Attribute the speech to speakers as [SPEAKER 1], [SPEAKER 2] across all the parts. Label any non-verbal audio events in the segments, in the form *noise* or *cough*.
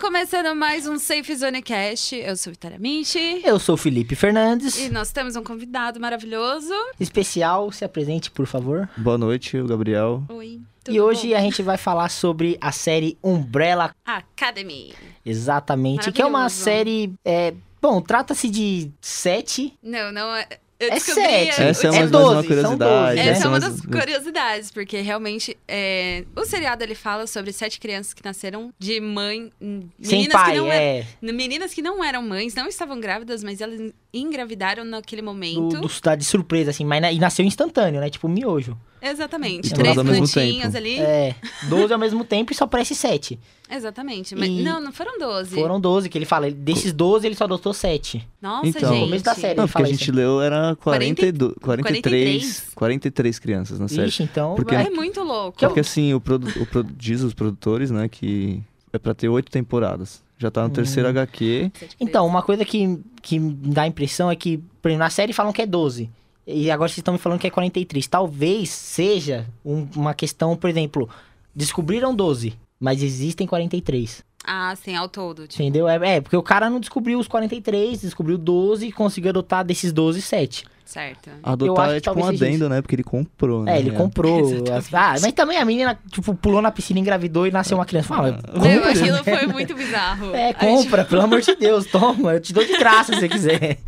[SPEAKER 1] começando mais um Safe Zone Cast. Eu sou Vitória Minchi.
[SPEAKER 2] Eu sou o Felipe Fernandes.
[SPEAKER 1] E nós temos um convidado maravilhoso.
[SPEAKER 2] Especial, se apresente, por favor.
[SPEAKER 3] Boa noite, o Gabriel.
[SPEAKER 1] Oi.
[SPEAKER 2] e hoje é a gente vai falar sobre a série Umbrella,
[SPEAKER 1] Academy.
[SPEAKER 2] exatamente, que é uma
[SPEAKER 1] Maravilhoso.
[SPEAKER 2] série. é, bom, trata-se de sete.
[SPEAKER 1] Não, não é. Eu
[SPEAKER 2] É
[SPEAKER 1] descobri
[SPEAKER 2] sete.
[SPEAKER 1] o
[SPEAKER 3] Essa é
[SPEAKER 1] título.
[SPEAKER 3] uma,
[SPEAKER 2] É
[SPEAKER 3] mais uma
[SPEAKER 2] 12, são
[SPEAKER 3] curiosidade.
[SPEAKER 2] 12,
[SPEAKER 1] Essa é
[SPEAKER 2] né?
[SPEAKER 1] uma
[SPEAKER 3] mais
[SPEAKER 1] das curiosidades, porque realmente é, o seriado ele fala sobre sete crianças que nasceram de mãe, meninas
[SPEAKER 2] sem pai,
[SPEAKER 1] que não eram,
[SPEAKER 2] é.
[SPEAKER 1] meninas que não eram mães, não estavam grávidas, mas elas engravidaram naquele
[SPEAKER 2] Do,
[SPEAKER 1] momento.
[SPEAKER 2] do, da- de surpresa, assim, mas na- e nasceu instantâneo, né? Tipo miojo.
[SPEAKER 1] Exatamente,
[SPEAKER 2] E
[SPEAKER 1] três
[SPEAKER 2] todas ao mesmo
[SPEAKER 1] plantinhas
[SPEAKER 3] tempo.
[SPEAKER 1] ali.
[SPEAKER 2] É, 12 ao mesmo tempo e só
[SPEAKER 1] *laughs*
[SPEAKER 2] parece sete.
[SPEAKER 1] Exatamente, mas
[SPEAKER 2] É. E-
[SPEAKER 1] não, não foram 12.
[SPEAKER 2] Foram 12, que ele fala, ele- desses 12 ele só adotou sete.
[SPEAKER 1] Nossa,
[SPEAKER 3] Então,
[SPEAKER 1] gente.
[SPEAKER 3] no
[SPEAKER 2] começo da série.
[SPEAKER 3] Não,
[SPEAKER 2] Ele
[SPEAKER 3] porque a
[SPEAKER 2] fala
[SPEAKER 3] gente
[SPEAKER 2] isso.
[SPEAKER 3] leu era
[SPEAKER 1] 40
[SPEAKER 3] 42, 43,
[SPEAKER 1] 43.
[SPEAKER 3] 43 crianças na série.
[SPEAKER 2] Ixi, então.
[SPEAKER 3] Porque-
[SPEAKER 2] vai-
[SPEAKER 1] É muito louco.
[SPEAKER 3] Porque assim, o, produ, o produ- diz os produtores, né, que é pra ter oito temporadas. Já tá no
[SPEAKER 2] Hum.
[SPEAKER 3] terceiro HQ.
[SPEAKER 2] Então, uma coisa que, que me dá a impressão é que, por exemplo, na série falam que é 12. E agora vocês estão me falando que é 43. Talvez seja um- uma questão, por exemplo, descobriram 12, mas existem 43.
[SPEAKER 1] Ah, sim, ao todo. Tipo.
[SPEAKER 2] Entendeu? É, é, porque o cara não descobriu os 43, descobriu 12 e conseguiu adotar desses 12, 7.
[SPEAKER 1] Certo.
[SPEAKER 3] Adotar
[SPEAKER 2] acho
[SPEAKER 3] é
[SPEAKER 2] que
[SPEAKER 3] tipo um
[SPEAKER 2] talvez seja
[SPEAKER 3] adendo, né? Porque ele comprou, né?
[SPEAKER 2] é, ele
[SPEAKER 3] real.
[SPEAKER 2] comprou. as- Ah, mas também a menina, tipo, pulou na piscina, engravidou e nasceu uma criança. Fala, compra,
[SPEAKER 1] Meu, aquilo
[SPEAKER 2] né?
[SPEAKER 1] foi muito bizarro.
[SPEAKER 2] É,
[SPEAKER 1] A gente- *laughs*
[SPEAKER 2] compra, pelo amor de Deus, toma, eu te dou de graça se você quiser.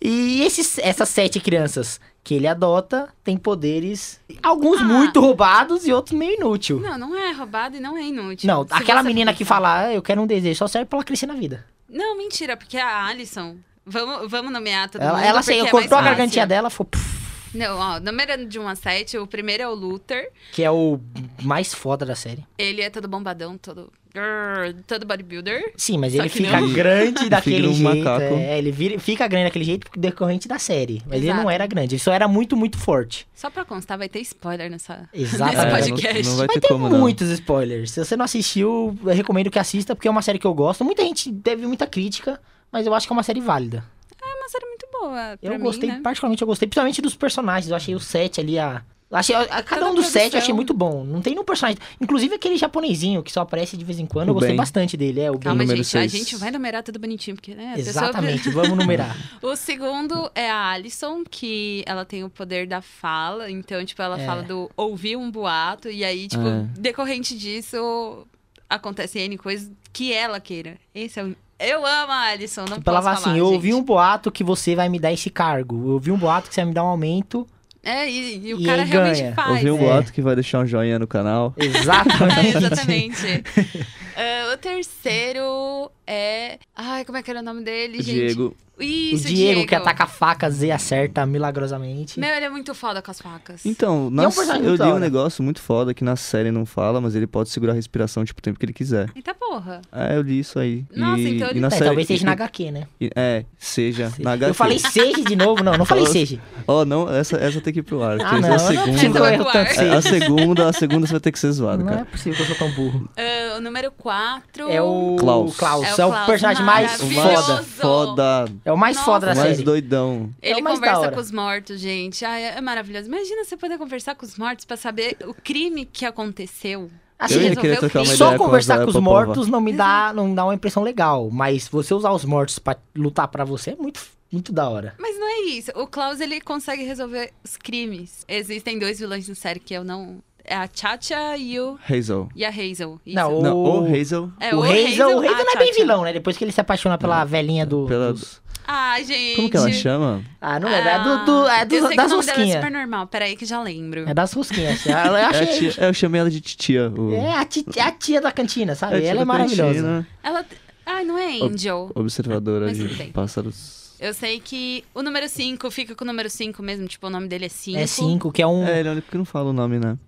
[SPEAKER 2] E esses, essas sete crianças que ele adota têm poderes, alguns
[SPEAKER 1] Ah.
[SPEAKER 2] muito roubados e outros meio inútil.
[SPEAKER 1] Não, não é roubado e não é inútil.
[SPEAKER 2] Não,
[SPEAKER 1] Se
[SPEAKER 2] aquela
[SPEAKER 1] você
[SPEAKER 2] menina
[SPEAKER 1] pensar.
[SPEAKER 2] que fala, "Ah, eu quero um desejo, só serve pra ela crescer na vida.
[SPEAKER 1] Não, mentira, porque é a Alison. Vamos, vamos nomear todo
[SPEAKER 2] Ela,
[SPEAKER 1] mundo.
[SPEAKER 2] ela
[SPEAKER 1] porque
[SPEAKER 2] sei,
[SPEAKER 1] é mais
[SPEAKER 2] cortou a
[SPEAKER 1] fácil.
[SPEAKER 2] gargantinha dela, foi, puf,
[SPEAKER 1] Não, ó, número de 1 a 7, o primeiro é o Luther.
[SPEAKER 2] que é o mais foda da série.
[SPEAKER 1] Ele é todo bombadão, todo. grrr, todo bodybuilder.
[SPEAKER 2] Sim, mas
[SPEAKER 1] Só
[SPEAKER 2] ele
[SPEAKER 1] que
[SPEAKER 2] fica
[SPEAKER 3] não.
[SPEAKER 2] grande daquele
[SPEAKER 3] um
[SPEAKER 2] jeito.
[SPEAKER 3] macaco.
[SPEAKER 2] É, ele vira- fica grande daquele jeito decorrente da série. Mas ele
[SPEAKER 1] Exato.
[SPEAKER 2] não era grande, ele só era muito, muito forte.
[SPEAKER 1] Só pra constar, vai ter spoiler nessa.
[SPEAKER 2] Exatamente.
[SPEAKER 1] Esse
[SPEAKER 3] É,
[SPEAKER 1] podcast.
[SPEAKER 3] Não, não vai
[SPEAKER 2] Mas
[SPEAKER 3] ter
[SPEAKER 2] tem
[SPEAKER 3] como, não.
[SPEAKER 2] muitos spoilers. Se você não assistiu, eu recomendo que assista, porque é uma série que eu gosto. Muita gente teve muita crítica, mas eu acho que é uma série válida.
[SPEAKER 1] É uma série muito boa.
[SPEAKER 2] Eu
[SPEAKER 1] pra mim,
[SPEAKER 2] gostei,
[SPEAKER 1] né?
[SPEAKER 2] particularmente eu gostei, principalmente dos personagens. Eu achei o sete ali, a. Achei, a- a- cada
[SPEAKER 1] Toda
[SPEAKER 2] um dos
[SPEAKER 1] a
[SPEAKER 2] sete eu achei
[SPEAKER 1] produção.
[SPEAKER 2] muito bom. Não tem nenhum personagem. Inclusive aquele japonesinho que só aparece de vez em quando.
[SPEAKER 3] O
[SPEAKER 2] eu gostei
[SPEAKER 3] Ben.
[SPEAKER 2] bastante dele. É o
[SPEAKER 1] Calma,
[SPEAKER 2] Ben.
[SPEAKER 3] Número
[SPEAKER 1] gente. A
[SPEAKER 3] seis.
[SPEAKER 1] gente vai numerar tudo bonitinho, porque, né? Ah, a pessoa-
[SPEAKER 2] Exatamente, vamos numerar.
[SPEAKER 1] O segundo é a Alison, que ela tem o poder da fala. Então, tipo, ela
[SPEAKER 2] É. Ah.
[SPEAKER 1] fala do ouvir um boato. E aí, tipo,
[SPEAKER 3] É.
[SPEAKER 1] decorrente disso, acontece N coisas que ela queira. Esse é o... Eu amo a Alison, *laughs* não
[SPEAKER 2] Ela
[SPEAKER 1] posso
[SPEAKER 2] fala
[SPEAKER 1] falar,
[SPEAKER 2] assim: eu ouvi
[SPEAKER 1] gente.
[SPEAKER 2] um boato que você vai me dar esse cargo. Eu ouvi um boato que você vai me dar um aumento.
[SPEAKER 1] É, e, e o
[SPEAKER 2] E
[SPEAKER 1] cara
[SPEAKER 2] aí
[SPEAKER 1] realmente
[SPEAKER 2] ganha.
[SPEAKER 1] faz.
[SPEAKER 3] Ouvi um
[SPEAKER 2] É.
[SPEAKER 3] boato que vai deixar um joinha no canal.
[SPEAKER 1] É,
[SPEAKER 2] *laughs* Exatamente.
[SPEAKER 1] *laughs* *laughs* exatamente. Ah, o terceiro é... Ai, como é que era o nome dele,
[SPEAKER 3] O
[SPEAKER 1] gente?
[SPEAKER 3] Diego.
[SPEAKER 2] O
[SPEAKER 1] Isso,
[SPEAKER 2] Diego, que ataca facas e acerta milagrosamente.
[SPEAKER 1] Meu, ele é muito foda com as facas.
[SPEAKER 3] Então, na se-
[SPEAKER 2] é personagem
[SPEAKER 3] eu
[SPEAKER 2] muito
[SPEAKER 3] li
[SPEAKER 2] da
[SPEAKER 3] um
[SPEAKER 2] hora.
[SPEAKER 3] negócio muito foda que na série não fala, mas ele pode segurar a respiração tipo o tempo que ele quiser.
[SPEAKER 1] Eita porra.
[SPEAKER 3] Ah, eu li isso aí.
[SPEAKER 1] Nossa,
[SPEAKER 3] e,
[SPEAKER 1] então
[SPEAKER 3] e
[SPEAKER 1] ele-
[SPEAKER 3] na
[SPEAKER 2] É,
[SPEAKER 3] série,
[SPEAKER 2] talvez seja
[SPEAKER 3] e-
[SPEAKER 2] na HQ, né?
[SPEAKER 3] e- É, seja. Na HQ.
[SPEAKER 2] Eu falei seja de novo? Não, não falei
[SPEAKER 3] Falou-
[SPEAKER 2] seja.
[SPEAKER 3] Ó, oh, não, essa, essa tem que ir pro ar.
[SPEAKER 2] Ah,
[SPEAKER 3] porque
[SPEAKER 2] não, eu
[SPEAKER 3] a
[SPEAKER 2] não
[SPEAKER 3] segunda.
[SPEAKER 1] Essa
[SPEAKER 2] preciso erro
[SPEAKER 1] vai
[SPEAKER 2] tanto
[SPEAKER 1] pro
[SPEAKER 3] É,
[SPEAKER 2] seja.
[SPEAKER 3] a segunda, a segunda você vai ter que ser zoado,
[SPEAKER 2] Não é
[SPEAKER 3] cara.
[SPEAKER 2] possível que eu sou tão burro.
[SPEAKER 1] Ah, o número 4.
[SPEAKER 2] É o
[SPEAKER 3] Klaus.
[SPEAKER 2] Klaus.
[SPEAKER 1] É
[SPEAKER 2] É
[SPEAKER 1] o
[SPEAKER 2] o,
[SPEAKER 1] Klaus,
[SPEAKER 2] personagem mais
[SPEAKER 3] O
[SPEAKER 1] maravilhoso.
[SPEAKER 2] foda.
[SPEAKER 3] mais foda,
[SPEAKER 2] É o mais
[SPEAKER 1] Nossa.
[SPEAKER 2] foda da
[SPEAKER 3] o mais
[SPEAKER 2] série.
[SPEAKER 3] doidão.
[SPEAKER 1] Ele
[SPEAKER 2] É o mais da
[SPEAKER 1] conversa
[SPEAKER 2] hora.
[SPEAKER 1] com os mortos, gente. Ai, é maravilhoso. Imagina você poder conversar com os mortos pra saber o crime que aconteceu.
[SPEAKER 3] eu
[SPEAKER 2] Assim,
[SPEAKER 3] ia querer
[SPEAKER 1] resolveu
[SPEAKER 3] trocar uma
[SPEAKER 1] que-
[SPEAKER 3] ideia
[SPEAKER 2] só
[SPEAKER 3] com o
[SPEAKER 2] conversar
[SPEAKER 3] Zé
[SPEAKER 2] com os
[SPEAKER 3] pra
[SPEAKER 2] mortos não me dá, não dá uma impressão legal. Mas você usar os mortos pra lutar pra você é muito, muito da hora.
[SPEAKER 1] Mas não é isso. O Klaus, ele consegue resolver os crimes. Existem dois vilões na série que eu não... É a Chacha e, o...
[SPEAKER 3] provar. Hazel.
[SPEAKER 1] e a Hazel. Isso.
[SPEAKER 2] Não,
[SPEAKER 3] Não,
[SPEAKER 2] O-
[SPEAKER 3] ou Hazel.
[SPEAKER 1] É
[SPEAKER 2] o
[SPEAKER 1] Hazel,
[SPEAKER 2] Hazel, o Hazel
[SPEAKER 1] a
[SPEAKER 2] não é bem
[SPEAKER 1] Chacha.
[SPEAKER 2] vilão, né? Depois que ele se apaixona pela velhinha do.
[SPEAKER 3] Pela-
[SPEAKER 2] dos-
[SPEAKER 1] Ah, gente.
[SPEAKER 3] Como que ela chama?
[SPEAKER 2] Ah, não lembro. É, do, do,
[SPEAKER 1] Ah,
[SPEAKER 2] é
[SPEAKER 1] eu
[SPEAKER 2] do,
[SPEAKER 1] sei que
[SPEAKER 2] das
[SPEAKER 1] o nome dela é
[SPEAKER 2] rosquinhas.
[SPEAKER 1] super normal. Peraí que já lembro.
[SPEAKER 2] É das rosquinhas. assim. Eu achei.
[SPEAKER 3] É a tia- eu chamei ela de titia. o-
[SPEAKER 2] É a ti- a tia, da cantina,
[SPEAKER 3] a
[SPEAKER 2] sabe?
[SPEAKER 3] tia
[SPEAKER 2] Ela
[SPEAKER 3] da
[SPEAKER 2] é maravilhosa.
[SPEAKER 3] Cristina,
[SPEAKER 1] Ela... Ah, não é Angel.
[SPEAKER 3] Observadora
[SPEAKER 1] Mas tudo bem.
[SPEAKER 3] de pássaros.
[SPEAKER 1] Eu sei que o número 5 fica com o número 5 mesmo. Tipo, o nome dele é 5.
[SPEAKER 2] É cinco, que é um.
[SPEAKER 3] É, ele é o único que não fala o nome, né?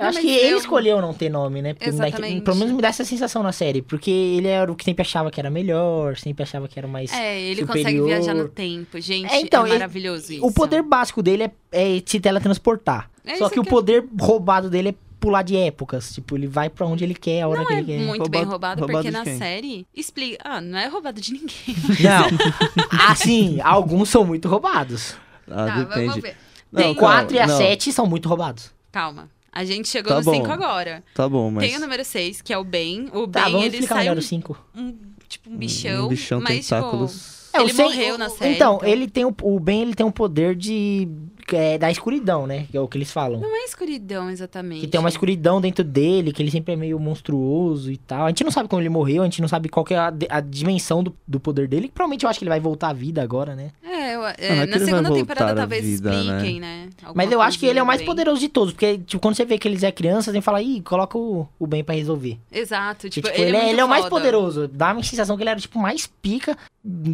[SPEAKER 2] eu acho
[SPEAKER 1] Não,
[SPEAKER 2] que
[SPEAKER 1] mas
[SPEAKER 2] ele
[SPEAKER 1] eu-
[SPEAKER 2] escolheu não ter nome, né? Porque me dá-
[SPEAKER 1] Exatamente.
[SPEAKER 2] pelo menos me dá essa sensação na série. Porque ele era o que sempre achava que era melhor, sempre achava que era o mais.
[SPEAKER 1] É, ele
[SPEAKER 2] superior.
[SPEAKER 1] consegue viajar no tempo, gente. É,
[SPEAKER 2] É, então, ele-
[SPEAKER 1] maravilhoso isso.
[SPEAKER 2] O poder básico dele é, é se teletransportar.
[SPEAKER 1] É
[SPEAKER 2] Só
[SPEAKER 1] isso
[SPEAKER 2] que, o
[SPEAKER 1] que-
[SPEAKER 2] poder roubado dele é pular de épocas. Tipo, ele vai pra onde ele quer, a hora
[SPEAKER 1] não
[SPEAKER 2] que
[SPEAKER 1] é
[SPEAKER 2] ele quer. *laughs*
[SPEAKER 1] muito bem roubado,
[SPEAKER 3] Roubado-
[SPEAKER 1] porque
[SPEAKER 3] roubado de
[SPEAKER 1] na
[SPEAKER 3] quem?
[SPEAKER 1] série explica. Ah, não é roubado de ninguém.
[SPEAKER 2] Não. assim, alguns são muito roubados.
[SPEAKER 3] *laughs* Ah,
[SPEAKER 1] tá, vamos
[SPEAKER 3] depende.
[SPEAKER 1] ver.
[SPEAKER 3] Não,
[SPEAKER 1] Tem
[SPEAKER 2] O 4 e a
[SPEAKER 3] não.
[SPEAKER 2] 7 são muito roubados.
[SPEAKER 1] Calma. A gente chegou
[SPEAKER 3] Tá
[SPEAKER 1] no
[SPEAKER 3] bom.
[SPEAKER 1] 5 agora.
[SPEAKER 3] Tá bom, mas.
[SPEAKER 1] Tem o número 6, que é o Ben. O
[SPEAKER 2] Tá,
[SPEAKER 1] Ben,
[SPEAKER 2] vamos
[SPEAKER 1] ele
[SPEAKER 2] explicar
[SPEAKER 1] sai
[SPEAKER 2] melhor
[SPEAKER 1] um,
[SPEAKER 2] o 5.
[SPEAKER 1] um- tipo um bichão,
[SPEAKER 3] assim. Um bichão
[SPEAKER 1] mas tipo...
[SPEAKER 3] tentáculos.
[SPEAKER 1] Ele
[SPEAKER 2] É, o cem-
[SPEAKER 1] morreu na
[SPEAKER 2] o-
[SPEAKER 1] série,
[SPEAKER 2] Então,
[SPEAKER 1] então.
[SPEAKER 2] ele tem o, o Ben, ele tem um poder de é, da escuridão, né? Que é o que eles falam.
[SPEAKER 1] Não é escuridão, exatamente.
[SPEAKER 2] Que tem uma escuridão dentro dele, que ele sempre é meio monstruoso e tal. A gente não sabe como ele morreu, a gente não sabe qual que é a, di- a dimensão do, do poder dele. que Provavelmente eu acho que ele vai voltar à vida agora, né?
[SPEAKER 1] É, eu- é,
[SPEAKER 3] é que
[SPEAKER 1] na
[SPEAKER 3] ele vai
[SPEAKER 1] segunda
[SPEAKER 3] voltar
[SPEAKER 1] temporada
[SPEAKER 3] à
[SPEAKER 1] talvez
[SPEAKER 3] vida, né?
[SPEAKER 1] expliquem, né? Alguma
[SPEAKER 2] Mas eu acho que
[SPEAKER 1] coisinha
[SPEAKER 2] ele é o
[SPEAKER 1] do
[SPEAKER 2] mais
[SPEAKER 1] Ben.
[SPEAKER 2] poderoso de todos, porque tipo, quando você vê que eles é criança, você fala, ih, coloca o, o Ben pra resolver.
[SPEAKER 1] Exato,
[SPEAKER 2] Que,
[SPEAKER 1] tipo,
[SPEAKER 2] tipo,
[SPEAKER 1] ele, é, muito
[SPEAKER 2] ele é o mais
[SPEAKER 1] foda.
[SPEAKER 2] poderoso. Dá uma sensação que ele era, tipo, mais pica.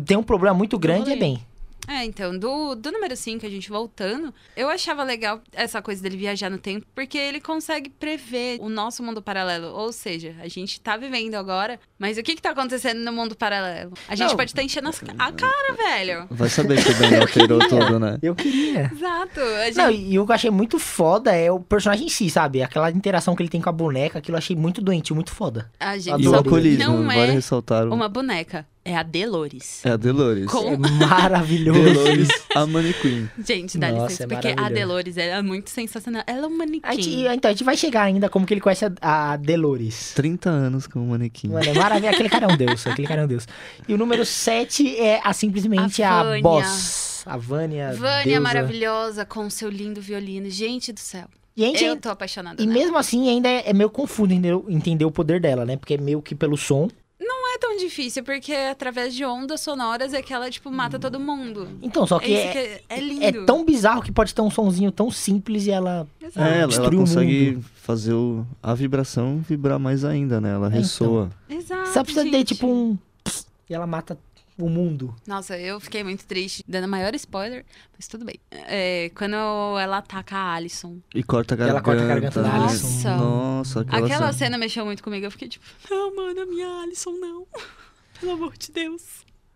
[SPEAKER 2] Tem um problema muito grande, é
[SPEAKER 1] rolê.
[SPEAKER 2] bem.
[SPEAKER 1] É, então, do, do número 5, a gente voltando, eu achava legal essa coisa dele viajar no tempo, porque ele consegue prever o nosso mundo paralelo. Ou seja, a gente tá vivendo agora, mas o que que tá acontecendo no mundo paralelo? A gente
[SPEAKER 2] Não.
[SPEAKER 1] pode estar enchendo as- a cara, velho.
[SPEAKER 3] Vai saber que o Ben
[SPEAKER 1] *laughs*
[SPEAKER 3] alterou tudo,
[SPEAKER 1] é.
[SPEAKER 3] né?
[SPEAKER 2] Eu queria.
[SPEAKER 1] Exato. A gente...
[SPEAKER 2] Não, e o que eu achei muito foda é o personagem em si, sabe? Aquela interação que ele tem com a boneca, aquilo eu achei muito doente, muito
[SPEAKER 1] *laughs*
[SPEAKER 2] foda.
[SPEAKER 1] A gente
[SPEAKER 2] Adorei.
[SPEAKER 3] E o
[SPEAKER 1] só
[SPEAKER 3] alcoolismo,
[SPEAKER 1] não
[SPEAKER 3] tipo, vale
[SPEAKER 1] é
[SPEAKER 3] ressaltar. o-
[SPEAKER 1] uma boneca, é a Delores.
[SPEAKER 3] É a Delores.
[SPEAKER 1] Com-
[SPEAKER 2] É maravilhoso.
[SPEAKER 3] Delores, a Maniquim.
[SPEAKER 1] Gente, dá
[SPEAKER 2] Nossa,
[SPEAKER 1] licença,
[SPEAKER 2] é
[SPEAKER 1] porque a
[SPEAKER 2] maravilhoso.
[SPEAKER 1] Delores ela é muito sensacional. Ela é um
[SPEAKER 2] A gente-
[SPEAKER 1] manequim.
[SPEAKER 2] então, a gente vai chegar ainda como que ele conhece a, a Delores.
[SPEAKER 3] 30 anos com o Manequim.
[SPEAKER 2] Mano, é maravilha. Aquele cara é um deus, aquele cara é um deus. E o número 7 é a, simplesmente
[SPEAKER 1] A
[SPEAKER 2] a,
[SPEAKER 1] Vânia.
[SPEAKER 2] boss. A Vânia.
[SPEAKER 1] Vânia
[SPEAKER 2] deusa.
[SPEAKER 1] maravilhosa com seu lindo violino. Gente do céu.
[SPEAKER 2] E, a gente-
[SPEAKER 1] Eu tô apaixonada.
[SPEAKER 2] e
[SPEAKER 1] nela.
[SPEAKER 2] mesmo assim, ainda é, é meio confuso entender, entender o poder dela, né? Porque é meio que pelo som.
[SPEAKER 1] Não é tão difícil, porque através de ondas sonoras é que ela, tipo, mata todo mundo.
[SPEAKER 2] Então, só
[SPEAKER 1] É
[SPEAKER 2] que
[SPEAKER 1] isso
[SPEAKER 2] é,
[SPEAKER 1] que é, é lindo.
[SPEAKER 2] é tão bizarro que pode ter um sonzinho tão simples e ela.
[SPEAKER 1] Exato.
[SPEAKER 3] É, ela, ela
[SPEAKER 2] Destruiu o
[SPEAKER 3] consegue fazer o- a vibração vibrar mais ainda, né? Ela
[SPEAKER 1] É,
[SPEAKER 2] então.
[SPEAKER 3] ressoa.
[SPEAKER 1] Exato,
[SPEAKER 2] só precisa ter
[SPEAKER 1] gente.
[SPEAKER 2] tipo um. pss, E ela mata o mundo.
[SPEAKER 1] Nossa, eu fiquei muito triste, dando maior spoiler, mas tudo bem. É, quando ela ataca a Alison.
[SPEAKER 3] E corta a
[SPEAKER 2] Ela
[SPEAKER 3] garganta.
[SPEAKER 2] corta a garganta da
[SPEAKER 3] né?
[SPEAKER 1] Alison.
[SPEAKER 3] Nossa, aquela,
[SPEAKER 1] Aquela
[SPEAKER 3] cena.
[SPEAKER 1] cena mexeu muito comigo. Eu fiquei tipo, não, mano, a minha Alison não. *laughs* Pelo amor de Deus.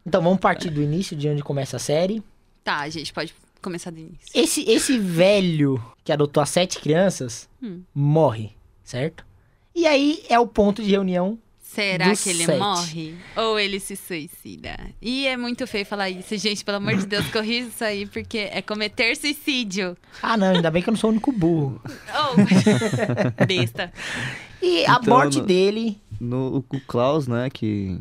[SPEAKER 2] Então vamos partir do início, de onde começa a série.
[SPEAKER 1] Tá, gente, pode começar do início.
[SPEAKER 2] Esse, esse velho que adotou as sete crianças
[SPEAKER 1] Hum.
[SPEAKER 2] morre, certo? E aí é o ponto de reunião.
[SPEAKER 1] Será
[SPEAKER 2] Do
[SPEAKER 1] que ele
[SPEAKER 2] sete.
[SPEAKER 1] morre? Ou ele se suicida? E é muito feio falar isso, gente. Pelo amor de Deus, corrija isso aí, porque é cometer suicídio.
[SPEAKER 2] Ah, não, ainda bem que eu não sou o único burro.
[SPEAKER 3] *laughs*
[SPEAKER 1] Oh, besta.
[SPEAKER 3] É
[SPEAKER 2] E a
[SPEAKER 3] Então,
[SPEAKER 2] morte
[SPEAKER 3] no-
[SPEAKER 2] dele,
[SPEAKER 3] No, o o Klaus, né? Que,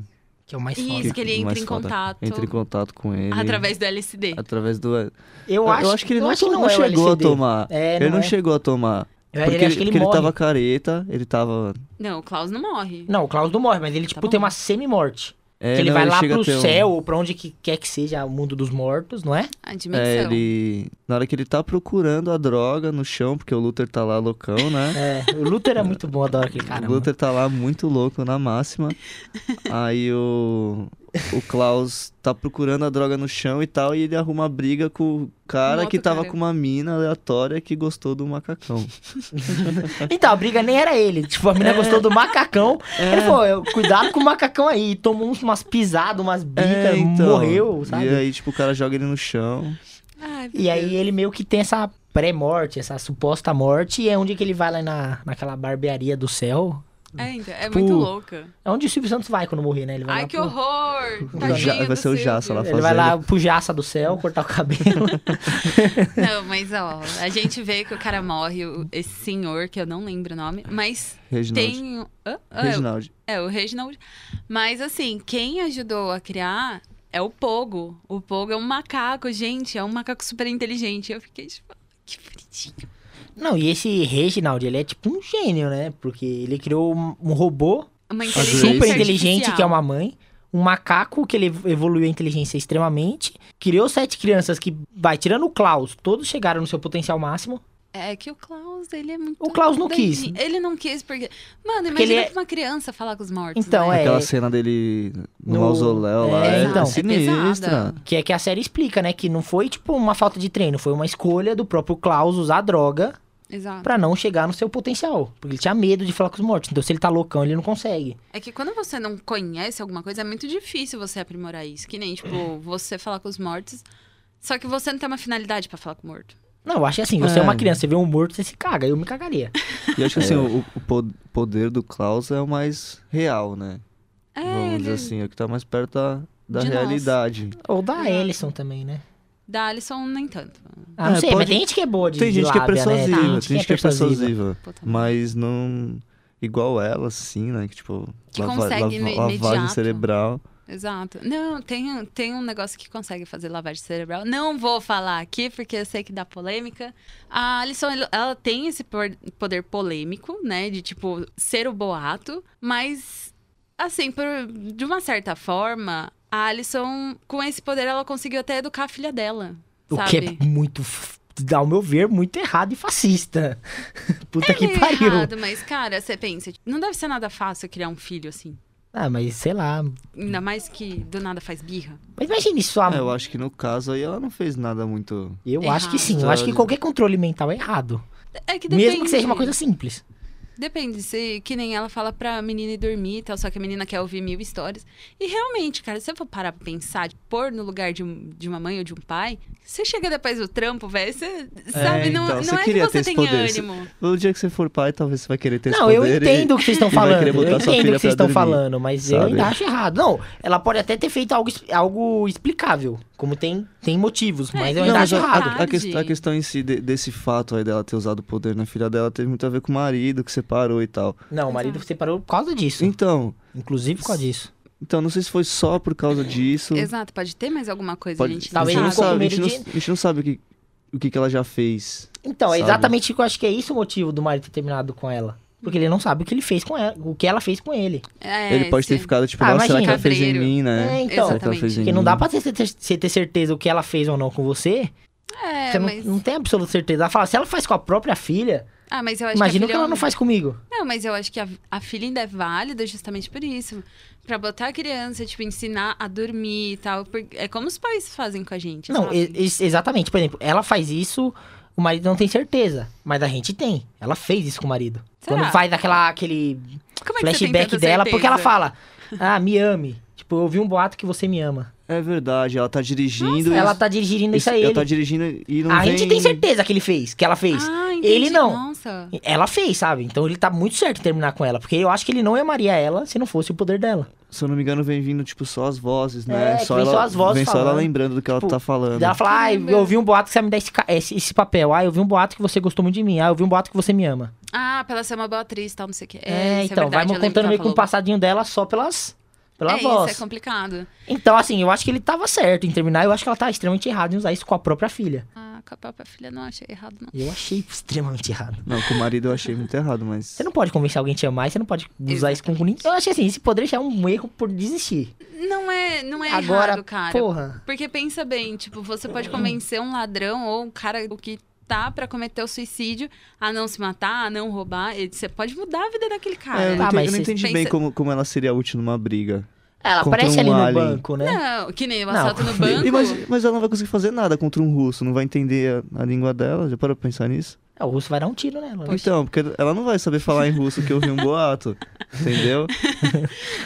[SPEAKER 2] que é o mais
[SPEAKER 1] Isso,
[SPEAKER 2] foda.
[SPEAKER 1] que ele entra
[SPEAKER 3] mais
[SPEAKER 1] em
[SPEAKER 3] foda.
[SPEAKER 1] contato.
[SPEAKER 3] Entra em contato com ele.
[SPEAKER 1] Através do LSD.
[SPEAKER 3] Através do. Eu,
[SPEAKER 2] Eu,
[SPEAKER 3] acho, que ele não, não
[SPEAKER 2] é o
[SPEAKER 3] chegou a
[SPEAKER 2] LCD.
[SPEAKER 3] tomar.
[SPEAKER 2] É,
[SPEAKER 3] ele
[SPEAKER 2] não
[SPEAKER 3] não
[SPEAKER 2] é.
[SPEAKER 3] chegou a tomar.
[SPEAKER 2] É,
[SPEAKER 3] porque
[SPEAKER 2] ele, acho que ele
[SPEAKER 3] porque
[SPEAKER 2] morre.
[SPEAKER 3] tava careta, ele tava.
[SPEAKER 1] Não, o Klaus não morre.
[SPEAKER 2] Não, o Klaus não morre, mas ele, tipo,
[SPEAKER 1] Tá bom.
[SPEAKER 2] tem uma semi-morte.
[SPEAKER 3] É,
[SPEAKER 2] que ele
[SPEAKER 3] não,
[SPEAKER 2] vai lá
[SPEAKER 3] chega a
[SPEAKER 2] pro
[SPEAKER 3] ter um-
[SPEAKER 2] céu, ou pra onde que quer que seja, o mundo dos mortos, não é?
[SPEAKER 1] A
[SPEAKER 3] É,
[SPEAKER 1] dimensão.
[SPEAKER 3] ele. Na hora que ele tá procurando a droga no chão, porque o Luther tá lá loucão, né?
[SPEAKER 2] *laughs* É, o Luther é muito bom, adoro aquele cara.
[SPEAKER 3] o Luther tá lá muito louco
[SPEAKER 2] *laughs*
[SPEAKER 3] na máxima. Aí o, o Klaus tá procurando a droga no chão e tal, e ele arruma a briga com o
[SPEAKER 1] Um
[SPEAKER 3] cara
[SPEAKER 1] outro
[SPEAKER 3] que tava
[SPEAKER 1] cara.
[SPEAKER 3] com uma mina aleatória que gostou do macacão.
[SPEAKER 2] mano. Então, a briga nem era ele. Tipo, a
[SPEAKER 3] É.
[SPEAKER 2] mina gostou do macacão. Ele falou, "Eu- cuidado com o macacão aí. Tomou uns- umas pisadas, umas bicas,
[SPEAKER 3] É, então.
[SPEAKER 2] morreu, sabe?
[SPEAKER 3] E aí, tipo, o cara joga ele no chão.
[SPEAKER 1] Ai, meu
[SPEAKER 2] E aí
[SPEAKER 1] Deus.
[SPEAKER 2] ele meio que tem essa pré-morte, essa suposta morte, e é onde que ele vai lá na, naquela barbearia do céu.
[SPEAKER 1] É, então, é
[SPEAKER 2] tipo,
[SPEAKER 1] muito louca.
[SPEAKER 2] É onde o Silvio Santos vai quando morrer, né? Ele vai
[SPEAKER 1] Ai,
[SPEAKER 2] lá
[SPEAKER 1] que
[SPEAKER 2] pro-
[SPEAKER 3] *laughs*
[SPEAKER 1] horror!
[SPEAKER 3] O
[SPEAKER 1] Tadinho
[SPEAKER 3] Ja-
[SPEAKER 1] do
[SPEAKER 3] vai ser o
[SPEAKER 1] Silvio.
[SPEAKER 3] Jaça lá.
[SPEAKER 2] Ele vai lá pro Jaça do céu, cortar o
[SPEAKER 3] *laughs*
[SPEAKER 2] cabelo.
[SPEAKER 1] Não, mas ó, a gente vê que o cara morre, o- esse senhor, que eu não lembro o nome, mas
[SPEAKER 3] Reginald.
[SPEAKER 1] tem. Hã? Ah, é o-
[SPEAKER 3] Reginald.
[SPEAKER 1] É, o Reginald. Mas assim, quem ajudou a criar é o Pogo. O Pogo é um macaco, gente. É um macaco super inteligente. Eu fiquei tipo, que bonitinho.
[SPEAKER 2] Não, e esse Reginald, ele é tipo um gênio, né? Porque ele criou um um robô
[SPEAKER 1] Uma
[SPEAKER 3] Adorei.
[SPEAKER 1] inteligência
[SPEAKER 2] super inteligente,
[SPEAKER 1] artificial.
[SPEAKER 2] que é uma mãe. Um macaco que ele evoluiu a inteligência extremamente. Criou sete crianças que, vai, tirando o Klaus, todos chegaram no seu potencial máximo.
[SPEAKER 1] É que o Klaus, ele é muito.
[SPEAKER 2] O Klaus não quis. né?
[SPEAKER 1] doidinho. Ele não quis porque. Mano,
[SPEAKER 2] Porque ele
[SPEAKER 1] imagina
[SPEAKER 2] é-
[SPEAKER 1] pra uma criança falar com os mortos.
[SPEAKER 2] Então,
[SPEAKER 1] né?
[SPEAKER 2] é-
[SPEAKER 3] Aquela cena dele no,
[SPEAKER 2] No-
[SPEAKER 3] mausoléu lá.
[SPEAKER 2] É,
[SPEAKER 3] É,
[SPEAKER 2] então.
[SPEAKER 3] sinistra.
[SPEAKER 1] pesada.
[SPEAKER 2] Que é que a série explica, né? Que não foi, tipo, uma falta de treino. Foi uma escolha do próprio Klaus usar droga
[SPEAKER 1] Exato.
[SPEAKER 2] pra não chegar no seu potencial. Porque ele tinha medo de falar com os mortos. Então, se ele tá loucão, ele não consegue.
[SPEAKER 1] É que quando você não conhece alguma coisa, é muito difícil você aprimorar isso. Que nem,
[SPEAKER 2] É.
[SPEAKER 1] tipo, você falar com os mortos. Só que você não tem uma finalidade pra falar com o morto.
[SPEAKER 2] Não, eu acho que assim, você é,
[SPEAKER 3] É.
[SPEAKER 2] uma criança, você vê um morto, você se caga. Eu me cagaria.
[SPEAKER 3] E acho que
[SPEAKER 2] É.
[SPEAKER 3] assim, o, o po- poder do Klaus é o mais real, né?
[SPEAKER 1] É,
[SPEAKER 3] Vamos
[SPEAKER 1] ele...
[SPEAKER 3] dizer assim, é o que tá mais perto da, da
[SPEAKER 1] De nós.
[SPEAKER 3] realidade.
[SPEAKER 2] Ou da
[SPEAKER 1] Exato.
[SPEAKER 2] Ellison também, né?
[SPEAKER 1] Da Alison, nem tanto.
[SPEAKER 2] Ah, não
[SPEAKER 3] É,
[SPEAKER 2] sei, mas
[SPEAKER 3] pode-
[SPEAKER 2] tem gente que é boa de
[SPEAKER 3] Tem
[SPEAKER 2] de
[SPEAKER 3] gente que é
[SPEAKER 2] lábia, né?
[SPEAKER 3] persuasiva, tem gente que é persuasiva.
[SPEAKER 1] Puta.
[SPEAKER 3] Mas não. Igual ela, assim, né? Que tipo.
[SPEAKER 1] Que consegue no
[SPEAKER 3] lavagem
[SPEAKER 1] imediato.
[SPEAKER 3] cerebral.
[SPEAKER 1] Exato. Não, tem, tem um negócio que consegue fazer lavagem cerebral. Não vou falar aqui, porque eu sei que dá polêmica. A Alison, ela- ela tem esse por- poder polêmico, né? De, tipo, ser o boato. Mas, assim, por, de uma certa forma, a Alison, com esse poder, ela conseguiu até educar a filha dela.
[SPEAKER 2] O
[SPEAKER 1] sabe?
[SPEAKER 2] que é muito, f- ao meu ver, muito errado e fascista. *laughs* Puta *laughs* que
[SPEAKER 1] Meio
[SPEAKER 2] pariu.
[SPEAKER 1] É errado, mas, cara, você pensa, tipo, não deve ser nada fácil criar um filho assim.
[SPEAKER 2] Ah, mas sei lá.
[SPEAKER 1] Ainda mais que do nada faz birra.
[SPEAKER 2] Mas imagine isso. a-
[SPEAKER 3] É, eu
[SPEAKER 2] eu
[SPEAKER 3] acho que no caso aí ela não fez nada muito.
[SPEAKER 2] acho que sim. Eu
[SPEAKER 3] Errado.
[SPEAKER 2] acho que qualquer controle mental é errado.
[SPEAKER 1] É que
[SPEAKER 2] Mesmo que seja uma coisa simples.
[SPEAKER 1] Depende, se que nem ela fala pra menina ir dormir e tal, só que a menina quer ouvir mil histórias. E realmente, cara, se você for parar pra pensar, pôr no lugar de, um- de uma mãe ou de um pai, você chega depois do trampo, velho, você sabe, não,
[SPEAKER 3] então,
[SPEAKER 1] não
[SPEAKER 3] você
[SPEAKER 1] é que
[SPEAKER 3] queria
[SPEAKER 1] você
[SPEAKER 3] ter esse
[SPEAKER 1] tem
[SPEAKER 3] poder, você-
[SPEAKER 1] ânimo.
[SPEAKER 3] O dia que você for pai, talvez você vai querer ter
[SPEAKER 2] Não,
[SPEAKER 3] esse
[SPEAKER 2] eu
[SPEAKER 3] poder. e-
[SPEAKER 2] entendo o que vocês estão
[SPEAKER 3] *laughs* e vai
[SPEAKER 2] falando.
[SPEAKER 3] querer botar
[SPEAKER 2] Eu
[SPEAKER 3] sua
[SPEAKER 2] entendo o
[SPEAKER 3] filha
[SPEAKER 2] que vocês estão
[SPEAKER 3] pra dormir,
[SPEAKER 2] falando, mas eu
[SPEAKER 3] sabe?
[SPEAKER 2] ainda acho errado. Não, ela pode até ter feito algo, algo explicável, como tem, tem motivos, mas eu
[SPEAKER 1] e
[SPEAKER 2] ainda
[SPEAKER 1] não,
[SPEAKER 2] acho
[SPEAKER 1] mas
[SPEAKER 2] errado.
[SPEAKER 3] A, ques- a questão em si de- desse fato aí dela ter usado o poder na filha dela teve muito a ver com o marido que separou e tal.
[SPEAKER 1] Ah,
[SPEAKER 2] Não, o marido
[SPEAKER 1] tá.
[SPEAKER 2] separou por causa disso.
[SPEAKER 3] Então,
[SPEAKER 2] Inclusive por causa disso.
[SPEAKER 3] então não sei se foi só por causa disso.
[SPEAKER 1] Exato, pode ter mais alguma coisa,
[SPEAKER 3] Pode-
[SPEAKER 1] a gente não
[SPEAKER 2] Talvez
[SPEAKER 3] a gente
[SPEAKER 2] não
[SPEAKER 1] sabe.
[SPEAKER 3] não sabe, a
[SPEAKER 2] primeiro
[SPEAKER 3] gente não,
[SPEAKER 2] dia-
[SPEAKER 3] a gente não sabe o que, o que, que ela já fez.
[SPEAKER 2] Então, é
[SPEAKER 3] Sabe?
[SPEAKER 2] exatamente que eu acho que é isso o motivo do marido ter terminado com ela. Porque ele não sabe o que ele fez com ela, o que ela fez com ele.
[SPEAKER 1] É,
[SPEAKER 3] ele pode ter
[SPEAKER 1] sim.
[SPEAKER 3] ficado tipo,
[SPEAKER 2] Ah,
[SPEAKER 3] nossa, será que
[SPEAKER 2] imagina.
[SPEAKER 3] ela fez em
[SPEAKER 1] Cabreiro.
[SPEAKER 3] mim,
[SPEAKER 2] É,
[SPEAKER 3] né?
[SPEAKER 2] então.
[SPEAKER 3] Será que ela fez em
[SPEAKER 2] Porque não dá
[SPEAKER 3] mim?
[SPEAKER 2] pra você ter, você ter certeza o que ela fez ou não com você.
[SPEAKER 1] É,
[SPEAKER 2] você não-
[SPEAKER 1] mas...
[SPEAKER 2] não, tem absoluta certeza. Ela fala, se ela faz com a própria filha,
[SPEAKER 1] Ah, mas eu acho
[SPEAKER 2] imagina o
[SPEAKER 1] que, a
[SPEAKER 2] que ela
[SPEAKER 1] filha-
[SPEAKER 2] não faz comigo.
[SPEAKER 1] Não, mas eu acho que a, a filha ainda é válida justamente por isso. Pra botar a criança, tipo, ensinar a dormir e tal. por- é como os pais fazem com a gente.
[SPEAKER 2] Não,
[SPEAKER 1] sabe?
[SPEAKER 2] e- e- exatamente. Por exemplo, ela faz isso, o marido não tem certeza. Mas a gente tem. Ela fez isso com o marido.
[SPEAKER 1] Será?
[SPEAKER 2] Quando faz aquela, aquele
[SPEAKER 1] Como é que você tem
[SPEAKER 2] flashback
[SPEAKER 1] tanta
[SPEAKER 2] dela, porque ela
[SPEAKER 1] certeza?
[SPEAKER 2] fala, ah, me ame. Tipo, eu ouvi um boato que você me ama.
[SPEAKER 3] É verdade, ela tá dirigindo.
[SPEAKER 2] Ela
[SPEAKER 3] isso-
[SPEAKER 2] tá dirigindo isso a
[SPEAKER 3] Ela
[SPEAKER 2] ele.
[SPEAKER 3] tá dirigindo e não
[SPEAKER 2] a
[SPEAKER 3] vem...
[SPEAKER 2] gente tem certeza que ele fez, que ela fez.
[SPEAKER 1] Ah, entendi.
[SPEAKER 2] Ele não.
[SPEAKER 1] Nossa.
[SPEAKER 2] Ela fez, sabe? Então ele tá muito certo em terminar com ela. Porque eu acho que ele não amaria ela se não fosse o poder dela.
[SPEAKER 3] Se eu não me engano, vem vindo, tipo, só as vozes, né?
[SPEAKER 2] É, que vem só as vozes
[SPEAKER 3] Vem só ela
[SPEAKER 2] falando.
[SPEAKER 3] lembrando do que ela
[SPEAKER 2] Tipo,
[SPEAKER 3] tá falando.
[SPEAKER 2] Ela fala, ah,
[SPEAKER 1] Caramba.
[SPEAKER 2] eu ouvi um boato que você vai me dar esse, ca- esse, esse papel. Ah, eu ouvi um boato que você gostou muito de mim. Ah, eu ouvi um boato que você me ama.
[SPEAKER 1] Ah, pra ela ser uma boa atriz e tal, não sei o quê.
[SPEAKER 2] É,
[SPEAKER 1] isso
[SPEAKER 2] então,
[SPEAKER 1] verdade,
[SPEAKER 2] vai
[SPEAKER 1] eu
[SPEAKER 2] me
[SPEAKER 1] lembro que
[SPEAKER 2] contando
[SPEAKER 1] ela
[SPEAKER 2] meio com o
[SPEAKER 1] falou.
[SPEAKER 2] passadinho dela só pelas,
[SPEAKER 1] é,
[SPEAKER 2] pela voz.
[SPEAKER 1] Isso é complicado.
[SPEAKER 2] Então, assim, eu acho que ele tava certo em terminar. Eu acho que ela tá extremamente errada em usar isso com a própria filha.
[SPEAKER 1] Ah, com a própria filha não achei errado, não.
[SPEAKER 2] Eu achei extremamente errado.
[SPEAKER 3] Não, com o marido eu achei muito errado, mas.
[SPEAKER 2] Você não pode convencer alguém a te amar, e você não pode usar isso com ninguém. Eu achei assim, esse poder já é um erro por desistir.
[SPEAKER 1] Não é, não é
[SPEAKER 2] Agora,
[SPEAKER 1] errado, cara.
[SPEAKER 2] porra.
[SPEAKER 1] Porque pensa bem, tipo, você pode convencer um ladrão ou um cara o que tá pra cometer o suicídio a não se matar, a não roubar. e Você pode mudar a vida daquele cara.
[SPEAKER 3] É, eu não
[SPEAKER 2] Tá,
[SPEAKER 3] entendi,
[SPEAKER 2] mas
[SPEAKER 3] eu não
[SPEAKER 2] você
[SPEAKER 3] entendi
[SPEAKER 1] pensa-
[SPEAKER 3] bem como, como ela seria útil numa briga.
[SPEAKER 2] É, Ela
[SPEAKER 3] Contra
[SPEAKER 2] aparece
[SPEAKER 3] um
[SPEAKER 2] ali no
[SPEAKER 3] alien.
[SPEAKER 2] banco, né?
[SPEAKER 1] Não, que nem o
[SPEAKER 2] Não.
[SPEAKER 1] assalto
[SPEAKER 2] *laughs*
[SPEAKER 1] no banco.
[SPEAKER 3] E, mas, mas ela não vai conseguir fazer nada contra um russo, não vai entender a, a língua dela. Já parou pra pensar nisso?
[SPEAKER 2] É, o russo vai dar um tiro nela. né?
[SPEAKER 3] Então, porque ela não vai saber falar em russo que eu vi um boato.
[SPEAKER 1] *laughs*
[SPEAKER 3] entendeu?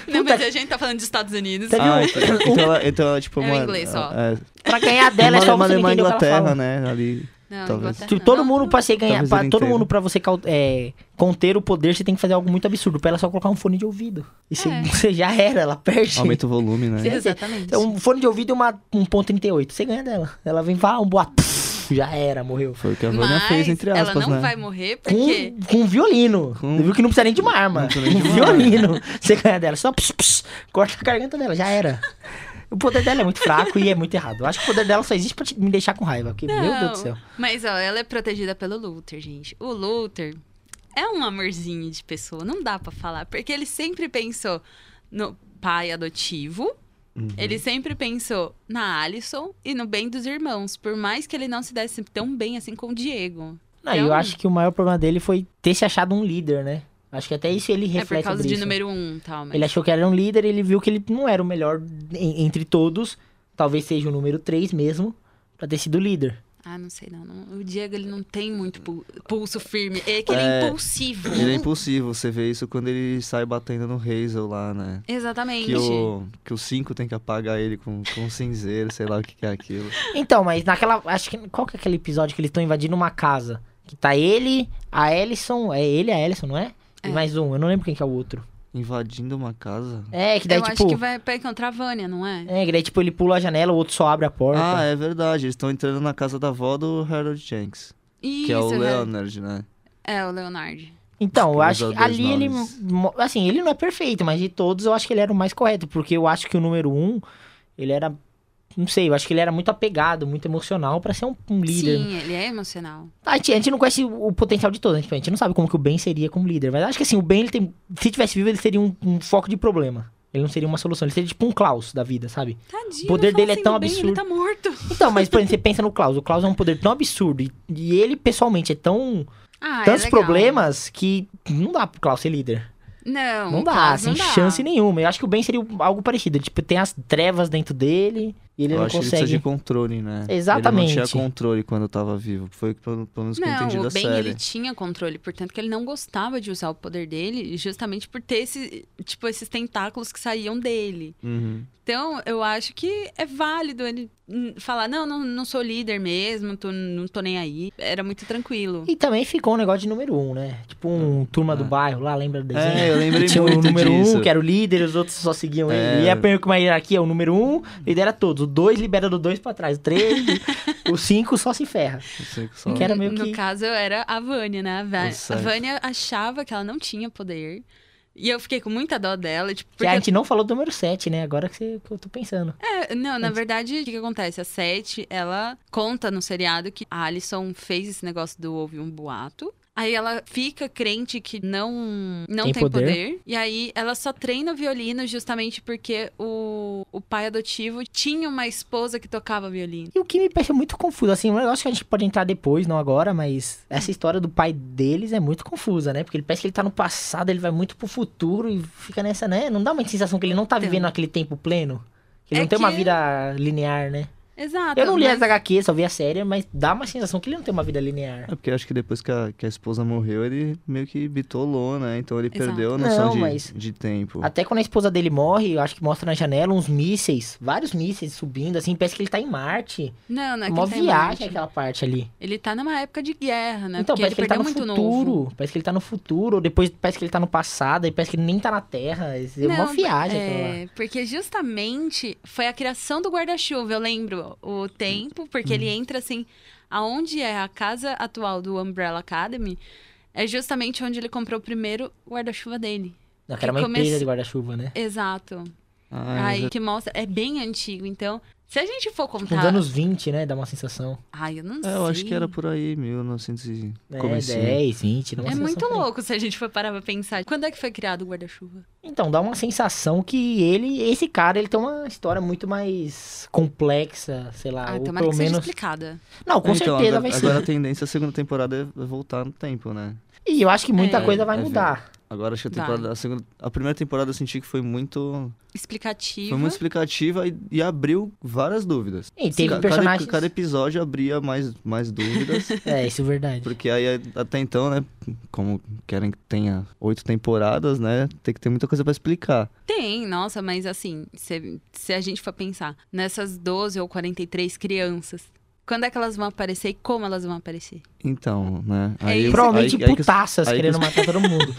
[SPEAKER 1] Não,
[SPEAKER 2] Puta
[SPEAKER 1] mas a gente tá falando dos Estados Unidos.
[SPEAKER 2] Teve
[SPEAKER 3] Ah,
[SPEAKER 2] um-
[SPEAKER 3] então, então ela, então ela, tipo,
[SPEAKER 1] É o
[SPEAKER 3] uma.
[SPEAKER 1] inglês só.
[SPEAKER 3] É,
[SPEAKER 2] Pra ganhar dela é
[SPEAKER 3] uma
[SPEAKER 2] só
[SPEAKER 3] uma
[SPEAKER 2] você
[SPEAKER 3] alemã
[SPEAKER 2] entender o que ela
[SPEAKER 3] Inglaterra,
[SPEAKER 2] fala.
[SPEAKER 3] né? Tá Ali.
[SPEAKER 1] Não,
[SPEAKER 3] Talvez.
[SPEAKER 1] Inglaterra
[SPEAKER 2] Tipo, todo
[SPEAKER 1] não.
[SPEAKER 2] mundo pra você ganhar,
[SPEAKER 3] Talvez
[SPEAKER 2] pra,
[SPEAKER 3] ele
[SPEAKER 2] todo
[SPEAKER 3] entenda.
[SPEAKER 2] mundo pra você cal- é, conter o poder, você tem que fazer algo muito absurdo. Pra ela só colocar um fone de ouvido. E você,
[SPEAKER 1] É.
[SPEAKER 2] *laughs* você já era, ela perde.
[SPEAKER 3] Aumenta o volume, né?
[SPEAKER 1] Exatamente.
[SPEAKER 2] É um fone de ouvido e uma, um ponto 38. Você ganha dela. Ela vem, vá, um boato. Já era, morreu.
[SPEAKER 3] Foi o que a Vânia
[SPEAKER 1] Mas
[SPEAKER 3] fez, entre aspas,
[SPEAKER 1] ela não
[SPEAKER 3] né?
[SPEAKER 1] vai morrer porque...
[SPEAKER 2] Com, com um violino.
[SPEAKER 3] Com-
[SPEAKER 2] Você viu que não precisa nem de uma arma.
[SPEAKER 3] Não
[SPEAKER 2] Com
[SPEAKER 3] precisa nem de uma
[SPEAKER 2] *laughs* violino. Você ganha dela. Só pss, pss, corta a garganta dela. Já era. O poder dela é muito fraco e é muito errado. Eu acho que o poder dela só existe pra te- me deixar com raiva. Porque, meu Deus do céu.
[SPEAKER 1] Mas, ó, ela é protegida pelo Luther, gente. O Luther é um amorzinho de pessoa, não dá pra falar. Porque ele sempre pensou no pai adotivo,
[SPEAKER 2] Uhum.
[SPEAKER 1] ele sempre pensou na Alison e no bem dos irmãos. Por mais que ele não se desse tão bem assim com o Diego.
[SPEAKER 2] Não,
[SPEAKER 1] Então-
[SPEAKER 2] eu acho que o maior problema dele foi ter se achado um líder, né? Acho que até isso ele
[SPEAKER 1] É
[SPEAKER 2] reflete
[SPEAKER 1] por causa
[SPEAKER 2] sobre
[SPEAKER 1] de
[SPEAKER 2] isso.
[SPEAKER 1] número um e tal, mas...
[SPEAKER 2] Ele achou que era um líder, ele viu que ele não era o melhor en- entre todos. Talvez seja o número 3 mesmo, pra ter sido líder.
[SPEAKER 1] Ah, não sei não. não. O Diego, ele não tem muito pu- pulso firme. É que ele
[SPEAKER 3] É.
[SPEAKER 1] é impulsivo.
[SPEAKER 3] Ele é impossível, você vê isso quando ele sai batendo no Hazel lá, né?
[SPEAKER 1] Exatamente.
[SPEAKER 3] Que o, que o 5 tem que apagar ele com, com um cinzeiro, sei lá o que, que é aquilo.
[SPEAKER 2] Então, mas naquela. Acho que. Qual que é aquele episódio que eles estão invadindo uma casa? Que tá ele, a Ellison. É ele e a Ellison, não é? E mais um, eu não lembro quem que é o outro.
[SPEAKER 3] invadindo uma casa.
[SPEAKER 2] É, que daí,
[SPEAKER 1] Eu
[SPEAKER 2] tipo.
[SPEAKER 1] acho que vai pra encontrar a Vânia, não é?
[SPEAKER 2] É, que daí, tipo, ele pula a janela, o outro só abre a porta.
[SPEAKER 3] Ah, é verdade. Eles estão entrando na casa da avó do Harold Jenks.
[SPEAKER 1] Isso,
[SPEAKER 3] Que é o
[SPEAKER 1] né?
[SPEAKER 3] Leonard, né?
[SPEAKER 1] É, o Leonard.
[SPEAKER 2] Então, eu
[SPEAKER 3] Os
[SPEAKER 2] acho que
[SPEAKER 3] dois
[SPEAKER 2] ali ele.
[SPEAKER 3] nomes.
[SPEAKER 2] mo- Assim, ele não é perfeito, mas de todos eu acho que ele era o mais correto. Porque eu acho que o número um, ele era. Não sei, eu acho que ele era muito apegado, muito emocional pra ser um, um líder.
[SPEAKER 1] Sim, ele é emocional.
[SPEAKER 2] A gente, a gente não conhece o potencial de todos, né? Tipo, a gente, a gente não sabe como que o Ben seria como líder. Mas acho que assim, o Ben, ele tem, se tivesse vivo, ele seria um, um foco de problema. Ele não seria uma solução, ele seria tipo um Klaus da vida, sabe?
[SPEAKER 1] Tadinho.
[SPEAKER 2] O poder
[SPEAKER 1] fala
[SPEAKER 2] dele é
[SPEAKER 1] assim
[SPEAKER 2] tão
[SPEAKER 1] do bem,
[SPEAKER 2] absurdo.
[SPEAKER 1] Ele tá morto.
[SPEAKER 2] Então, mas por exemplo, você pensa no Klaus. O Klaus é um poder tão absurdo e, e ele, pessoalmente, é tão.
[SPEAKER 1] Ah, é
[SPEAKER 2] tantos
[SPEAKER 1] legal.
[SPEAKER 2] problemas que não dá pro Klaus ser líder.
[SPEAKER 1] Não,
[SPEAKER 2] Não
[SPEAKER 1] o
[SPEAKER 2] dá,
[SPEAKER 1] Klaus
[SPEAKER 2] sem
[SPEAKER 1] não dá.
[SPEAKER 2] chance nenhuma. Eu acho que o Ben seria algo parecido. Tipo, tem as trevas dentro dele e ele
[SPEAKER 3] eu
[SPEAKER 2] não
[SPEAKER 3] acho que ele precisa
[SPEAKER 2] consegue.
[SPEAKER 3] de controle, né?
[SPEAKER 2] Exatamente.
[SPEAKER 3] Ele não tinha controle quando eu tava vivo. Foi pelo, pelo menos que eu entendi
[SPEAKER 1] Não,
[SPEAKER 3] da
[SPEAKER 1] o Ben
[SPEAKER 3] série.
[SPEAKER 1] ele tinha controle, portanto que ele não gostava de usar o poder dele, justamente por ter esse, tipo, esses tentáculos que saíam dele.
[SPEAKER 3] Uhum.
[SPEAKER 1] Então, eu acho que é válido ele hum, falar, não, não, não sou líder mesmo, tô- não tô nem aí. Era muito tranquilo.
[SPEAKER 2] E também ficou um negócio de número um, né? Tipo um turma do
[SPEAKER 3] Ah.
[SPEAKER 2] bairro lá, lembra do desenho?
[SPEAKER 3] É, eu lembrei
[SPEAKER 2] *laughs* Tinha o
[SPEAKER 3] muito
[SPEAKER 2] número
[SPEAKER 3] disso.
[SPEAKER 2] um, que era o líder, os outros só seguiam
[SPEAKER 3] É.
[SPEAKER 2] ele. E a pergunta uma hierarquia, o número um lidera todos. O dois libera do dois pra trás. O três, o cinco só se ferra.
[SPEAKER 3] Eu sei que só-
[SPEAKER 2] Que era meio
[SPEAKER 1] no
[SPEAKER 2] que-
[SPEAKER 1] caso, era a Vânia, né? A, Va-
[SPEAKER 3] Tá certo.
[SPEAKER 1] a Vânia achava que ela não tinha poder. E eu fiquei com muita dó dela, tipo,
[SPEAKER 2] Que a
[SPEAKER 1] porque...
[SPEAKER 2] gente não falou do número sete, né? Agora que, você- que eu tô pensando.
[SPEAKER 1] É, não, na verdade, o que, que acontece? A Sete, ela conta no seriado que a Alison fez esse negócio do houve um boato. Aí ela fica crente que não, não
[SPEAKER 2] Tem
[SPEAKER 1] tem,
[SPEAKER 2] poder.
[SPEAKER 1] poder. E aí ela só treina violino justamente porque o, o pai adotivo tinha uma esposa que tocava violino.
[SPEAKER 2] E o que me parece muito confuso, assim, um negócio que a gente pode entrar depois, não agora, mas essa história do pai deles é muito confusa, né? Porque ele parece que ele tá no passado, ele vai muito pro futuro e fica nessa, né? Não dá uma sensação que ele não tá
[SPEAKER 1] Então.
[SPEAKER 2] vivendo aquele tempo pleno. Que ele
[SPEAKER 1] É
[SPEAKER 2] não tem uma
[SPEAKER 1] que-
[SPEAKER 2] vida linear, né?
[SPEAKER 1] Exato.
[SPEAKER 2] Eu não li
[SPEAKER 1] mas-
[SPEAKER 2] as HQ, só vi a série, mas dá uma sensação que ele não tem uma vida linear.
[SPEAKER 3] É porque eu acho que depois que a, que a esposa morreu, ele meio que bitolou, né? Então ele
[SPEAKER 1] Exato.
[SPEAKER 3] perdeu a noção
[SPEAKER 2] Não,
[SPEAKER 3] de,
[SPEAKER 2] mas-
[SPEAKER 3] de tempo.
[SPEAKER 2] Até quando a esposa dele morre, eu acho que mostra na janela uns mísseis, vários mísseis subindo, assim, parece que ele tá em Marte.
[SPEAKER 1] Não, não é que
[SPEAKER 2] Uma
[SPEAKER 1] ele tá em
[SPEAKER 2] viagem
[SPEAKER 1] Marte.
[SPEAKER 2] aquela parte ali.
[SPEAKER 1] Ele tá numa época de guerra, né?
[SPEAKER 2] Então,
[SPEAKER 1] Porque
[SPEAKER 2] parece
[SPEAKER 1] ele
[SPEAKER 2] que ele
[SPEAKER 1] perdeu
[SPEAKER 2] tá no
[SPEAKER 1] muito
[SPEAKER 2] futuro.
[SPEAKER 1] novo.
[SPEAKER 2] Parece que ele tá no futuro. Depois parece que ele tá no passado. E parece que ele nem tá na Terra. É uma
[SPEAKER 1] Não,
[SPEAKER 2] viagem aquilo lá.
[SPEAKER 1] é, porque justamente foi a criação do guarda-chuva, eu lembro o tempo, porque ele
[SPEAKER 2] Hum.
[SPEAKER 1] entra assim, aonde é a casa atual do Umbrella Academy, é justamente onde ele comprou o primeiro guarda-chuva dele.
[SPEAKER 2] Não, que era uma
[SPEAKER 1] que
[SPEAKER 2] empresa
[SPEAKER 1] começa-
[SPEAKER 2] de guarda-chuva, né?
[SPEAKER 1] Exato.
[SPEAKER 3] Ah,
[SPEAKER 1] Aí
[SPEAKER 3] mas
[SPEAKER 1] que mostra, é bem antigo, então, se a gente for
[SPEAKER 2] Nos
[SPEAKER 1] contar,
[SPEAKER 2] anos 20, né? Dá uma sensação.
[SPEAKER 1] ai, eu não
[SPEAKER 3] é,
[SPEAKER 1] sei.
[SPEAKER 3] eu acho que era por aí, 1900 e...
[SPEAKER 2] É,
[SPEAKER 3] comecinho.
[SPEAKER 2] 10, 20. Dá uma
[SPEAKER 1] É
[SPEAKER 2] sensação
[SPEAKER 1] muito
[SPEAKER 2] por aí.
[SPEAKER 1] louco se a gente for parar pra pensar. Quando é que foi criado o guarda-chuva?
[SPEAKER 2] Então, dá uma sensação que ele... Esse cara, ele tem uma história muito mais complexa, sei lá.
[SPEAKER 1] Ah,
[SPEAKER 2] ou
[SPEAKER 1] tomara
[SPEAKER 2] pelo
[SPEAKER 1] que seja
[SPEAKER 2] menos...
[SPEAKER 1] explicada.
[SPEAKER 2] Não, com
[SPEAKER 3] É, então,
[SPEAKER 2] certeza
[SPEAKER 3] agora,
[SPEAKER 2] vai ser.
[SPEAKER 3] agora a tendência da segunda temporada é voltar no tempo, né?
[SPEAKER 2] E eu acho que muita
[SPEAKER 1] É,
[SPEAKER 2] coisa vai
[SPEAKER 3] é
[SPEAKER 2] mudar.
[SPEAKER 3] Agora acho que a
[SPEAKER 1] Vai.
[SPEAKER 3] temporada... A, segunda- a primeira temporada eu senti que foi muito...
[SPEAKER 1] Explicativa.
[SPEAKER 3] Foi muito explicativa e, e abriu várias dúvidas.
[SPEAKER 2] E teve
[SPEAKER 3] Ca- cada-
[SPEAKER 2] personagens...
[SPEAKER 3] Cada, episódio abria mais,
[SPEAKER 2] *laughs*
[SPEAKER 3] mais dúvidas.
[SPEAKER 2] É, isso é verdade.
[SPEAKER 3] Porque aí, até então, né? Como querem que tenha oito temporadas, né? Tem que ter muita coisa pra explicar.
[SPEAKER 1] Tem, nossa, mas assim, se, se a gente for pensar nessas 12 ou 43 crianças, quando é que elas vão aparecer e como elas vão aparecer?
[SPEAKER 3] Então, né?
[SPEAKER 1] É isso.
[SPEAKER 2] Provavelmente
[SPEAKER 3] aí que os-
[SPEAKER 2] putaças
[SPEAKER 3] aí que
[SPEAKER 2] querendo matar todo
[SPEAKER 3] *laughs*
[SPEAKER 2] mundo.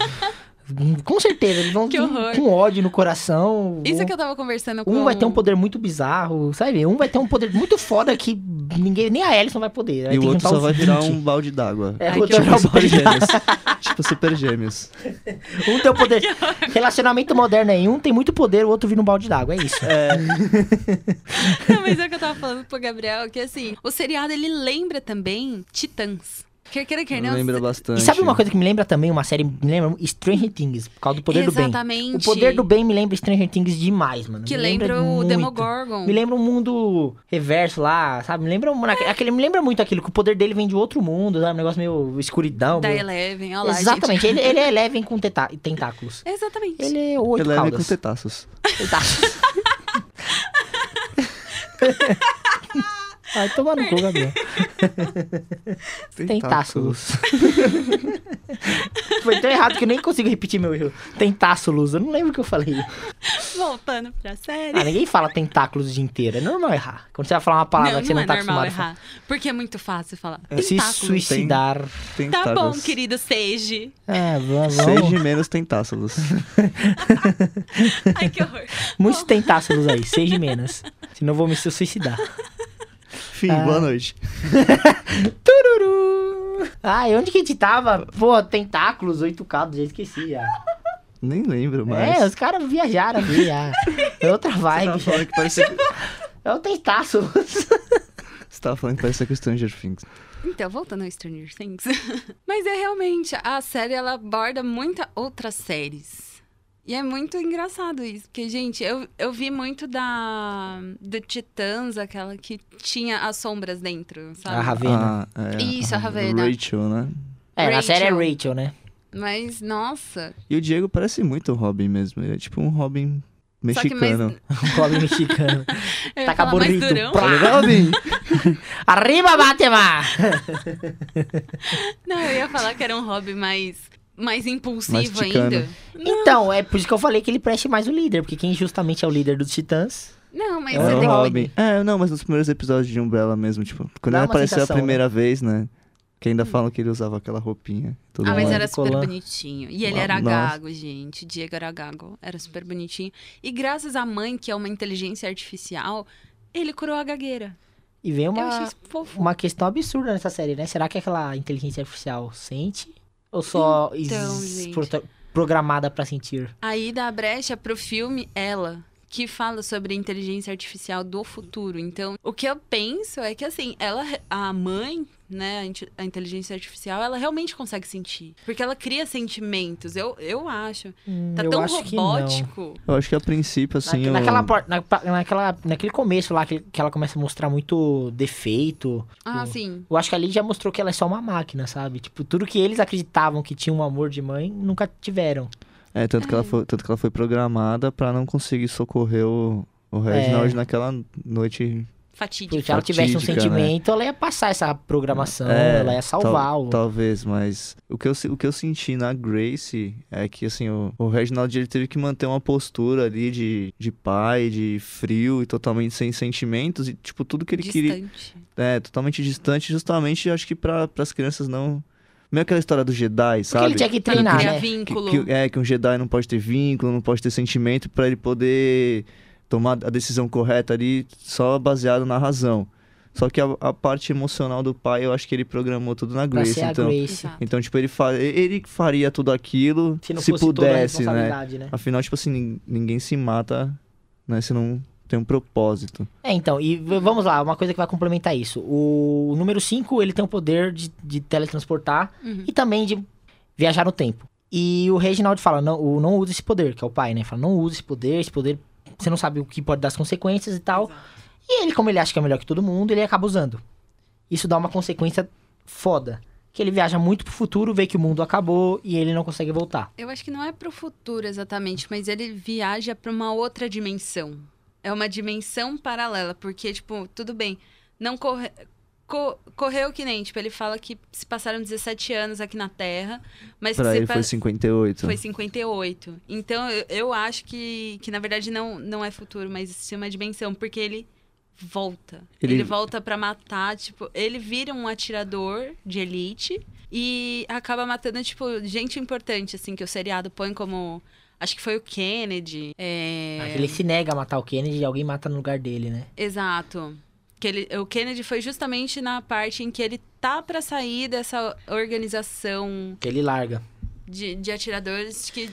[SPEAKER 2] com certeza, eles vão
[SPEAKER 1] Que
[SPEAKER 2] vir
[SPEAKER 1] horror.
[SPEAKER 2] com ódio no coração.
[SPEAKER 1] Isso é
[SPEAKER 2] um-
[SPEAKER 1] que eu tava conversando com
[SPEAKER 2] Um vai ter um poder muito bizarro, sabe? Um vai ter um poder muito foda que ninguém, nem a Alison vai poder. Vai ter
[SPEAKER 3] E o
[SPEAKER 2] que
[SPEAKER 3] outro
[SPEAKER 2] juntar
[SPEAKER 3] só
[SPEAKER 2] os
[SPEAKER 3] vai virar
[SPEAKER 2] 20.
[SPEAKER 3] um balde d'água.
[SPEAKER 2] É,
[SPEAKER 1] Ai,
[SPEAKER 2] o outro
[SPEAKER 1] que
[SPEAKER 2] vai virar
[SPEAKER 3] *laughs* Tipo
[SPEAKER 2] um balde
[SPEAKER 3] super
[SPEAKER 2] de água. *laughs*
[SPEAKER 3] gêmeos. tipo super gêmeos.
[SPEAKER 2] Um tem
[SPEAKER 1] *laughs*
[SPEAKER 2] o poder. Relacionamento moderno aí. Um tem muito poder, o outro vira um balde d'água. É isso.
[SPEAKER 1] Não, *laughs* mas é o que eu tava falando pro Gabriel, que assim, o seriado ele lembra também Titãs. Quer queira, quer não.
[SPEAKER 3] Lembra
[SPEAKER 2] E
[SPEAKER 3] bastante.
[SPEAKER 2] sabe uma coisa que me lembra também? Uma série me lembra Stranger Things, por causa do poder do bem.
[SPEAKER 1] Exatamente.
[SPEAKER 2] O poder do bem me lembra Stranger Things demais, mano.
[SPEAKER 1] Que
[SPEAKER 2] me
[SPEAKER 1] lembra o
[SPEAKER 2] muito.
[SPEAKER 1] Demogorgon.
[SPEAKER 2] Me lembra um mundo reverso lá, sabe? Me lembra, um-
[SPEAKER 1] É.
[SPEAKER 2] aquele, me lembra muito aquilo, que o poder dele vem de outro mundo, sabe? Um negócio meio escuridão.
[SPEAKER 1] Da
[SPEAKER 2] meio-
[SPEAKER 1] Eleven, olha lá,
[SPEAKER 2] Exatamente, ele, ele é Eleven com teta- tentáculos.
[SPEAKER 1] gente. Exatamente.
[SPEAKER 2] Ele é o oito
[SPEAKER 3] Ele leve com
[SPEAKER 2] caudas.
[SPEAKER 3] tetaços.
[SPEAKER 2] tentáculos.
[SPEAKER 1] *laughs*
[SPEAKER 2] Vai tomar no cu, Gabriel. Tentáculos. *laughs* Foi tão errado que eu nem consigo repetir meu erro. Tentáculos, eu não lembro o que eu falei.
[SPEAKER 1] Voltando pra série.
[SPEAKER 2] Ah, ninguém fala tentáculos o dia inteiro. É normal errar. Quando você vai falar uma palavra
[SPEAKER 1] não,
[SPEAKER 2] que você
[SPEAKER 1] não,
[SPEAKER 2] não,
[SPEAKER 1] é
[SPEAKER 2] tá
[SPEAKER 1] normal
[SPEAKER 2] acostumado a falar.
[SPEAKER 1] errar. Porque é muito fácil falar.
[SPEAKER 2] Se
[SPEAKER 1] Tentáculos.
[SPEAKER 2] suicidar.
[SPEAKER 1] Tá bom,
[SPEAKER 3] Tentáculos.
[SPEAKER 1] querido Seiji.
[SPEAKER 2] É, vamos.
[SPEAKER 3] Seja
[SPEAKER 2] *laughs*
[SPEAKER 3] menos tentáculos.
[SPEAKER 1] Ai, que horror.
[SPEAKER 2] Muitos tentáculos aí, seis de menos. Senão eu vou me suicidar.
[SPEAKER 3] Fim,
[SPEAKER 2] Ah.
[SPEAKER 3] boa noite.
[SPEAKER 2] Tururu! Ai, onde que a gente tava? Pô, tentáculos, 8K, já esqueci já.
[SPEAKER 3] Nem lembro
[SPEAKER 2] É,
[SPEAKER 3] mais.
[SPEAKER 2] os caras viajaram ali já.
[SPEAKER 1] *laughs*
[SPEAKER 2] É outra
[SPEAKER 3] Você tava
[SPEAKER 2] vibe.
[SPEAKER 3] falando que
[SPEAKER 2] *laughs*
[SPEAKER 3] parecia que-
[SPEAKER 2] É o tentáculos.
[SPEAKER 3] *laughs* Você tava falando que parecia com Stranger Things.
[SPEAKER 1] *laughs* Então, voltando ao Stranger Things. *laughs* Mas é realmente, a série ela aborda muitas outras séries. E é muito engraçado isso, porque, gente, eu, eu vi muito da. do Titãs, aquela que tinha as sombras dentro,
[SPEAKER 2] A
[SPEAKER 1] sabe?
[SPEAKER 2] Ravena.
[SPEAKER 3] Ah, é,
[SPEAKER 1] Isso, a Ravena.
[SPEAKER 3] Rachel, né?
[SPEAKER 2] é, na série é
[SPEAKER 1] Rachel.
[SPEAKER 2] Rachel, né? *laughs*
[SPEAKER 1] Mas, nossa.
[SPEAKER 3] E o Diego parece muito o Robin mesmo. Ele é tipo um Robin
[SPEAKER 1] Só que mais-
[SPEAKER 3] mexicano.
[SPEAKER 2] O Robin mexicano.
[SPEAKER 1] Eu ia
[SPEAKER 2] Taca
[SPEAKER 1] falar mais
[SPEAKER 2] burrito.
[SPEAKER 1] durão.
[SPEAKER 3] Tá
[SPEAKER 2] Plá.
[SPEAKER 3] Robin!
[SPEAKER 2] *laughs* Arriba, Batman!
[SPEAKER 1] Não, eu ia falar que era um hobby mais. mais
[SPEAKER 3] Mais
[SPEAKER 1] impulsivo
[SPEAKER 3] ticano.
[SPEAKER 1] ainda.
[SPEAKER 2] Então, é por isso que eu falei que ele preste mais o líder, porque quem justamente é o líder dos titãs.
[SPEAKER 1] Não, mas
[SPEAKER 2] É
[SPEAKER 3] É
[SPEAKER 2] um
[SPEAKER 1] você
[SPEAKER 3] o
[SPEAKER 1] tem
[SPEAKER 3] Robin. É, não, mas nos primeiros episódios de Umbrella mesmo, tipo, quando
[SPEAKER 2] Dá
[SPEAKER 3] ele
[SPEAKER 2] uma
[SPEAKER 3] apareceu
[SPEAKER 2] sensação,
[SPEAKER 3] a primeira vez, né? Que ainda falam que ele usava aquela roupinha. Tudo
[SPEAKER 1] Hum. Ah, mas
[SPEAKER 3] mais.
[SPEAKER 1] era super
[SPEAKER 2] Colar.
[SPEAKER 1] bonitinho. E ele
[SPEAKER 3] Ah,
[SPEAKER 1] era
[SPEAKER 3] nossa.
[SPEAKER 1] gago, gente. O Diego era gago. Era super bonitinho. E graças à mãe, que é uma inteligência artificial, ele curou a gagueira.
[SPEAKER 2] E vem
[SPEAKER 1] Eu achei
[SPEAKER 2] uma,
[SPEAKER 1] isso fofo.
[SPEAKER 2] uma questão absurda nessa série, né? Será que aquela inteligência artificial sente? Ou só
[SPEAKER 1] Então,
[SPEAKER 2] is-
[SPEAKER 1] gente.
[SPEAKER 2] prota- programada pra sentir?
[SPEAKER 1] Aí dá a brecha pro filme Ela, que fala sobre a inteligência artificial do futuro. Então, o que eu penso é que, assim, ela, a mãe, né, a inte- a inteligência artificial, ela realmente consegue sentir. Porque ela cria sentimentos. Eu, eu acho.
[SPEAKER 2] Hum,
[SPEAKER 1] Tá
[SPEAKER 2] eu
[SPEAKER 1] tão
[SPEAKER 2] acho que não.
[SPEAKER 1] robótico.
[SPEAKER 3] Eu acho que a princípio, assim. eu-
[SPEAKER 2] naquela, por- na- pa- naquela, naquele começo lá que, que ela começa a mostrar muito defeito.
[SPEAKER 1] Ah,
[SPEAKER 2] Tipo,
[SPEAKER 1] sim.
[SPEAKER 2] Eu acho que ali já mostrou que ela é só uma máquina, sabe? Tipo, tudo que eles acreditavam que tinha um amor de mãe, nunca tiveram.
[SPEAKER 3] É, tanto que, ela foi, tanto que ela foi programada pra não conseguir socorrer o, o
[SPEAKER 2] É.
[SPEAKER 3] Reginald naquela noite.
[SPEAKER 1] Fatídico.
[SPEAKER 2] Porque se ela tivesse um
[SPEAKER 3] Fatídica, né?
[SPEAKER 2] sentimento, ela ia passar essa programação,
[SPEAKER 3] É,
[SPEAKER 2] ela ia salvar
[SPEAKER 3] Tal-
[SPEAKER 2] o.
[SPEAKER 3] Talvez, mas o que, eu, se- o que eu senti na Grace é que, assim, o, o Reginald ele teve que manter uma postura ali de, de pai, de frio e totalmente sem sentimentos. E, tipo, tudo que ele queria.
[SPEAKER 1] Distante.
[SPEAKER 3] É, totalmente distante, justamente acho que pra as crianças não. Meio aquela história do Jedi,
[SPEAKER 2] Porque
[SPEAKER 3] sabe?
[SPEAKER 2] ele tinha que
[SPEAKER 1] Pra não
[SPEAKER 2] treinar,
[SPEAKER 1] criar
[SPEAKER 2] né?
[SPEAKER 3] Que-
[SPEAKER 1] vínculo.
[SPEAKER 3] que- é, que um Jedi não pode ter vínculo, não pode ter sentimento pra ele poder tomar a decisão correta ali só baseado na razão. Só que a, a parte emocional do pai, eu acho que ele programou tudo na
[SPEAKER 2] Pra
[SPEAKER 3] Grace,
[SPEAKER 2] ser a
[SPEAKER 3] então.
[SPEAKER 2] Grace.
[SPEAKER 1] Exato.
[SPEAKER 3] Então, tipo, ele, fa- ele faria tudo aquilo
[SPEAKER 2] Se
[SPEAKER 3] se,
[SPEAKER 2] não fosse toda a
[SPEAKER 3] pudesse, né?
[SPEAKER 2] responsabilidade, né?
[SPEAKER 3] Afinal, tipo assim, nin- ninguém se mata, né, se não tem um propósito.
[SPEAKER 2] É, então, e v- vamos lá, uma coisa que vai complementar isso. O número 5, ele tem o poder de, de teletransportar
[SPEAKER 1] Uhum.
[SPEAKER 2] e também de viajar no tempo. E o Reginald fala, não, o- não usa esse poder, que é o pai, né? Fala, não usa esse poder, esse poder, você não sabe o que pode dar as consequências e tal. E ele, como ele acha que é melhor que todo mundo, ele acaba usando. Isso dá uma consequência foda. Que ele viaja muito pro futuro, vê que o mundo acabou e ele não consegue voltar.
[SPEAKER 1] Eu acho que não é pro futuro exatamente, mas ele viaja pra uma outra dimensão. É uma dimensão paralela, porque, tipo, tudo bem, não corre... co- correu que nem, tipo, ele fala que se passaram 17 anos aqui na Terra, mas que
[SPEAKER 3] Pra
[SPEAKER 1] se
[SPEAKER 3] ele
[SPEAKER 1] pa-
[SPEAKER 3] foi 58.
[SPEAKER 1] foi 58. Então, eu, eu acho que, que, na verdade, não, não é futuro, mas sim uma dimensão, porque ele volta. Ele,
[SPEAKER 3] Ele-
[SPEAKER 1] volta pra matar, tipo, ele vira um atirador de elite e acaba matando, tipo, gente importante, assim, que o seriado põe como. Acho que foi o Kennedy. é,
[SPEAKER 2] Ah, Ele se nega a matar o Kennedy e alguém mata no lugar dele, né?
[SPEAKER 1] Exato. Que ele, o Kennedy foi justamente na parte em que ele tá pra sair dessa organização
[SPEAKER 2] Que ele larga.
[SPEAKER 1] de, de atiradores que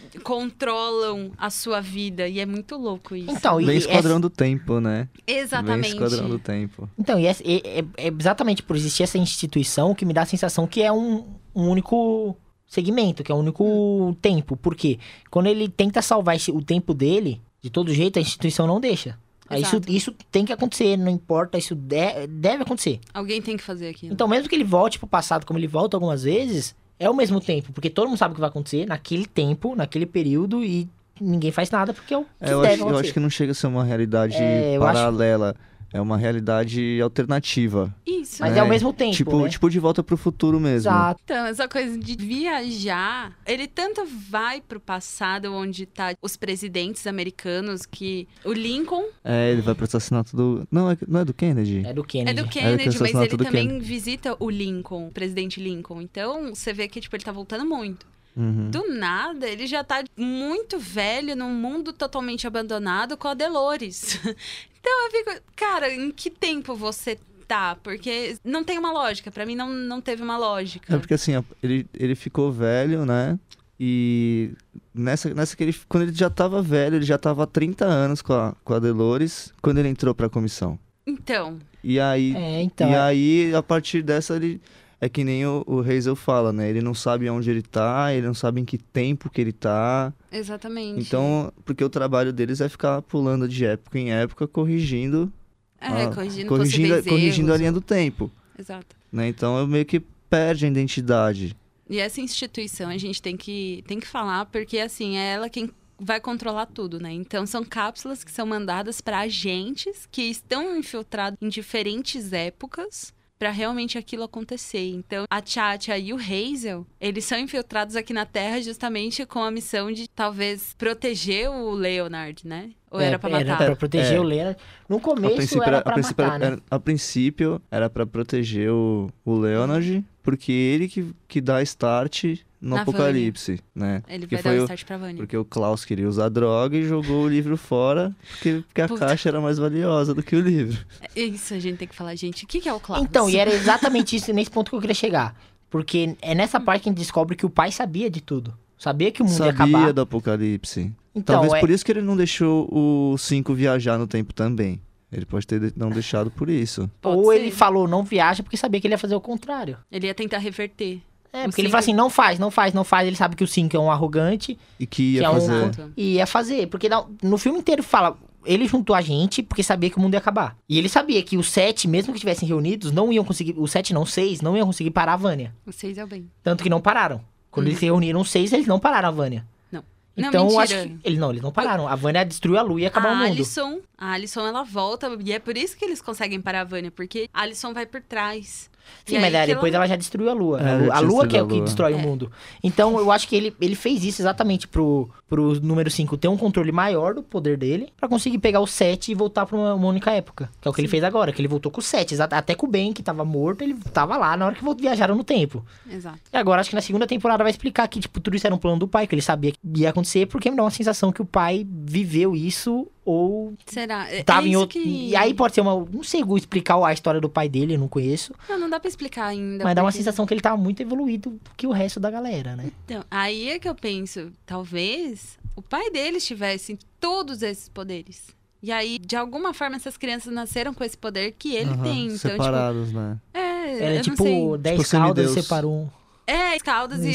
[SPEAKER 1] controlam a sua vida. E é muito louco isso.
[SPEAKER 2] Então, e,
[SPEAKER 3] Bem
[SPEAKER 2] e
[SPEAKER 3] Esquadrão
[SPEAKER 2] essa-
[SPEAKER 3] do Tempo, né?
[SPEAKER 1] Exatamente.
[SPEAKER 3] Bem Esquadrão do Tempo.
[SPEAKER 2] então, e essa- e- é, é exatamente por existir essa instituição que me dá a sensação que é um, um único segmento, que é um único tempo. Porque quando ele tenta salvar esse- o tempo dele, de todo jeito, a instituição não deixa. Aí Isso,
[SPEAKER 1] Exato.
[SPEAKER 2] isso tem que acontecer, não importa, isso de- deve acontecer.
[SPEAKER 1] Alguém tem que fazer aquilo.
[SPEAKER 2] Então, mesmo que ele volte pro passado, como ele volta algumas vezes, é o mesmo tempo, porque todo mundo sabe o que vai acontecer naquele tempo, naquele período, e ninguém faz nada, porque é o que
[SPEAKER 3] É, eu,
[SPEAKER 2] deve
[SPEAKER 3] acho, eu
[SPEAKER 2] acontecer.
[SPEAKER 3] acho que não chega a ser uma realidade
[SPEAKER 2] É, eu acho-
[SPEAKER 3] paralela. É uma realidade alternativa.
[SPEAKER 1] Isso.
[SPEAKER 2] Mas
[SPEAKER 3] né?
[SPEAKER 2] é ao mesmo tempo,
[SPEAKER 3] tipo,
[SPEAKER 2] né?
[SPEAKER 3] tipo de volta pro futuro mesmo.
[SPEAKER 2] Exato.
[SPEAKER 1] Então, essa coisa de viajar, ele tanto vai pro passado onde tá os presidentes americanos que o Lincoln
[SPEAKER 3] É, ele vai pro assassinato do. Não, é, não é do Kennedy?
[SPEAKER 2] É do
[SPEAKER 1] é
[SPEAKER 2] Kennedy.
[SPEAKER 1] do
[SPEAKER 3] que
[SPEAKER 1] Kennedy,
[SPEAKER 3] eu sou
[SPEAKER 1] mas
[SPEAKER 3] assinato
[SPEAKER 1] ele
[SPEAKER 3] do
[SPEAKER 1] também visita o Lincoln, o presidente Lincoln. Então, você vê que tipo ele tá voltando muito.
[SPEAKER 3] Uhum.
[SPEAKER 1] Do nada, ele já tá muito velho num mundo totalmente abandonado com a Delores. *laughs* Então eu fico, cara, em que tempo você tá? Porque não tem uma lógica, Pra mim não, não teve uma lógica.
[SPEAKER 3] É porque assim, ó, ele, ele ficou velho, né? E nessa, nessa que ele. Quando ele já tava velho, ele já tava há 30 anos com a, com a Delores, quando ele entrou pra comissão.
[SPEAKER 1] Então,
[SPEAKER 3] E aí.
[SPEAKER 2] É, então.
[SPEAKER 3] E aí, a partir dessa, ele. É que nem o, o Hazel fala, né? Ele não sabe onde ele tá, ele não sabe em que tempo que ele tá.
[SPEAKER 1] exatamente.
[SPEAKER 3] Então, porque o trabalho deles é ficar pulando de época em época, corrigindo.
[SPEAKER 1] é,
[SPEAKER 3] a-
[SPEAKER 1] corrigindo,
[SPEAKER 3] ah, corrigindo, a-
[SPEAKER 1] possíveis
[SPEAKER 3] corrigindo a
[SPEAKER 1] erros.
[SPEAKER 3] linha
[SPEAKER 2] né?
[SPEAKER 3] do tempo.
[SPEAKER 1] Exato.
[SPEAKER 3] Né? Então, eu meio que perde a identidade.
[SPEAKER 1] E essa instituição a gente tem que, tem que falar, porque assim, é ela quem vai controlar tudo, né? Então são cápsulas que são mandadas para agentes que estão infiltrados em diferentes épocas para realmente aquilo acontecer. Então, a Tchatcha e o Hazel, eles são infiltrados aqui na Terra justamente com a missão de talvez proteger o Leonard, né? Ou
[SPEAKER 2] É,
[SPEAKER 1] era para matar?
[SPEAKER 2] pra proteger
[SPEAKER 3] É.
[SPEAKER 2] o Leonard. No
[SPEAKER 3] A
[SPEAKER 2] começo
[SPEAKER 3] princípio
[SPEAKER 2] era
[SPEAKER 3] era- a
[SPEAKER 2] pra
[SPEAKER 3] princípio
[SPEAKER 2] matar,
[SPEAKER 3] era-
[SPEAKER 2] né?
[SPEAKER 3] era- a princípio era pra proteger o, o Leonard, porque ele que, que dá start no
[SPEAKER 1] Na
[SPEAKER 3] apocalipse, né?
[SPEAKER 1] Ele
[SPEAKER 3] Porque
[SPEAKER 1] vai dar o
[SPEAKER 3] foi o-
[SPEAKER 1] start pra Vânia.
[SPEAKER 3] Porque o Klaus queria usar droga e jogou o livro fora, porque, porque a
[SPEAKER 1] Puta.
[SPEAKER 3] caixa era mais valiosa do que o livro.
[SPEAKER 1] É Isso, a gente tem que falar, gente. O que, que é o Klaus?
[SPEAKER 2] Então, e era exatamente isso, nesse ponto que eu queria chegar. Porque é
[SPEAKER 1] Hum.
[SPEAKER 2] nessa parte que a gente descobre que o pai sabia de tudo. Sabia que o mundo ia
[SPEAKER 3] Sabia
[SPEAKER 2] acabar.
[SPEAKER 3] do apocalipse.
[SPEAKER 2] Então,
[SPEAKER 3] Talvez
[SPEAKER 2] é,
[SPEAKER 3] por isso que ele não deixou o 5 viajar no tempo também. Ele pode ter de- não deixado por isso.
[SPEAKER 1] Pode
[SPEAKER 2] ou
[SPEAKER 1] ser.
[SPEAKER 2] ele falou, não viaja, porque sabia que ele ia fazer o contrário.
[SPEAKER 1] Ele ia tentar reverter.
[SPEAKER 2] É,
[SPEAKER 1] O
[SPEAKER 2] porque ele
[SPEAKER 1] cinco-
[SPEAKER 2] fala assim, não faz, não faz, não faz. Ele sabe que o 5 é um arrogante
[SPEAKER 3] E que ia
[SPEAKER 2] Que é um-
[SPEAKER 3] fazer.
[SPEAKER 1] Exato.
[SPEAKER 2] e ia fazer. Porque na- no filme inteiro fala, ele juntou a gente porque sabia que o mundo ia acabar. E ele sabia que os sete, mesmo que estivessem reunidos, não iam conseguir... Os sete não, seis, não iam conseguir parar a Vânia.
[SPEAKER 1] Vocês é o bem.
[SPEAKER 2] Tanto que não pararam. Quando
[SPEAKER 1] Uhum.
[SPEAKER 2] eles se reuniram os seis, eles não pararam a Vânia.
[SPEAKER 1] Não. Não,
[SPEAKER 2] Então,
[SPEAKER 1] mentira. Ah,
[SPEAKER 2] acho que... Ele, não, eles não pararam. A Vânia destruiu a lua e acabou o
[SPEAKER 1] a
[SPEAKER 2] mundo.
[SPEAKER 1] Alison, a Alison ela volta e é por isso que eles conseguem parar a Vânia, porque a Alison vai por trás. E
[SPEAKER 2] Sim,
[SPEAKER 1] aí
[SPEAKER 2] mas aí
[SPEAKER 1] que
[SPEAKER 2] depois ela já destruiu a Lua.
[SPEAKER 3] É,
[SPEAKER 2] a
[SPEAKER 3] já
[SPEAKER 2] Lua, a
[SPEAKER 3] tinha
[SPEAKER 2] Lua que é o
[SPEAKER 3] destruído a
[SPEAKER 2] que
[SPEAKER 3] Lua.
[SPEAKER 2] destrói o
[SPEAKER 1] É.
[SPEAKER 2] mundo. Então eu acho que ele, ele fez isso exatamente pro, pro número 5 ter um controle maior do poder dele pra conseguir pegar o 7 e voltar pra uma, uma única época. Que é o que ele fez agora, que ele voltou com o 7. exa- Até com o Ben, que tava morto, ele tava lá na hora que volt- viajaram no tempo.
[SPEAKER 1] Exato.
[SPEAKER 2] E agora acho que na segunda temporada vai explicar que, tipo, tudo isso era um plano do pai, que ele sabia que ia acontecer, porque me dá uma sensação que o pai viveu isso ou
[SPEAKER 1] Será? É-
[SPEAKER 2] tava
[SPEAKER 1] é
[SPEAKER 2] Tá em
[SPEAKER 1] isso
[SPEAKER 2] outro.
[SPEAKER 1] que-
[SPEAKER 2] E aí pode ser uma. Não sei explicar a história do pai dele, eu não conheço.
[SPEAKER 1] Não, não dá pra explicar ainda.
[SPEAKER 2] Mas dá uma
[SPEAKER 1] porque-
[SPEAKER 2] sensação que ele tá muito evoluído do que o resto da galera, né?
[SPEAKER 1] Então, aí é que eu penso, talvez o pai deles tivesse todos esses poderes. E aí, de alguma forma, essas crianças nasceram com esse poder que ele
[SPEAKER 3] Aham,
[SPEAKER 1] tem. Então,
[SPEAKER 3] separados, né?
[SPEAKER 1] tipo, é,
[SPEAKER 2] Era
[SPEAKER 1] eu
[SPEAKER 2] tipo
[SPEAKER 1] não
[SPEAKER 2] 10
[SPEAKER 3] Tipo
[SPEAKER 2] caldas
[SPEAKER 3] semideus.
[SPEAKER 2] e separou um.
[SPEAKER 1] sei. É, Caldas e
[SPEAKER 2] E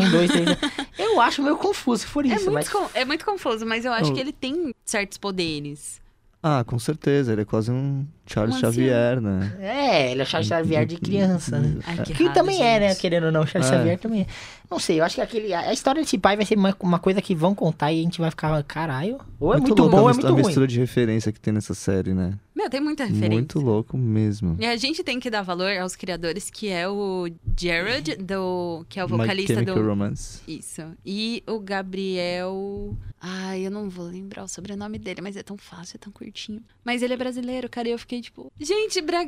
[SPEAKER 1] separou. *laughs*
[SPEAKER 2] um, dois, três. Eu acho meio confuso se for
[SPEAKER 1] É,
[SPEAKER 2] isso,
[SPEAKER 1] muito
[SPEAKER 2] mas.
[SPEAKER 1] con- é muito confuso, mas eu acho
[SPEAKER 3] Eu-
[SPEAKER 1] que ele tem certos poderes.
[SPEAKER 3] Ah, com certeza. Ele é quase um Charles
[SPEAKER 1] Um ancião.
[SPEAKER 3] Xavier, né?
[SPEAKER 2] É, ele é o Charles Xavier
[SPEAKER 3] Uhum.
[SPEAKER 2] de criança, né?
[SPEAKER 1] Ai, que
[SPEAKER 2] Que
[SPEAKER 1] errado,
[SPEAKER 2] também é, né?
[SPEAKER 1] gente.
[SPEAKER 2] Querendo ou não, o Charles
[SPEAKER 3] É.
[SPEAKER 2] Xavier também é. Não sei, eu acho que aquele, a a história desse pai vai ser uma, uma coisa que vão contar e a gente vai ficar, caralho. Ou é muito,
[SPEAKER 3] louco
[SPEAKER 2] bom ou
[SPEAKER 3] a
[SPEAKER 2] é
[SPEAKER 3] mis-
[SPEAKER 2] muito
[SPEAKER 3] A
[SPEAKER 2] ruim.
[SPEAKER 3] mistura de referência que tem nessa série, né?
[SPEAKER 1] Meu, tem muita É referência.
[SPEAKER 3] Muito louco mesmo.
[SPEAKER 1] E a gente tem que dar valor aos criadores, que é o Jared, do, que é o
[SPEAKER 3] My
[SPEAKER 1] vocalista
[SPEAKER 3] Chemical
[SPEAKER 1] do.
[SPEAKER 3] Romance.
[SPEAKER 1] Isso. E o Gabriel. Ai, eu não vou lembrar o sobrenome dele, mas é tão fácil, é tão curtinho. Mas ele é brasileiro, cara, e eu fiquei tipo. Gente, bra...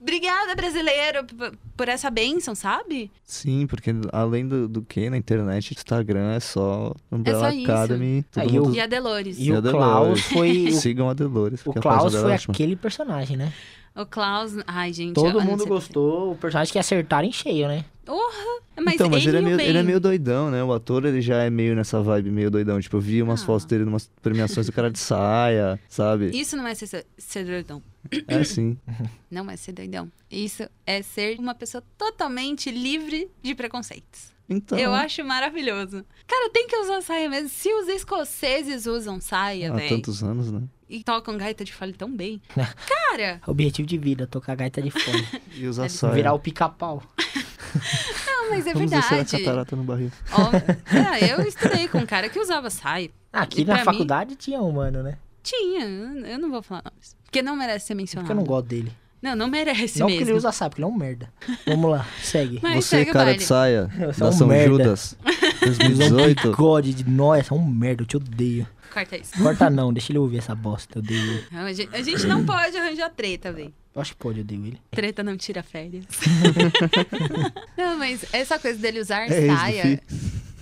[SPEAKER 1] obrigada, brasileiro, p- por essa bênção, sabe?
[SPEAKER 3] Sim, porque além do, do que na internet, Instagram é só Umbrella
[SPEAKER 1] É isso.
[SPEAKER 3] Academy. Todo
[SPEAKER 2] Aí eu-
[SPEAKER 3] mundo...
[SPEAKER 1] E a Delores.
[SPEAKER 2] E o
[SPEAKER 3] Adoro.
[SPEAKER 2] Klaus *laughs*
[SPEAKER 1] é
[SPEAKER 2] foi.
[SPEAKER 3] Sigam a Dolores.
[SPEAKER 2] O, o
[SPEAKER 3] porque a página
[SPEAKER 2] Klaus
[SPEAKER 3] dela
[SPEAKER 2] foi
[SPEAKER 3] é ótima.
[SPEAKER 2] aquele personagem, né?
[SPEAKER 1] O Klaus. Ai, gente. eu- eu
[SPEAKER 2] Todo
[SPEAKER 1] não
[SPEAKER 2] mundo
[SPEAKER 1] sei-
[SPEAKER 2] gostou, o personagem que acertaram em cheio, né?
[SPEAKER 1] Mas,
[SPEAKER 3] então, mas
[SPEAKER 1] ele,
[SPEAKER 3] ele, é
[SPEAKER 1] e o
[SPEAKER 3] meio,
[SPEAKER 1] Ben.
[SPEAKER 3] ele é meio doidão, né? O ator, ele já é meio nessa vibe, meio doidão. Tipo, eu vi umas
[SPEAKER 1] Ah.
[SPEAKER 3] fotos dele em umas premiações do cara de saia, sabe?
[SPEAKER 1] Isso não é ser, ser doidão. *laughs*
[SPEAKER 3] É assim.
[SPEAKER 1] Não é ser doidão. Isso é ser uma pessoa totalmente livre de preconceitos.
[SPEAKER 2] Tá
[SPEAKER 3] Então,
[SPEAKER 1] Eu acho maravilhoso. Cara, tem que usar saia mesmo. Se os escoceses usam saia,
[SPEAKER 2] Ah,
[SPEAKER 3] há
[SPEAKER 1] velho,
[SPEAKER 3] tantos anos, né?
[SPEAKER 1] e tocam gaita de fole tão
[SPEAKER 2] *laughs*
[SPEAKER 1] bem. Cara,
[SPEAKER 2] Objetivo de vida, tocar gaita de fome. *laughs*
[SPEAKER 3] E usar saia.
[SPEAKER 2] Virar o pica-pau.
[SPEAKER 1] não, mas é
[SPEAKER 3] Vamos descer a
[SPEAKER 1] verdade.
[SPEAKER 3] catarata no barril.
[SPEAKER 1] Ó, é, eu estudei com um cara que usava saia.
[SPEAKER 2] Ah, Aqui
[SPEAKER 1] E
[SPEAKER 2] na
[SPEAKER 1] pra
[SPEAKER 2] faculdade tinha um, mano, né?
[SPEAKER 1] Tinha, eu não vou falar nomes. Porque não merece ser mencionado.
[SPEAKER 2] Porque eu não gosto dele.
[SPEAKER 1] Não, não merece
[SPEAKER 2] não porque
[SPEAKER 1] mesmo.
[SPEAKER 2] ele usa sabe, porque ele é um merda. Vamos lá, segue.
[SPEAKER 1] Mas
[SPEAKER 3] Você,
[SPEAKER 1] segue o
[SPEAKER 3] cara
[SPEAKER 1] baile.
[SPEAKER 3] de
[SPEAKER 2] *laughs*
[SPEAKER 3] saia,
[SPEAKER 2] Você é
[SPEAKER 3] da
[SPEAKER 2] um
[SPEAKER 3] São
[SPEAKER 2] merda. *laughs*
[SPEAKER 3] Judas,
[SPEAKER 2] Ele é um
[SPEAKER 3] 2018.
[SPEAKER 2] bigode de nós, é um merda, eu te odeio.
[SPEAKER 1] Corta isso.
[SPEAKER 2] Corta não, deixa ele ouvir essa bosta, eu odeio ele.
[SPEAKER 1] Não, A gente, a gente não pode arranjar treta, velho.
[SPEAKER 2] Eu acho que pode, eu odeio ele.
[SPEAKER 1] Treta não tira férias. *laughs* não, mas essa coisa dele usar
[SPEAKER 3] É isso,
[SPEAKER 1] saia.
[SPEAKER 3] filho.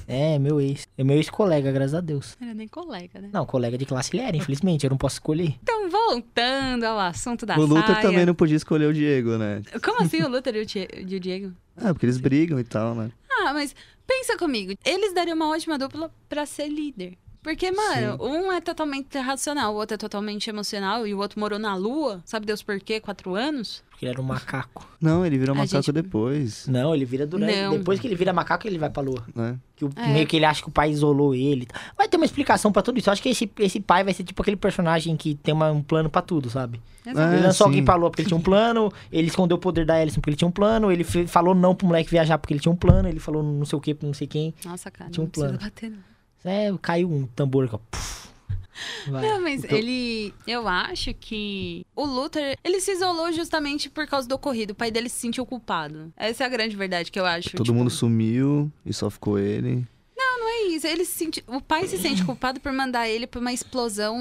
[SPEAKER 2] É, meu ex. É meu ex-colega, graças a Deus.
[SPEAKER 1] Não era nem colega, né?
[SPEAKER 2] Não, colega de classe ele era, infelizmente, eu não posso escolher.
[SPEAKER 1] Então, voltando ao assunto da
[SPEAKER 3] O
[SPEAKER 1] Tá, saia.
[SPEAKER 3] Luther também não podia escolher o Diego, né?
[SPEAKER 1] Como assim o Luther e o, Tie- e o Diego?
[SPEAKER 3] Ah, porque eles brigam e tal, né?
[SPEAKER 1] Ah, mas pensa comigo. Eles dariam uma ótima dupla pra ser líder. Porque, mano, um é totalmente racional, o outro é totalmente emocional e o outro morou na lua, sabe Deus por quê, quatro anos?
[SPEAKER 2] Porque *laughs* ele era um macaco.
[SPEAKER 3] Não, ele virou
[SPEAKER 1] A
[SPEAKER 3] macaco
[SPEAKER 1] gente-
[SPEAKER 3] depois,
[SPEAKER 2] Não, ele vira durante.
[SPEAKER 1] Não.
[SPEAKER 2] Depois que ele vira macaco, ele vai pra lua.
[SPEAKER 3] né?
[SPEAKER 2] Que o-
[SPEAKER 1] É.
[SPEAKER 2] Meio que ele acha que o pai isolou ele. Vai ter uma explicação pra tudo isso. Eu acho que esse, esse pai vai ser tipo aquele personagem que tem uma- um plano pra tudo, sabe?
[SPEAKER 1] Exato.
[SPEAKER 2] ele lançou
[SPEAKER 3] sim.
[SPEAKER 2] alguém pra lua porque ele tinha um plano. Ele escondeu o poder da Alison porque ele tinha um plano. Ele fe- falou não pro moleque viajar porque ele tinha um plano. Ele falou não sei o que pra não sei quem.
[SPEAKER 1] Nossa, cara,
[SPEAKER 2] Tinha
[SPEAKER 1] não
[SPEAKER 2] um
[SPEAKER 1] precisa
[SPEAKER 2] plano.
[SPEAKER 1] bater, não.
[SPEAKER 2] É, caiu um tambor. Ó, puf.
[SPEAKER 1] *laughs*
[SPEAKER 2] Vai.
[SPEAKER 1] Não, mas
[SPEAKER 3] Então-
[SPEAKER 1] ele. Eu acho que o Luther, ele se isolou justamente por causa do ocorrido. O pai dele se sentiu culpado. Essa é a grande verdade que eu acho.
[SPEAKER 3] Todo
[SPEAKER 1] tipo,
[SPEAKER 3] mundo sumiu e só ficou ele.
[SPEAKER 1] É isso, ele se sente- o pai se sente culpado por mandar ele pra uma explosão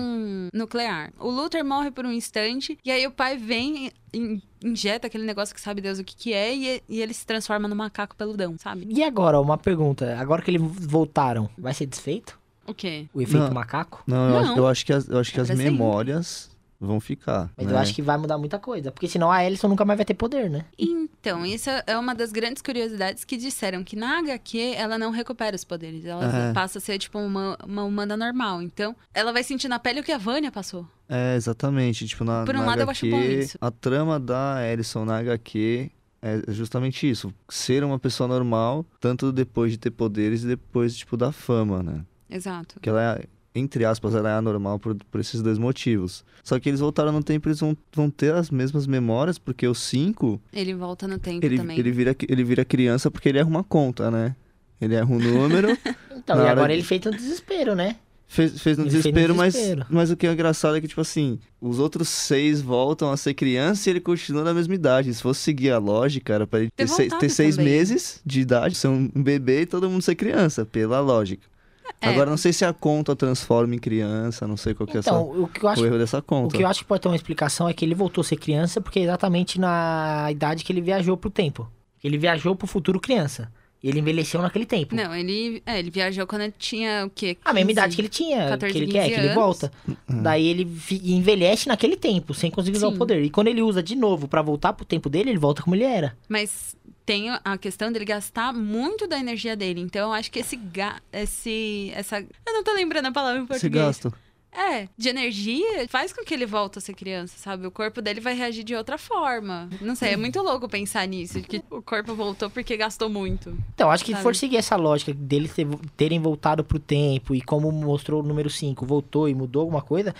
[SPEAKER 1] nuclear. O Luther morre por um instante, e aí o pai vem e in- injeta aquele negócio que sabe Deus o que que é, e, e ele se transforma no macaco peludão, sabe?
[SPEAKER 2] E agora, uma pergunta. Agora que eles voltaram, vai ser desfeito?
[SPEAKER 1] O quê?
[SPEAKER 2] O efeito
[SPEAKER 3] Não.
[SPEAKER 2] macaco?
[SPEAKER 3] Não, eu,
[SPEAKER 1] Não.
[SPEAKER 3] Acho, eu acho que as, eu acho que
[SPEAKER 1] É
[SPEAKER 3] as
[SPEAKER 1] pra sempre.
[SPEAKER 3] memórias vão ficar.
[SPEAKER 2] Mas
[SPEAKER 3] né?
[SPEAKER 2] eu acho que vai mudar muita coisa. Porque senão a Ellison nunca mais vai ter poder, né?
[SPEAKER 1] Então, isso é uma das grandes curiosidades que disseram que na HQ ela não recupera os poderes. Ela
[SPEAKER 3] É.
[SPEAKER 1] passa a ser tipo uma, uma humana normal. Então, ela vai sentir na pele o que a Vânia passou.
[SPEAKER 3] É, exatamente. Tipo, na,
[SPEAKER 1] Por um
[SPEAKER 3] na
[SPEAKER 1] lado, eu acho
[SPEAKER 3] HQ,
[SPEAKER 1] bom isso.
[SPEAKER 3] a trama da Ellison na HQ é justamente isso. Ser uma pessoa normal, tanto depois de ter poderes e depois, tipo, da fama, né?
[SPEAKER 1] Exato.
[SPEAKER 3] Que ela é, entre aspas, ela é anormal por, por esses dois motivos. Só que eles voltaram no tempo, eles vão, vão ter as mesmas memórias, porque os cinco,
[SPEAKER 1] Ele volta no tempo
[SPEAKER 3] ele,
[SPEAKER 1] Então também.
[SPEAKER 3] ele, vira, ele vira criança porque ele erra uma conta, né? Ele erra
[SPEAKER 1] *laughs*
[SPEAKER 3] um número,
[SPEAKER 2] Então,
[SPEAKER 3] Na
[SPEAKER 2] e
[SPEAKER 3] hora
[SPEAKER 2] agora
[SPEAKER 3] de-
[SPEAKER 2] ele fez um desespero,
[SPEAKER 3] *laughs*
[SPEAKER 2] né?
[SPEAKER 3] Fez, fez no
[SPEAKER 2] Ele fez no
[SPEAKER 3] desespero, mas,
[SPEAKER 2] desespero.
[SPEAKER 3] mas o que é engraçado é que, tipo assim, os outros seis voltam a ser criança e ele continua da mesma idade. Se fosse seguir a lógica, era pra ele
[SPEAKER 1] Ter
[SPEAKER 3] ter, seis,
[SPEAKER 1] voltado
[SPEAKER 3] ter seis
[SPEAKER 1] também.
[SPEAKER 3] meses de idade, ser um bebê e todo mundo ser criança, pela lógica.
[SPEAKER 1] É.
[SPEAKER 3] Agora, não sei se a conta transforma em criança, não sei qual que é essa-
[SPEAKER 2] Então, o que eu acho.
[SPEAKER 3] o erro dessa
[SPEAKER 2] O
[SPEAKER 3] conta.
[SPEAKER 2] que eu acho que pode ter uma explicação é que ele voltou a ser criança porque é exatamente na idade que ele viajou pro tempo. Ele viajou pro futuro criança. E ele envelheceu naquele tempo.
[SPEAKER 1] Não, ele, é, ele viajou quando ele tinha o quê?
[SPEAKER 2] A mesma
[SPEAKER 1] 15?
[SPEAKER 2] idade que ele tinha,
[SPEAKER 1] 14,
[SPEAKER 2] que ele quer,
[SPEAKER 1] 15
[SPEAKER 2] que ele
[SPEAKER 1] anos.
[SPEAKER 2] volta. Daí ele fi- envelhece naquele tempo, sem conseguir usar
[SPEAKER 1] Sim.
[SPEAKER 2] o poder. E quando ele usa de novo pra voltar pro tempo dele, ele volta como ele era.
[SPEAKER 1] Mas tem a questão dele gastar muito da energia dele. Então, eu acho que esse ga... esse essa eu não tô lembrando a palavra em
[SPEAKER 3] Esse
[SPEAKER 1] português.
[SPEAKER 3] gasto.
[SPEAKER 1] É, de energia faz com que ele volte a ser criança, sabe? O corpo dele vai reagir de outra forma. Não sei, é muito louco pensar nisso, de que o corpo voltou porque gastou muito.
[SPEAKER 2] Então, acho que
[SPEAKER 1] Sabe?
[SPEAKER 2] se for seguir essa lógica deles ter- terem voltado pro tempo e como mostrou o número 5, voltou e mudou alguma coisa,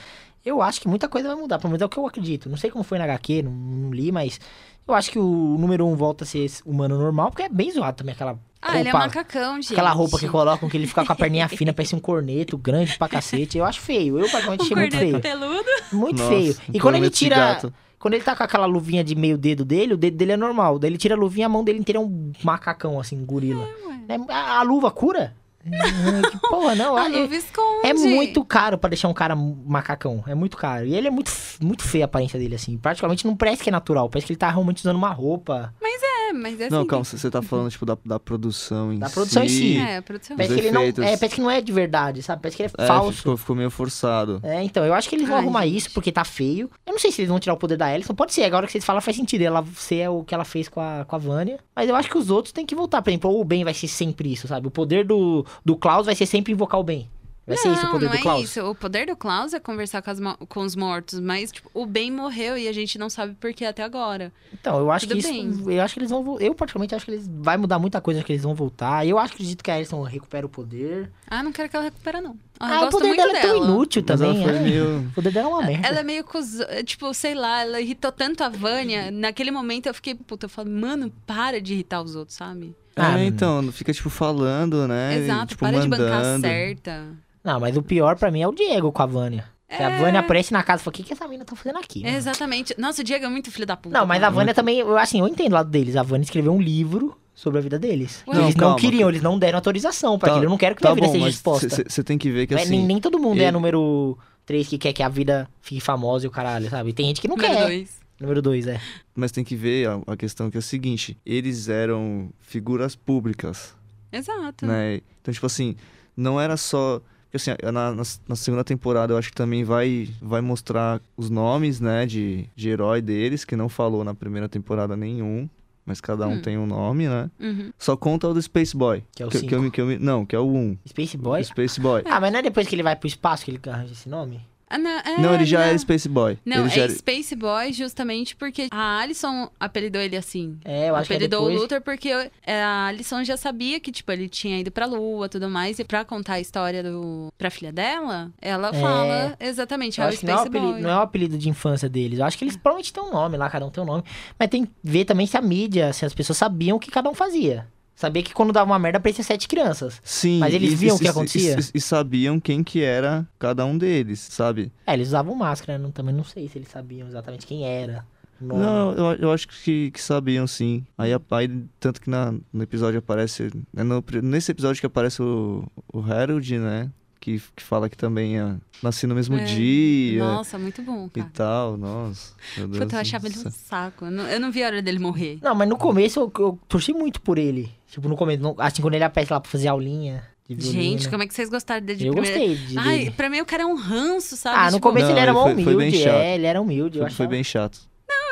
[SPEAKER 2] eu acho que muita coisa vai mudar. Pelo menos é o que eu acredito. Não sei como foi na HQ, não, não li, mas eu acho que o número 1 um volta a ser esse humano normal, porque é bem zoado também aquela
[SPEAKER 1] Ah,
[SPEAKER 2] roupa.
[SPEAKER 1] ele é macacão, gente.
[SPEAKER 2] Aquela roupa que colocam que ele fica com a perninha fina, parece um corneto grande pra cacete. Eu acho feio. Eu, particularmente,
[SPEAKER 1] *laughs* um
[SPEAKER 2] achei muito
[SPEAKER 1] corneto
[SPEAKER 2] feio.
[SPEAKER 1] peludo.
[SPEAKER 2] Muito
[SPEAKER 3] Nossa,
[SPEAKER 2] feio.
[SPEAKER 3] um
[SPEAKER 2] E quando ele
[SPEAKER 3] corneto de
[SPEAKER 2] tira.
[SPEAKER 3] gato.
[SPEAKER 2] Quando ele tá com aquela luvinha de meio dedo dele, o dedo dele é normal. Daí ele tira a luvinha, a mão dele inteira é um macacão, assim, um gorila. É, a, a luva cura? Ah, que porra,
[SPEAKER 1] *laughs*
[SPEAKER 2] não.
[SPEAKER 1] A
[SPEAKER 2] olha,
[SPEAKER 1] luva esconde.
[SPEAKER 2] é muito caro pra deixar um cara macacão. É muito caro. E ele é muito, f- muito feio a aparência dele, assim. Praticamente não parece que é natural. Parece que ele tá realmente usando uma roupa.
[SPEAKER 1] É, mas é assim.
[SPEAKER 3] Não, calma, você você tá falando, tipo, da, da produção em
[SPEAKER 2] Da
[SPEAKER 3] si.
[SPEAKER 2] produção em si.
[SPEAKER 1] É, produção.
[SPEAKER 2] Parece que, ele não,
[SPEAKER 3] efeitos.
[SPEAKER 2] é, parece que não é de verdade, sabe? Parece que ele é,
[SPEAKER 3] É,
[SPEAKER 2] falso.
[SPEAKER 3] Ficou, ficou meio forçado.
[SPEAKER 2] É, então, eu acho que eles vão
[SPEAKER 1] Ai,
[SPEAKER 2] arrumar
[SPEAKER 1] gente.
[SPEAKER 2] isso porque tá feio. Eu não sei se eles vão tirar o poder da Alison. Pode ser, agora que vocês falam faz sentido. Ela ser o que ela fez com a, com a Vânia. Mas eu acho que os outros têm que voltar. Por exemplo, ou o Ben vai ser sempre isso, sabe? O poder do, do Klaus vai ser sempre invocar o Ben. Vai ser assim, isso o poder
[SPEAKER 1] não
[SPEAKER 2] do
[SPEAKER 1] é
[SPEAKER 2] Klaus.
[SPEAKER 1] isso. O poder do Klaus é conversar com, as mo- com os mortos, mas tipo, o Ben morreu e a gente não sabe por que até agora.
[SPEAKER 2] Então, eu acho
[SPEAKER 1] Tudo
[SPEAKER 2] que isso.
[SPEAKER 1] bem.
[SPEAKER 2] Eu acho que eles vão. vo- Eu, particularmente, acho que eles vai mudar muita coisa, acho que eles vão voltar. Eu acho acredito que a Alison recupera o poder.
[SPEAKER 1] Ah, não quero que ela recupera, não. Eu
[SPEAKER 2] Ah, o
[SPEAKER 1] gosto
[SPEAKER 2] poder
[SPEAKER 1] muito
[SPEAKER 2] dela,
[SPEAKER 1] dela.
[SPEAKER 2] é tão inútil
[SPEAKER 3] Mas
[SPEAKER 2] também.
[SPEAKER 3] ela
[SPEAKER 2] é. *laughs*
[SPEAKER 3] foi meio...
[SPEAKER 2] O poder dela é uma merda.
[SPEAKER 1] Ela é meio cuzão, tipo, sei lá, ela irritou tanto a Vânia. Naquele momento eu fiquei, puta, eu falo, mano, para de irritar os outros, sabe?
[SPEAKER 2] Ah,
[SPEAKER 3] é,
[SPEAKER 2] não.
[SPEAKER 3] então, fica, tipo, falando, né? E,
[SPEAKER 1] Exato,
[SPEAKER 3] tipo,
[SPEAKER 1] para de
[SPEAKER 3] mandando.
[SPEAKER 1] bancar certa.
[SPEAKER 2] Não, mas o pior pra mim é o Diego com a Vânia. Que A Vânia aparece na casa e fala, o que, que essa mina tá fazendo aqui? mano?"
[SPEAKER 1] Exatamente. Nossa, o Diego é muito filho da puta.
[SPEAKER 2] Não, mas a
[SPEAKER 1] mano.
[SPEAKER 2] Vânia também, eu, assim, eu entendo o lado deles. A Vânia escreveu um livro sobre a vida deles.
[SPEAKER 1] Ué.
[SPEAKER 2] eles
[SPEAKER 3] Não,
[SPEAKER 2] não
[SPEAKER 3] calma.
[SPEAKER 2] queriam, eles não deram autorização pra
[SPEAKER 3] Tá-
[SPEAKER 2] aquilo. Eu não quero que
[SPEAKER 3] Tá
[SPEAKER 2] minha vida
[SPEAKER 3] bom,
[SPEAKER 2] seja
[SPEAKER 3] mas
[SPEAKER 2] exposta.
[SPEAKER 3] você tem que ver que
[SPEAKER 2] Não é-
[SPEAKER 3] assim.
[SPEAKER 2] nem, nem todo mundo é
[SPEAKER 3] ele-
[SPEAKER 2] número 3 que quer que a vida fique famosa e o caralho, sabe? Tem gente que não
[SPEAKER 1] Número
[SPEAKER 2] quer.
[SPEAKER 1] dois.
[SPEAKER 2] Número 2, é.
[SPEAKER 3] Mas tem que ver a, a questão que é o seguinte: eles eram figuras públicas,
[SPEAKER 1] Exato.
[SPEAKER 3] né? Então, tipo assim, não era só. porque, Assim, na, na- na segunda temporada eu acho que também vai, vai mostrar os nomes, né, de, de herói deles, que não falou na primeira temporada nenhum, mas cada um
[SPEAKER 1] Hum.
[SPEAKER 3] tem um nome, né?
[SPEAKER 1] Uhum.
[SPEAKER 3] Só conta o do Space Boy.
[SPEAKER 2] Que é o
[SPEAKER 3] que, que eu,
[SPEAKER 2] 5.
[SPEAKER 3] me- que eu me- Não, que é o 1.
[SPEAKER 2] Space Boy?
[SPEAKER 3] Space Boy.
[SPEAKER 2] Ah, mas não é depois que ele vai pro espaço que ele arranja esse nome?
[SPEAKER 1] Ah, não, *laughs* é,
[SPEAKER 3] não, ele já
[SPEAKER 1] não.
[SPEAKER 3] era Space Boy.
[SPEAKER 1] Não,
[SPEAKER 3] ele já
[SPEAKER 1] é
[SPEAKER 3] era-
[SPEAKER 1] Space Boy justamente porque a Alison apelidou ele assim.
[SPEAKER 2] É, eu acho que é
[SPEAKER 1] apelidou
[SPEAKER 2] depois...
[SPEAKER 1] o Luthor porque é, a Alison já sabia que, tipo, ele tinha ido pra Lua e tudo mais. E pra contar a história do... pra filha dela, ela
[SPEAKER 2] É.
[SPEAKER 1] fala exatamente,
[SPEAKER 2] Eu
[SPEAKER 1] é o
[SPEAKER 2] acho que não é, o
[SPEAKER 1] Space
[SPEAKER 2] apelido,
[SPEAKER 1] Boy.
[SPEAKER 2] não é o apelido de infância deles. Eu acho que eles provavelmente têm um nome lá, cada um tem um nome. Mas tem que ver também se a mídia, se as pessoas sabiam o que cada um fazia. Sabia que quando dava uma merda aparecia sete crianças.
[SPEAKER 3] Sim.
[SPEAKER 2] Mas eles
[SPEAKER 3] e-
[SPEAKER 2] viam
[SPEAKER 3] e-
[SPEAKER 2] o que
[SPEAKER 3] e-
[SPEAKER 2] acontecia?
[SPEAKER 3] E, e sabiam quem que era cada um deles, sabe?
[SPEAKER 2] É, eles usavam máscara, não, também não sei se eles sabiam exatamente quem era. o nome.
[SPEAKER 3] Não, eu, eu acho que, que sabiam, sim. Aí, a- aí tanto que na- no episódio aparece... é no pri- nesse episódio que aparece o, o Harold, né? Que, que fala que também é, nasci no mesmo
[SPEAKER 1] É.
[SPEAKER 3] dia
[SPEAKER 2] né?
[SPEAKER 1] Nossa, muito bom,
[SPEAKER 3] e
[SPEAKER 1] cara.
[SPEAKER 3] tal. Nossa, meu Deus
[SPEAKER 1] Puta, eu
[SPEAKER 3] do
[SPEAKER 1] achava ele um
[SPEAKER 3] céu.
[SPEAKER 1] saco. Eu não, eu não vi a hora dele morrer.
[SPEAKER 2] Não, mas no começo eu, eu torci muito por ele. Tipo, no começo, no- assim, quando ele aparece lá pra fazer aulinha de violino.
[SPEAKER 1] Gente, como é que vocês gostaram dele de
[SPEAKER 2] né? Eu
[SPEAKER 1] primeira?
[SPEAKER 2] gostei de
[SPEAKER 1] Ai,
[SPEAKER 2] dele.
[SPEAKER 1] pra mim o cara é um ranço, sabe?
[SPEAKER 2] Ah, no
[SPEAKER 1] Tipo,
[SPEAKER 2] começo ele
[SPEAKER 3] Não,
[SPEAKER 2] era
[SPEAKER 3] ele
[SPEAKER 2] mó
[SPEAKER 3] foi- foi bem
[SPEAKER 2] humilde.
[SPEAKER 3] chato.
[SPEAKER 2] é, ele era humilde. eu
[SPEAKER 3] Foi, foi
[SPEAKER 2] achava-
[SPEAKER 3] bem chato.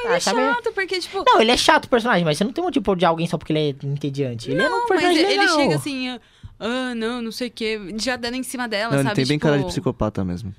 [SPEAKER 1] Ele é
[SPEAKER 2] achava-
[SPEAKER 1] chato, porque, tipo,
[SPEAKER 2] Não, ele é chato o personagem, mas você não tem motivo pra odiar alguém só porque ele é entediante. Ele é um
[SPEAKER 1] não, mas
[SPEAKER 2] personagem
[SPEAKER 1] ele ele
[SPEAKER 2] legal.
[SPEAKER 1] chega assim, ah, não, não sei o quê, já dando em cima dela,
[SPEAKER 3] não,
[SPEAKER 1] sabe?
[SPEAKER 3] ele tem bem
[SPEAKER 1] Tipo,
[SPEAKER 3] cara de psicopata mesmo.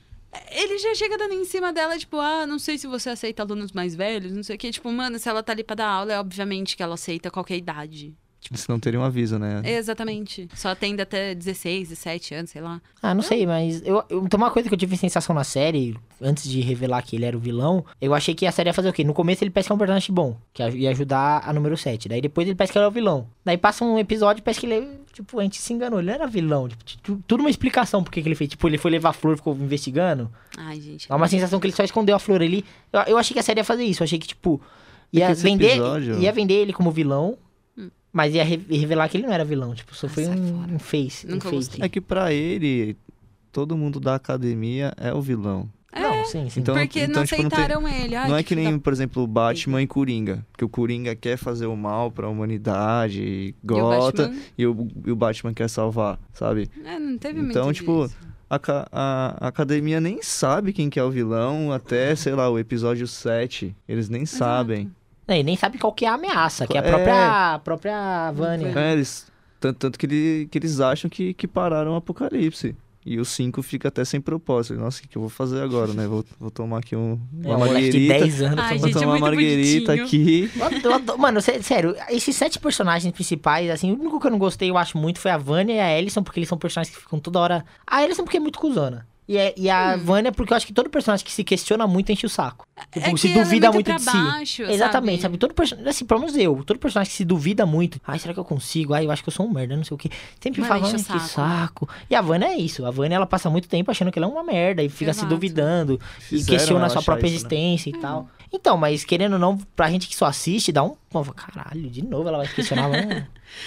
[SPEAKER 1] Ele já chega dando em cima dela, tipo, ah, não sei se você aceita alunos mais velhos, não sei o quê. Tipo, mano, se ela tá ali pra dar aula, é obviamente que ela aceita qualquer idade.
[SPEAKER 3] Isso não teria um aviso, né?
[SPEAKER 1] Exatamente. Só atende até 16, 17 anos, sei lá.
[SPEAKER 2] Ah, não sei, mas eu, eu, então uma coisa que eu tive sensação na série, antes de revelar que ele era o vilão, eu achei que a série ia fazer o quê? No começo ele parece que é um personagem bom, que aj- ia ajudar a número 7. Daí depois ele parece que era o vilão. Daí passa um episódio e parece que ele, é, tipo, a gente se enganou, ele não era vilão. Tipo, t- tu- tudo uma explicação por que que ele fez. Tipo, ele foi levar a flor, ficou investigando.
[SPEAKER 1] Ai, gente.
[SPEAKER 2] Dá uma sensação que ele só escondeu a flor ali. Eu, eu achei que a série ia fazer isso. Eu achei que, tipo,
[SPEAKER 3] É
[SPEAKER 2] ia,
[SPEAKER 3] que esse
[SPEAKER 2] vender,
[SPEAKER 3] episódio-
[SPEAKER 2] ia vender ele como vilão,
[SPEAKER 1] Hum.
[SPEAKER 2] mas ia re- revelar que ele não era vilão. Tipo, só
[SPEAKER 1] Ah,
[SPEAKER 2] foi
[SPEAKER 1] sai
[SPEAKER 2] um,
[SPEAKER 1] fora.
[SPEAKER 2] um face. Um
[SPEAKER 1] Nunca
[SPEAKER 2] face.
[SPEAKER 1] gostei.
[SPEAKER 3] É que pra ele, todo mundo da academia é o vilão.
[SPEAKER 1] É.
[SPEAKER 2] Não, sim, sim.
[SPEAKER 3] Então,
[SPEAKER 1] Porque
[SPEAKER 3] então,
[SPEAKER 1] não
[SPEAKER 3] tipo, não tem-
[SPEAKER 1] aceitaram ele. Ai,
[SPEAKER 3] não é que
[SPEAKER 1] filho da
[SPEAKER 3] nem, por exemplo, o Batman e Coringa, que o Coringa quer fazer o mal pra humanidade, e
[SPEAKER 1] E o
[SPEAKER 3] gota,
[SPEAKER 1] Batman,
[SPEAKER 3] e o, e o Batman quer salvar, sabe?
[SPEAKER 1] é, não teve muito
[SPEAKER 3] Então, tipo,
[SPEAKER 1] disso.
[SPEAKER 3] A, ca- a- a academia nem sabe quem que é o vilão até, sei lá, o episódio 7. Eles nem sabem.
[SPEAKER 2] Não, e nem sabe qual que é a ameaça, que é a
[SPEAKER 3] É.
[SPEAKER 2] própria, a própria Vânia.
[SPEAKER 3] É, eles, tanto, tanto que, ele- que eles acham que, que pararam o apocalipse. E o 5 fica até sem propósito. Ele, Nossa, o que, que eu vou fazer agora, né? Vou, vou tomar aqui um,
[SPEAKER 2] É
[SPEAKER 3] uma
[SPEAKER 2] um moleque de
[SPEAKER 3] marguerita.
[SPEAKER 2] 10 anos.
[SPEAKER 1] Ai,
[SPEAKER 3] Vou
[SPEAKER 1] gente, é
[SPEAKER 3] tomar uma
[SPEAKER 1] muito
[SPEAKER 3] marguerita
[SPEAKER 1] bonitinho.
[SPEAKER 3] aqui.
[SPEAKER 2] Eu adoro- eu adoro- Mano, sé- sério, esses sete personagens principais, assim, o único que eu não gostei, eu acho muito, foi a Vânia e a Ellison, porque eles são personagens que ficam toda hora. A Ellison porque é muito cuzona. E, é- e a Vânia, porque eu acho que todo personagem que se questiona muito enche o saco. Tipo,
[SPEAKER 1] Hum. É que
[SPEAKER 2] se
[SPEAKER 1] ela é
[SPEAKER 2] duvida
[SPEAKER 1] muito
[SPEAKER 2] muito,
[SPEAKER 1] pra
[SPEAKER 2] de si.
[SPEAKER 1] baixo,
[SPEAKER 2] Exatamente,
[SPEAKER 1] sabe?
[SPEAKER 2] sabe? Todo personagem, assim, pelo menos eu, todo personagem que se duvida muito, ai, será que eu consigo? Ai, eu acho que eu sou um merda, não sei o quê. Sempre
[SPEAKER 1] Mano,
[SPEAKER 2] fala,
[SPEAKER 1] enche
[SPEAKER 2] ai,
[SPEAKER 1] o
[SPEAKER 2] que saco.
[SPEAKER 1] saco."
[SPEAKER 2] E a Vânia é isso. A Vânia, ela passa muito tempo achando que ela é uma merda e fica se
[SPEAKER 1] Exato. Hum.
[SPEAKER 2] duvidando e
[SPEAKER 3] *laughs* Fizeram
[SPEAKER 2] questiona a
[SPEAKER 3] ela
[SPEAKER 2] sua
[SPEAKER 3] achar
[SPEAKER 2] própria
[SPEAKER 3] isso, né?
[SPEAKER 2] existência e tal. Então, mas querendo ou não, pra gente que só assiste, dá um. pô, Caralho, de novo ela vai questionar.
[SPEAKER 1] *laughs*
[SPEAKER 2] vamos.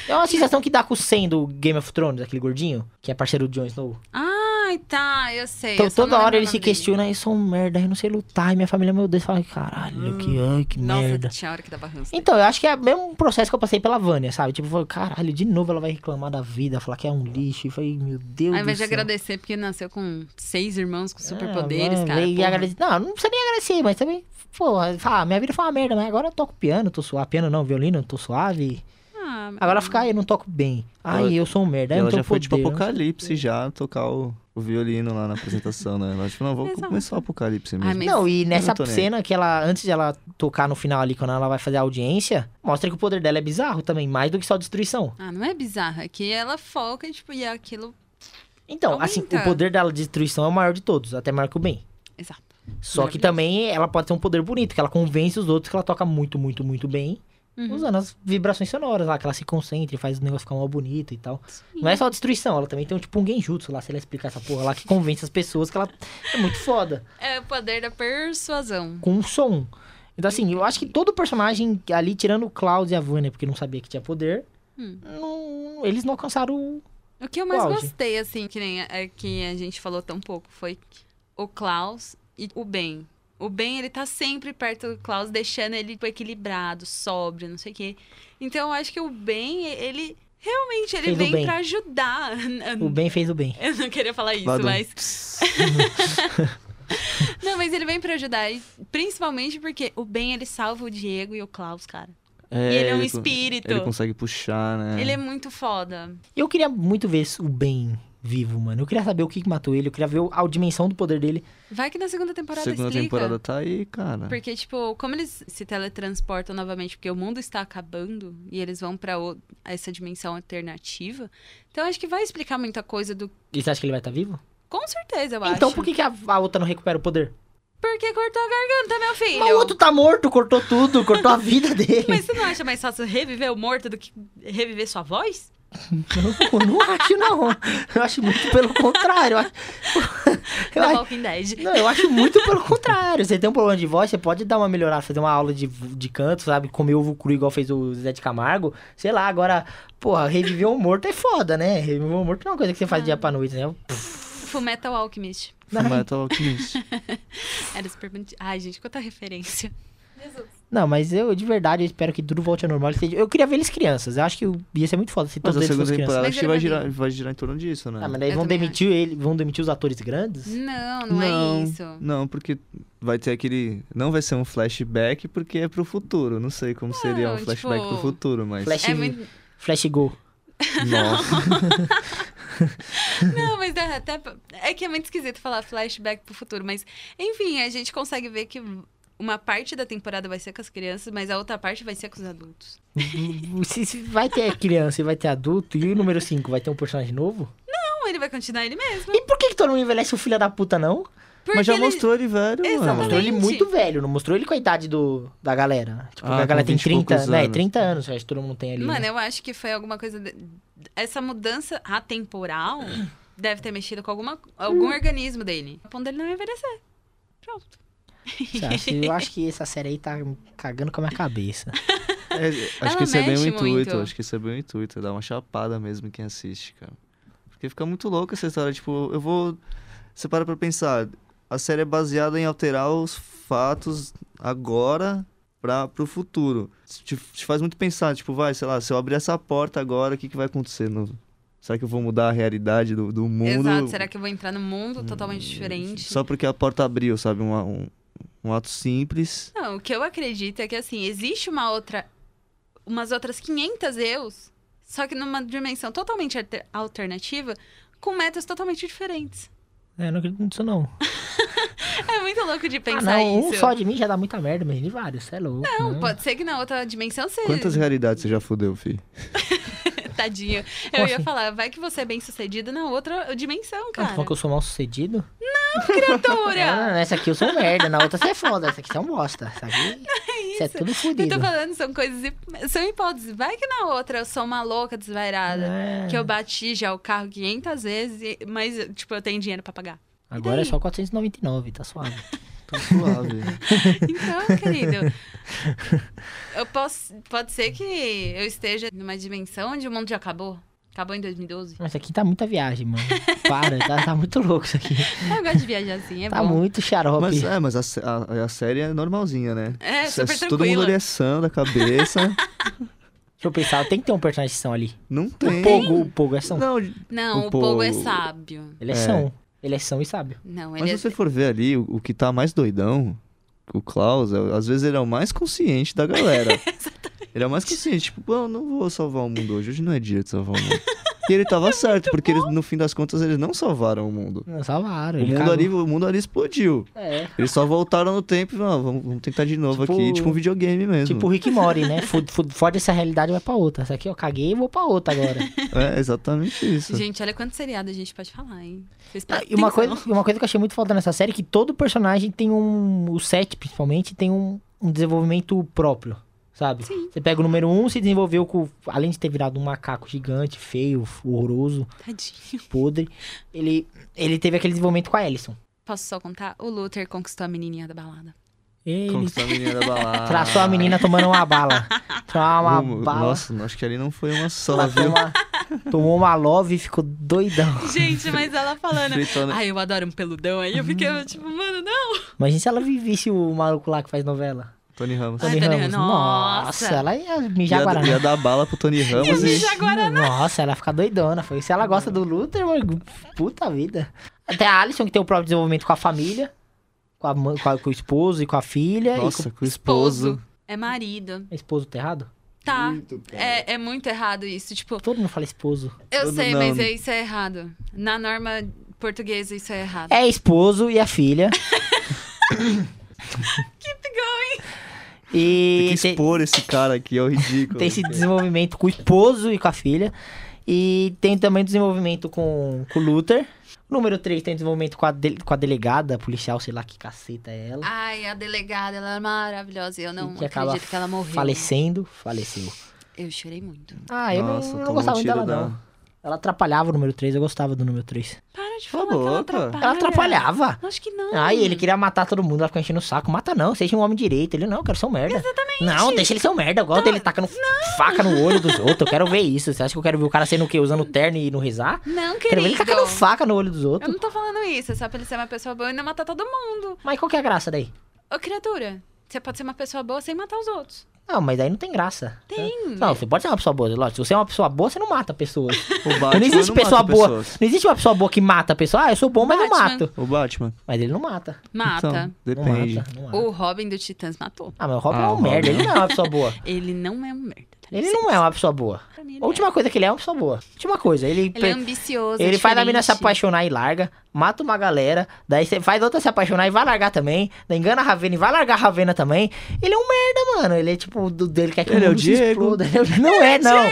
[SPEAKER 2] é uma sensação que dá com o Sen do Game of Thrones, aquele gordinho, que é parceiro do Jon Snow.
[SPEAKER 1] Ai, tá, eu sei.
[SPEAKER 2] Então,
[SPEAKER 1] eu só não
[SPEAKER 2] toda hora
[SPEAKER 1] lembro
[SPEAKER 2] ele
[SPEAKER 1] o
[SPEAKER 2] se
[SPEAKER 1] nome dele.
[SPEAKER 2] questiona, eu sou um merda, eu não sei lutar, e minha família, é meu Deus, fala, caralho, que, ai, que
[SPEAKER 1] Hum. Nossa,
[SPEAKER 2] merda.
[SPEAKER 1] tinha hora que dava ranço.
[SPEAKER 2] Então, eu acho que é o mesmo processo que eu passei pela Vânia, sabe? Tipo, eu falei, caralho, de novo ela vai reclamar da vida, falar que é um lixo. E falei, meu Deus
[SPEAKER 1] Ao
[SPEAKER 2] do
[SPEAKER 1] invés de
[SPEAKER 2] céu.
[SPEAKER 1] agradecer, porque nasceu com seis irmãos com
[SPEAKER 2] Ah,
[SPEAKER 1] superpoderes,
[SPEAKER 2] vai,
[SPEAKER 1] cara.
[SPEAKER 2] vai
[SPEAKER 1] porra.
[SPEAKER 2] agradecer. Não, não precisa nem agradecer, mas também, pô, fala, "Ah, minha vida foi uma merda, mas agora eu toco piano, tô suave. Piano não, violino, tô suave.
[SPEAKER 1] Ah, mas-
[SPEAKER 2] Agora fica aí, eu não toco bem. Ai,
[SPEAKER 3] Ela-
[SPEAKER 2] eu sou um merda, eu
[SPEAKER 3] ela
[SPEAKER 2] não
[SPEAKER 3] já
[SPEAKER 2] tenho
[SPEAKER 3] foi tipo
[SPEAKER 2] poder.
[SPEAKER 3] Apocalipse já tocar o, o violino lá na apresentação, né? Ela tipo, não, vou
[SPEAKER 1] Exato.
[SPEAKER 3] começar o Apocalipse
[SPEAKER 1] Ai,
[SPEAKER 3] mesmo.
[SPEAKER 1] mas-
[SPEAKER 2] Não, e nessa
[SPEAKER 3] não tô nem.
[SPEAKER 2] cena que ela, antes de ela tocar no final ali, quando ela vai fazer a audiência, mostra que o poder dela é bizarro também, mais do que só destruição.
[SPEAKER 1] Ah, não é bizarro. É que ela foca, tipo, e aquilo.
[SPEAKER 2] Então,
[SPEAKER 1] Aumenta.
[SPEAKER 2] assim, o poder dela de destruição é o maior de todos, até maior que o bem.
[SPEAKER 1] Exato.
[SPEAKER 2] Só que também ela pode ter um poder bonito, que ela convence os outros que ela toca muito, muito, muito bem.
[SPEAKER 1] Uhum.
[SPEAKER 2] usando as vibrações sonoras lá, que ela se concentra e faz o negócio ficar mal bonito e tal. Não é só destruição, ela também tem um tipo um genjutsu lá, se ela explicar essa porra lá, que convence as pessoas que ela é muito foda,
[SPEAKER 1] É o poder da persuasão.
[SPEAKER 2] com um som. Então, assim, eu acho que todo personagem ali, tirando o Cloud e a Vânia, porque não sabia que tinha poder,
[SPEAKER 1] Hum.
[SPEAKER 2] não- eles não alcançaram o-
[SPEAKER 1] O que eu mais
[SPEAKER 2] Cláudia.
[SPEAKER 1] gostei, assim, que nem é que a gente falou tão pouco, foi o Klaus e o Ben. O Ben, ele tá sempre perto do Klaus, deixando ele tipo, equilibrado, sóbrio, não sei o quê. Então, eu acho que o Ben, ele... Realmente, ele
[SPEAKER 2] Fez o
[SPEAKER 1] vem
[SPEAKER 2] bem.
[SPEAKER 1] pra ajudar. *laughs*
[SPEAKER 2] o bem fez o bem.
[SPEAKER 1] Eu não queria falar isso,
[SPEAKER 3] Lá do-
[SPEAKER 1] mas...
[SPEAKER 3] *laughs*
[SPEAKER 1] Não, mas ele vem pra ajudar. e principalmente porque o Ben, ele salva o Diego e o Klaus, cara.
[SPEAKER 3] É,
[SPEAKER 1] e ele é um
[SPEAKER 3] con-
[SPEAKER 1] espírito.
[SPEAKER 3] Ele consegue puxar, né?
[SPEAKER 1] Ele é muito foda.
[SPEAKER 2] Eu queria muito ver o bem vivo, mano. Eu queria saber o que que matou ele, eu queria ver o- a dimensão do poder dele.
[SPEAKER 1] Vai que na segunda temporada
[SPEAKER 3] Segunda
[SPEAKER 1] explica.
[SPEAKER 3] temporada tá aí, cara.
[SPEAKER 1] Porque, tipo, como eles se teletransportam novamente, porque o mundo está acabando e eles vão pra o- essa dimensão alternativa, então acho que vai explicar muita coisa do.
[SPEAKER 2] E você acha que ele vai estar vivo?
[SPEAKER 1] Com certeza, eu
[SPEAKER 2] então
[SPEAKER 1] acho.
[SPEAKER 2] por que, que a, a outra não recupera o poder?
[SPEAKER 1] Porque cortou a garganta, meu filho.
[SPEAKER 2] Mas o outro tá morto, cortou tudo, cortou a vida dele.
[SPEAKER 1] é Mas você não acha mais fácil reviver o morto do que reviver sua voz?
[SPEAKER 2] Não, *laughs* eu não acho, não. Eu acho muito pelo contrário. Eu acho, eu
[SPEAKER 1] Da
[SPEAKER 2] acho-
[SPEAKER 1] Walking Dead.
[SPEAKER 2] não, eu acho muito pelo contrário. Você tem um problema de voz, você pode dar uma melhorada, fazer uma aula de, de canto, sabe? Comer ovo cru igual fez o Zé de Camargo. Sei lá, agora, porra, reviver um morto é foda, né? Reviver um morto não é uma coisa que você
[SPEAKER 1] Ah.
[SPEAKER 2] faz dia pra noite, né?
[SPEAKER 1] Full Metal Alchemist.
[SPEAKER 3] Full
[SPEAKER 1] *laughs*
[SPEAKER 3] Metal Alchemist.
[SPEAKER 1] Era super. bonitinho. Ai, gente, quanta referência.
[SPEAKER 2] Não, mas eu, de verdade, eu espero que tudo volte ao normal. Eu queria ver eles crianças. Eu acho que ia ser muito foda se
[SPEAKER 3] Mas
[SPEAKER 2] todos
[SPEAKER 3] a
[SPEAKER 2] eles
[SPEAKER 3] segunda
[SPEAKER 2] fossem crianças.
[SPEAKER 1] Mas
[SPEAKER 3] temporada acho que
[SPEAKER 1] ele
[SPEAKER 3] vai
[SPEAKER 1] vai
[SPEAKER 3] girar, vai girar em torno disso, né?
[SPEAKER 2] Então Ah, mas daí
[SPEAKER 1] Eu
[SPEAKER 2] vão
[SPEAKER 1] também
[SPEAKER 2] demitir ele, vão demitir os atores grandes?
[SPEAKER 1] Não, não, é isso.
[SPEAKER 3] Não, porque vai ter aquele. Não vai ser um flashback porque é pro futuro. Não sei como seria um
[SPEAKER 1] tipo,
[SPEAKER 3] flashback pro futuro, mas.
[SPEAKER 2] Flash-
[SPEAKER 1] É muito.
[SPEAKER 2] Flash Go.
[SPEAKER 3] Nossa.
[SPEAKER 1] Não, mas é, até, é que é muito esquisito falar flashback pro futuro, mas enfim, a gente consegue ver que uma parte da temporada vai ser com as crianças, mas a outra parte vai ser com os adultos.
[SPEAKER 2] *laughs* Se- se vai ter criança e vai ter adulto, e o número 5 vai ter um personagem novo?
[SPEAKER 1] Não, Então, ele vai continuar ele mesmo.
[SPEAKER 2] E por que, que todo mundo envelhece o filho da puta, não?
[SPEAKER 1] *laughs* Porque
[SPEAKER 3] mas já
[SPEAKER 1] ele-
[SPEAKER 3] mostrou ele velho,
[SPEAKER 2] Não,
[SPEAKER 1] Exatamente.
[SPEAKER 3] mano.
[SPEAKER 2] mostrou ele muito velho, não mostrou ele com a idade do, da galera. Tipo,
[SPEAKER 3] Ah,
[SPEAKER 2] a galera
[SPEAKER 3] com
[SPEAKER 2] tem
[SPEAKER 3] 20 e poucos
[SPEAKER 2] 30, né,
[SPEAKER 3] anos.
[SPEAKER 2] 30 anos, acho que todo mundo tem ali.
[SPEAKER 1] Mano,
[SPEAKER 2] né?
[SPEAKER 1] eu acho que foi alguma coisa. de- Essa mudança atemporal *clears throat* deve ter mexido com alguma... algum
[SPEAKER 3] Hum.
[SPEAKER 1] organismo dele. A ponto dele não é envelhecer. Pronto.
[SPEAKER 2] Você acha?
[SPEAKER 1] *laughs*
[SPEAKER 2] eu acho que essa série aí tá cagando com a minha cabeça.
[SPEAKER 1] *laughs*
[SPEAKER 3] É,
[SPEAKER 1] Ela
[SPEAKER 3] acho que isso é bem o
[SPEAKER 1] mexe
[SPEAKER 3] intuito.
[SPEAKER 1] muito.
[SPEAKER 3] Acho que isso é bem o intuito. Dá uma chapada mesmo em quem assiste, cara. Porque fica muito louco essa história. Tipo, eu vou. Você para pra pensar. A série é baseada em alterar os fatos agora pra, pro futuro. Isso Te, te faz muito pensar, tipo, vai, sei lá, se eu abrir essa porta agora, o que, que vai acontecer? No... Será que eu vou mudar a realidade do, do mundo? Hum,
[SPEAKER 1] Exato. Será que eu vou entrar num mundo totalmente diferente?
[SPEAKER 3] Só porque a porta abriu, sabe? Um, um, um ato simples.
[SPEAKER 1] Não, o que eu acredito é que, assim, existe uma outra... Umas outras 500 eus, só que numa dimensão totalmente alter- alternativa, com metas totalmente diferentes.
[SPEAKER 2] É, eu não acredito nisso, não.
[SPEAKER 1] É muito louco de
[SPEAKER 2] Ah,
[SPEAKER 1] pensar
[SPEAKER 2] não, um
[SPEAKER 1] isso.
[SPEAKER 2] só de mim já dá muita merda, mas de vários, você é louco.
[SPEAKER 1] Não,
[SPEAKER 2] né?
[SPEAKER 1] pode ser que na outra dimensão você... *laughs*
[SPEAKER 3] Quantas realidades você já fodeu, fi?
[SPEAKER 1] Tadinho. Eu
[SPEAKER 2] Como
[SPEAKER 1] ia
[SPEAKER 2] assim?
[SPEAKER 1] falar, vai que você é bem sucedido na outra dimensão,
[SPEAKER 2] Ah, tu
[SPEAKER 1] cara.
[SPEAKER 2] falou que eu sou mal sucedido? *laughs*
[SPEAKER 1] Criatura!
[SPEAKER 2] Ah, nessa aqui eu sou merda, na outra você é foda, essa aqui você é um bosta,
[SPEAKER 1] *laughs*
[SPEAKER 2] sabe? Você é tudo
[SPEAKER 1] Eu tô
[SPEAKER 2] fodido.
[SPEAKER 1] falando, são coisas... hip- São hipóteses. Vai que na outra eu sou uma louca desvairada.
[SPEAKER 2] É.
[SPEAKER 1] Que eu bati já o carro 500 vezes, e- mas, tipo, eu tenho dinheiro pra pagar.
[SPEAKER 2] Agora
[SPEAKER 1] daí?
[SPEAKER 2] é só 499, tá suave.
[SPEAKER 3] Tô *laughs* suave.
[SPEAKER 1] Então, querido, eu posso. Pode ser que eu esteja numa dimensão onde o mundo já acabou. Acabou em 2012.
[SPEAKER 2] Mas aqui tá muita viagem, mano. Para, tá, tá muito louco isso aqui.
[SPEAKER 1] Eu gosto de viajar assim, *laughs* é
[SPEAKER 2] tá
[SPEAKER 1] bom.
[SPEAKER 2] muito xarope.
[SPEAKER 3] Mas é, mas a, sé- a- a série é normalzinha, né?
[SPEAKER 1] É,
[SPEAKER 3] Se-
[SPEAKER 1] super
[SPEAKER 3] se Todo mundo
[SPEAKER 1] tranquila.
[SPEAKER 3] oriçando a
[SPEAKER 1] *laughs*
[SPEAKER 3] cabeça.
[SPEAKER 2] Deixa eu pensar, tem que ter um personagem são ali.
[SPEAKER 3] Não tem.
[SPEAKER 2] O Pogo, o Pogo é são.
[SPEAKER 3] Não,
[SPEAKER 1] Não,
[SPEAKER 3] O
[SPEAKER 1] o povo é
[SPEAKER 3] povo-
[SPEAKER 1] sábio.
[SPEAKER 2] Ele é,
[SPEAKER 3] É.
[SPEAKER 2] são. Ele é são e sábio.
[SPEAKER 1] Não,
[SPEAKER 3] mas
[SPEAKER 1] ele
[SPEAKER 3] se você
[SPEAKER 1] é.
[SPEAKER 3] for ver ali, o, o que tá mais doidão, o Klaus, é- às vezes ele é o mais consciente
[SPEAKER 1] *laughs*
[SPEAKER 3] da galera. ele é o mais consciente, tipo, "Pô, eu não vou salvar o mundo hoje, hoje não é dia de salvar o mundo. e ele
[SPEAKER 1] *laughs* É
[SPEAKER 3] tava certo, porque eles, no fim das contas eles não salvaram o mundo.
[SPEAKER 2] Não, salvaram.
[SPEAKER 3] O
[SPEAKER 2] ele
[SPEAKER 3] mundo,
[SPEAKER 2] cagou.
[SPEAKER 3] ali, o mundo ali explodiu.
[SPEAKER 2] É.
[SPEAKER 3] Eles só voltaram no tempo e "Não, vamos, vamos tentar de novo
[SPEAKER 2] Tipo-
[SPEAKER 3] aqui, tipo um videogame mesmo.
[SPEAKER 2] Tipo o Rick Mori, né? Fu- fu- Fode essa realidade e vai pra outra. Essa aqui, ó, caguei e vou pra outra agora.
[SPEAKER 3] É, exatamente isso.
[SPEAKER 1] Gente, olha quanto seriado a gente pode falar, hein? Vocês
[SPEAKER 3] Ah,
[SPEAKER 2] Ah, E uma
[SPEAKER 1] prestem
[SPEAKER 2] coisa,
[SPEAKER 1] atenção.
[SPEAKER 2] e uma coisa que eu achei muito foda nessa série é que todo personagem tem um. O set, principalmente, tem um, um desenvolvimento próprio. sabe?
[SPEAKER 1] Sim.
[SPEAKER 2] Você pega o número um, se desenvolveu com. Além de ter virado um macaco gigante, feio, horroroso,
[SPEAKER 1] Tadinho.
[SPEAKER 2] podre, ele, ele teve aquele desenvolvimento com a Ellison.
[SPEAKER 1] Posso só contar? O Luther conquistou a menininha da balada.
[SPEAKER 2] Ele
[SPEAKER 3] Conquistou a menina da balada.
[SPEAKER 2] traçou a menina tomando uma
[SPEAKER 3] *laughs*
[SPEAKER 2] bala. Tomou uma
[SPEAKER 3] Rumo-
[SPEAKER 2] bala.
[SPEAKER 3] Nossa, acho que ali não foi uma só,
[SPEAKER 2] ela tomou
[SPEAKER 3] viu?
[SPEAKER 2] uma- tomou uma love e ficou doidão.
[SPEAKER 1] Gente, mas ela falando.
[SPEAKER 3] Fritando.
[SPEAKER 1] Ai, eu adoro um peludão. Aí eu fiquei tipo, mano, não.
[SPEAKER 2] Imagina se ela vivisse o maluco lá que faz novela.
[SPEAKER 3] Tony Ramos.
[SPEAKER 1] Ai,
[SPEAKER 2] Tony
[SPEAKER 1] Tony
[SPEAKER 2] Ramos.
[SPEAKER 1] Ramos, nossa.
[SPEAKER 2] Nossa, ela ia
[SPEAKER 3] Ia,
[SPEAKER 2] mijar
[SPEAKER 3] ia
[SPEAKER 2] Guaraná.
[SPEAKER 3] dar bala pro Tony Ramos e.
[SPEAKER 1] mijar Guaraná.
[SPEAKER 2] Nossa, ela fica doidona. Foi. Se ela gosta do Luther, mano, puta vida. Até a Alison, que tem o próprio desenvolvimento com a família, com, a mãe- com, a- com o esposo e com a filha. E
[SPEAKER 3] Nossa,
[SPEAKER 2] com...
[SPEAKER 3] com o esposo. Hum.
[SPEAKER 1] É marido.
[SPEAKER 2] É Esposo tá errado?
[SPEAKER 1] Tá.
[SPEAKER 3] Muito, cara.
[SPEAKER 1] É, é muito errado isso. Tipo,
[SPEAKER 2] Todo mundo fala esposo.
[SPEAKER 1] eu
[SPEAKER 3] Todo
[SPEAKER 1] sei,
[SPEAKER 3] não.
[SPEAKER 1] mas
[SPEAKER 2] né?
[SPEAKER 1] é- isso é errado. Na norma portuguesa, isso é errado.
[SPEAKER 2] É esposo e a *laughs* filha.
[SPEAKER 3] Tem
[SPEAKER 2] E
[SPEAKER 3] que
[SPEAKER 2] tem, né?
[SPEAKER 3] expor esse cara aqui, é o ridículo.
[SPEAKER 2] tem esse desenvolvimento com o esposo e com a filha. E tem também desenvolvimento com, com o Luther. O número 3 tem desenvolvimento com a, de- com a delegada policial, sei lá que caceta é ela.
[SPEAKER 1] Ai, a delegada, ela é maravilhosa. e Eu não
[SPEAKER 2] E acaba
[SPEAKER 1] acredito que ela morreu.
[SPEAKER 2] Falecendo, faleceu.
[SPEAKER 1] Eu chorei muito.
[SPEAKER 2] Ah, eu não-
[SPEAKER 3] Nossa,
[SPEAKER 2] eu não,
[SPEAKER 3] tomou um
[SPEAKER 2] gostava muito
[SPEAKER 3] tiro
[SPEAKER 2] dela,
[SPEAKER 3] da-
[SPEAKER 2] não. Ela atrapalhava o número 3, eu gostava do número 3.
[SPEAKER 1] Para de
[SPEAKER 3] Cala
[SPEAKER 1] falar
[SPEAKER 3] a
[SPEAKER 1] que ela
[SPEAKER 3] boca.
[SPEAKER 1] atrapalha.
[SPEAKER 2] Ela atrapalhava.
[SPEAKER 1] Acho que não.
[SPEAKER 2] Ai, ele queria matar todo mundo, ela ficou enchendo o saco. Mata não, seja um homem direito. Ele, não, eu quero ser um merda. Exatamente. Não, deixa ele ser um merda. Eu gosto dele tacando faca no olho dos outros. Eu quero ver isso. Você acha que eu quero ver o cara sendo o quê? Usando terno e não rezar?
[SPEAKER 1] Não,
[SPEAKER 2] Quero ver ele
[SPEAKER 1] querido.
[SPEAKER 2] tacando faca no olho dos
[SPEAKER 1] Eu
[SPEAKER 2] outros.
[SPEAKER 1] não tô falando isso, é só pra ele ser uma pessoa boa e não matar todo mundo.
[SPEAKER 2] Mas qual que é a graça daí?
[SPEAKER 1] Ô, criatura, você pode ser uma pessoa boa sem matar os outros.
[SPEAKER 2] Não, mas aí não tem graça.
[SPEAKER 1] Tem.
[SPEAKER 2] Não, você pode ser uma pessoa boa. Lógico, se você é uma pessoa boa, você não mata pessoas.
[SPEAKER 3] O Batman
[SPEAKER 2] Não existe
[SPEAKER 3] não
[SPEAKER 2] pessoa
[SPEAKER 3] mata
[SPEAKER 2] boa.
[SPEAKER 3] pessoas.
[SPEAKER 2] Não existe uma pessoa boa que mata a pessoa. Ah, eu sou bom, mas eu
[SPEAKER 1] Batman.
[SPEAKER 2] mato.
[SPEAKER 3] O Batman.
[SPEAKER 2] Mas ele não mata.
[SPEAKER 1] Mata.
[SPEAKER 3] Então, depende.
[SPEAKER 2] Não mata, não mata.
[SPEAKER 1] O Robin do Titãs matou.
[SPEAKER 2] Ah, mas o Robin
[SPEAKER 3] Ah,
[SPEAKER 2] é
[SPEAKER 3] o
[SPEAKER 2] um
[SPEAKER 3] Robin.
[SPEAKER 2] merda. Ele não é uma pessoa boa.
[SPEAKER 1] Ele não é um merda. tá?
[SPEAKER 2] Ele não é uma pessoa boa.
[SPEAKER 1] Pra mim, ele
[SPEAKER 2] A última coisa que ele é é uma pessoa boa. Última coisa, ele.
[SPEAKER 1] é. Ele é ambicioso.
[SPEAKER 2] ele
[SPEAKER 1] é
[SPEAKER 2] faz a mina se
[SPEAKER 1] diferente.
[SPEAKER 2] apaixonar e larga, mata uma galera, daí você faz outra se apaixonar e vai largar também, daí engana a Ravena e vai largar a Ravena também. Ele é um merda, mano. Ele é tipo, do, dele quer que
[SPEAKER 3] Ele é
[SPEAKER 2] o
[SPEAKER 3] o
[SPEAKER 2] mundo se
[SPEAKER 3] Diego.
[SPEAKER 2] exploda. Ele é o-
[SPEAKER 1] *laughs*
[SPEAKER 2] Não é, não.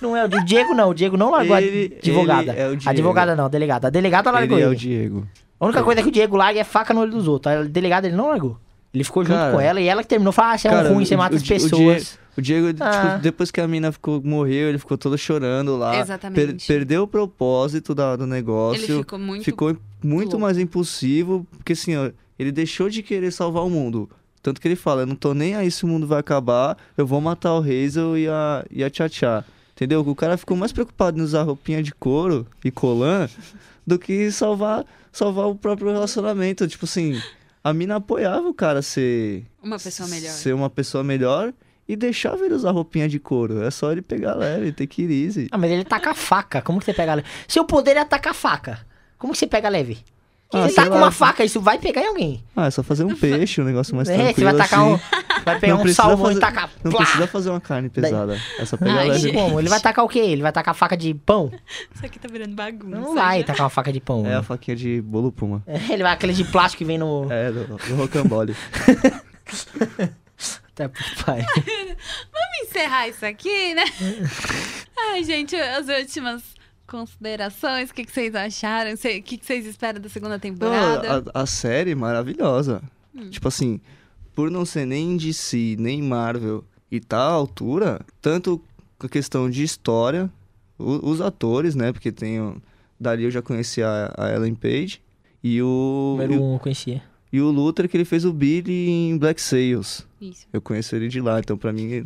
[SPEAKER 2] Não é o do Diego, não. O Diego não largou
[SPEAKER 3] Ele-
[SPEAKER 2] a advogada.
[SPEAKER 3] ele é o Diego.
[SPEAKER 2] A advogada não, a delegada. A delegada largou
[SPEAKER 3] Ele
[SPEAKER 2] ele.
[SPEAKER 3] é o Diego.
[SPEAKER 2] A única coisa que o Diego larga é faca no olho dos outros. A delegada ele não largou. Ele ficou junto
[SPEAKER 3] Cara.
[SPEAKER 2] com ela e ela que terminou. Fala, ah, você é
[SPEAKER 3] Cara,
[SPEAKER 2] um ruim,
[SPEAKER 3] o-
[SPEAKER 2] você mata
[SPEAKER 3] o
[SPEAKER 2] as
[SPEAKER 3] Di- o Diego-
[SPEAKER 2] pessoas.
[SPEAKER 3] O Diego, ele,
[SPEAKER 2] Ah.
[SPEAKER 3] tipo, depois que a mina ficou, morreu, ele ficou todo chorando lá.
[SPEAKER 1] Exatamente.
[SPEAKER 3] perdeu o propósito da- do negócio.
[SPEAKER 1] Ele ficou muito.
[SPEAKER 3] ficou muito
[SPEAKER 1] louco.
[SPEAKER 3] mais impulsivo, porque assim, ó, ele deixou de querer salvar o mundo. Tanto que ele fala, eu não tô nem aí se o mundo vai acabar, eu vou matar o Hazel e a, e a Tchatchá. Entendeu? O cara ficou mais preocupado em usar roupinha de couro e colã do que salvar, salvar o próprio relacionamento. Tipo assim, a mina apoiava o cara ser...
[SPEAKER 1] Uma pessoa melhor.
[SPEAKER 3] Ser uma pessoa melhor e deixava ele usar roupinha de couro. É só ele pegar leve, ter que ir easy.
[SPEAKER 2] Ah, mas ele taca a faca. Como que você pega leve? Seu poder é atacar a faca. Como que você pega leve?
[SPEAKER 3] Ah,
[SPEAKER 2] você tá
[SPEAKER 3] sei
[SPEAKER 2] com
[SPEAKER 3] lá.
[SPEAKER 2] uma faca, isso vai pegar em alguém.
[SPEAKER 3] Ah, é só
[SPEAKER 1] *laughs*
[SPEAKER 3] fazer um peixe, um negócio mais
[SPEAKER 2] é,
[SPEAKER 3] tranquilo
[SPEAKER 2] você vai tacar
[SPEAKER 3] assim.
[SPEAKER 2] um. Vai pegar
[SPEAKER 3] Não
[SPEAKER 2] um
[SPEAKER 3] precisa
[SPEAKER 2] salmão
[SPEAKER 3] fazer-
[SPEAKER 2] e tacar.
[SPEAKER 3] Não
[SPEAKER 2] plá!
[SPEAKER 3] precisa fazer uma carne pesada. Essa pega
[SPEAKER 1] Ai,
[SPEAKER 2] Aí
[SPEAKER 1] gente.
[SPEAKER 3] leve.
[SPEAKER 2] como? Ele
[SPEAKER 3] *laughs*
[SPEAKER 2] vai tacar o quê? Ele vai tacar faca de pão?
[SPEAKER 1] Isso aqui tá virando bagunça.
[SPEAKER 2] Não, vai
[SPEAKER 1] já.
[SPEAKER 2] tacar uma faca de pão.
[SPEAKER 3] É a faquinha de bolo puma.
[SPEAKER 2] É, Ele vai aquele de plástico que vem no.
[SPEAKER 3] É, do, do
[SPEAKER 1] *laughs*
[SPEAKER 3] rocambole.
[SPEAKER 2] Tá, puto
[SPEAKER 3] *laughs*
[SPEAKER 2] pai.
[SPEAKER 3] então.
[SPEAKER 1] Vamos encerrar isso aqui, né? Ai, gente, as últimas considerações. O que, que vocês acharam? Cê- O que, que vocês esperam da segunda
[SPEAKER 3] Não,
[SPEAKER 1] temporada?
[SPEAKER 3] a, a série é maravilhosa.
[SPEAKER 1] Hum.
[SPEAKER 3] Tipo assim, por não ser nem DC, nem Marvel e tá à altura, tanto com a questão de história, o- os atores, né? Porque tem. o- Dali eu já conheci a, a Ellen Page. E o,
[SPEAKER 2] Número
[SPEAKER 3] e, o-
[SPEAKER 2] um, eu conhecia.
[SPEAKER 3] e o Luther, que ele fez o Billy em Black Sails.
[SPEAKER 1] Isso.
[SPEAKER 3] Eu conheço ele de lá, então pra mim, eu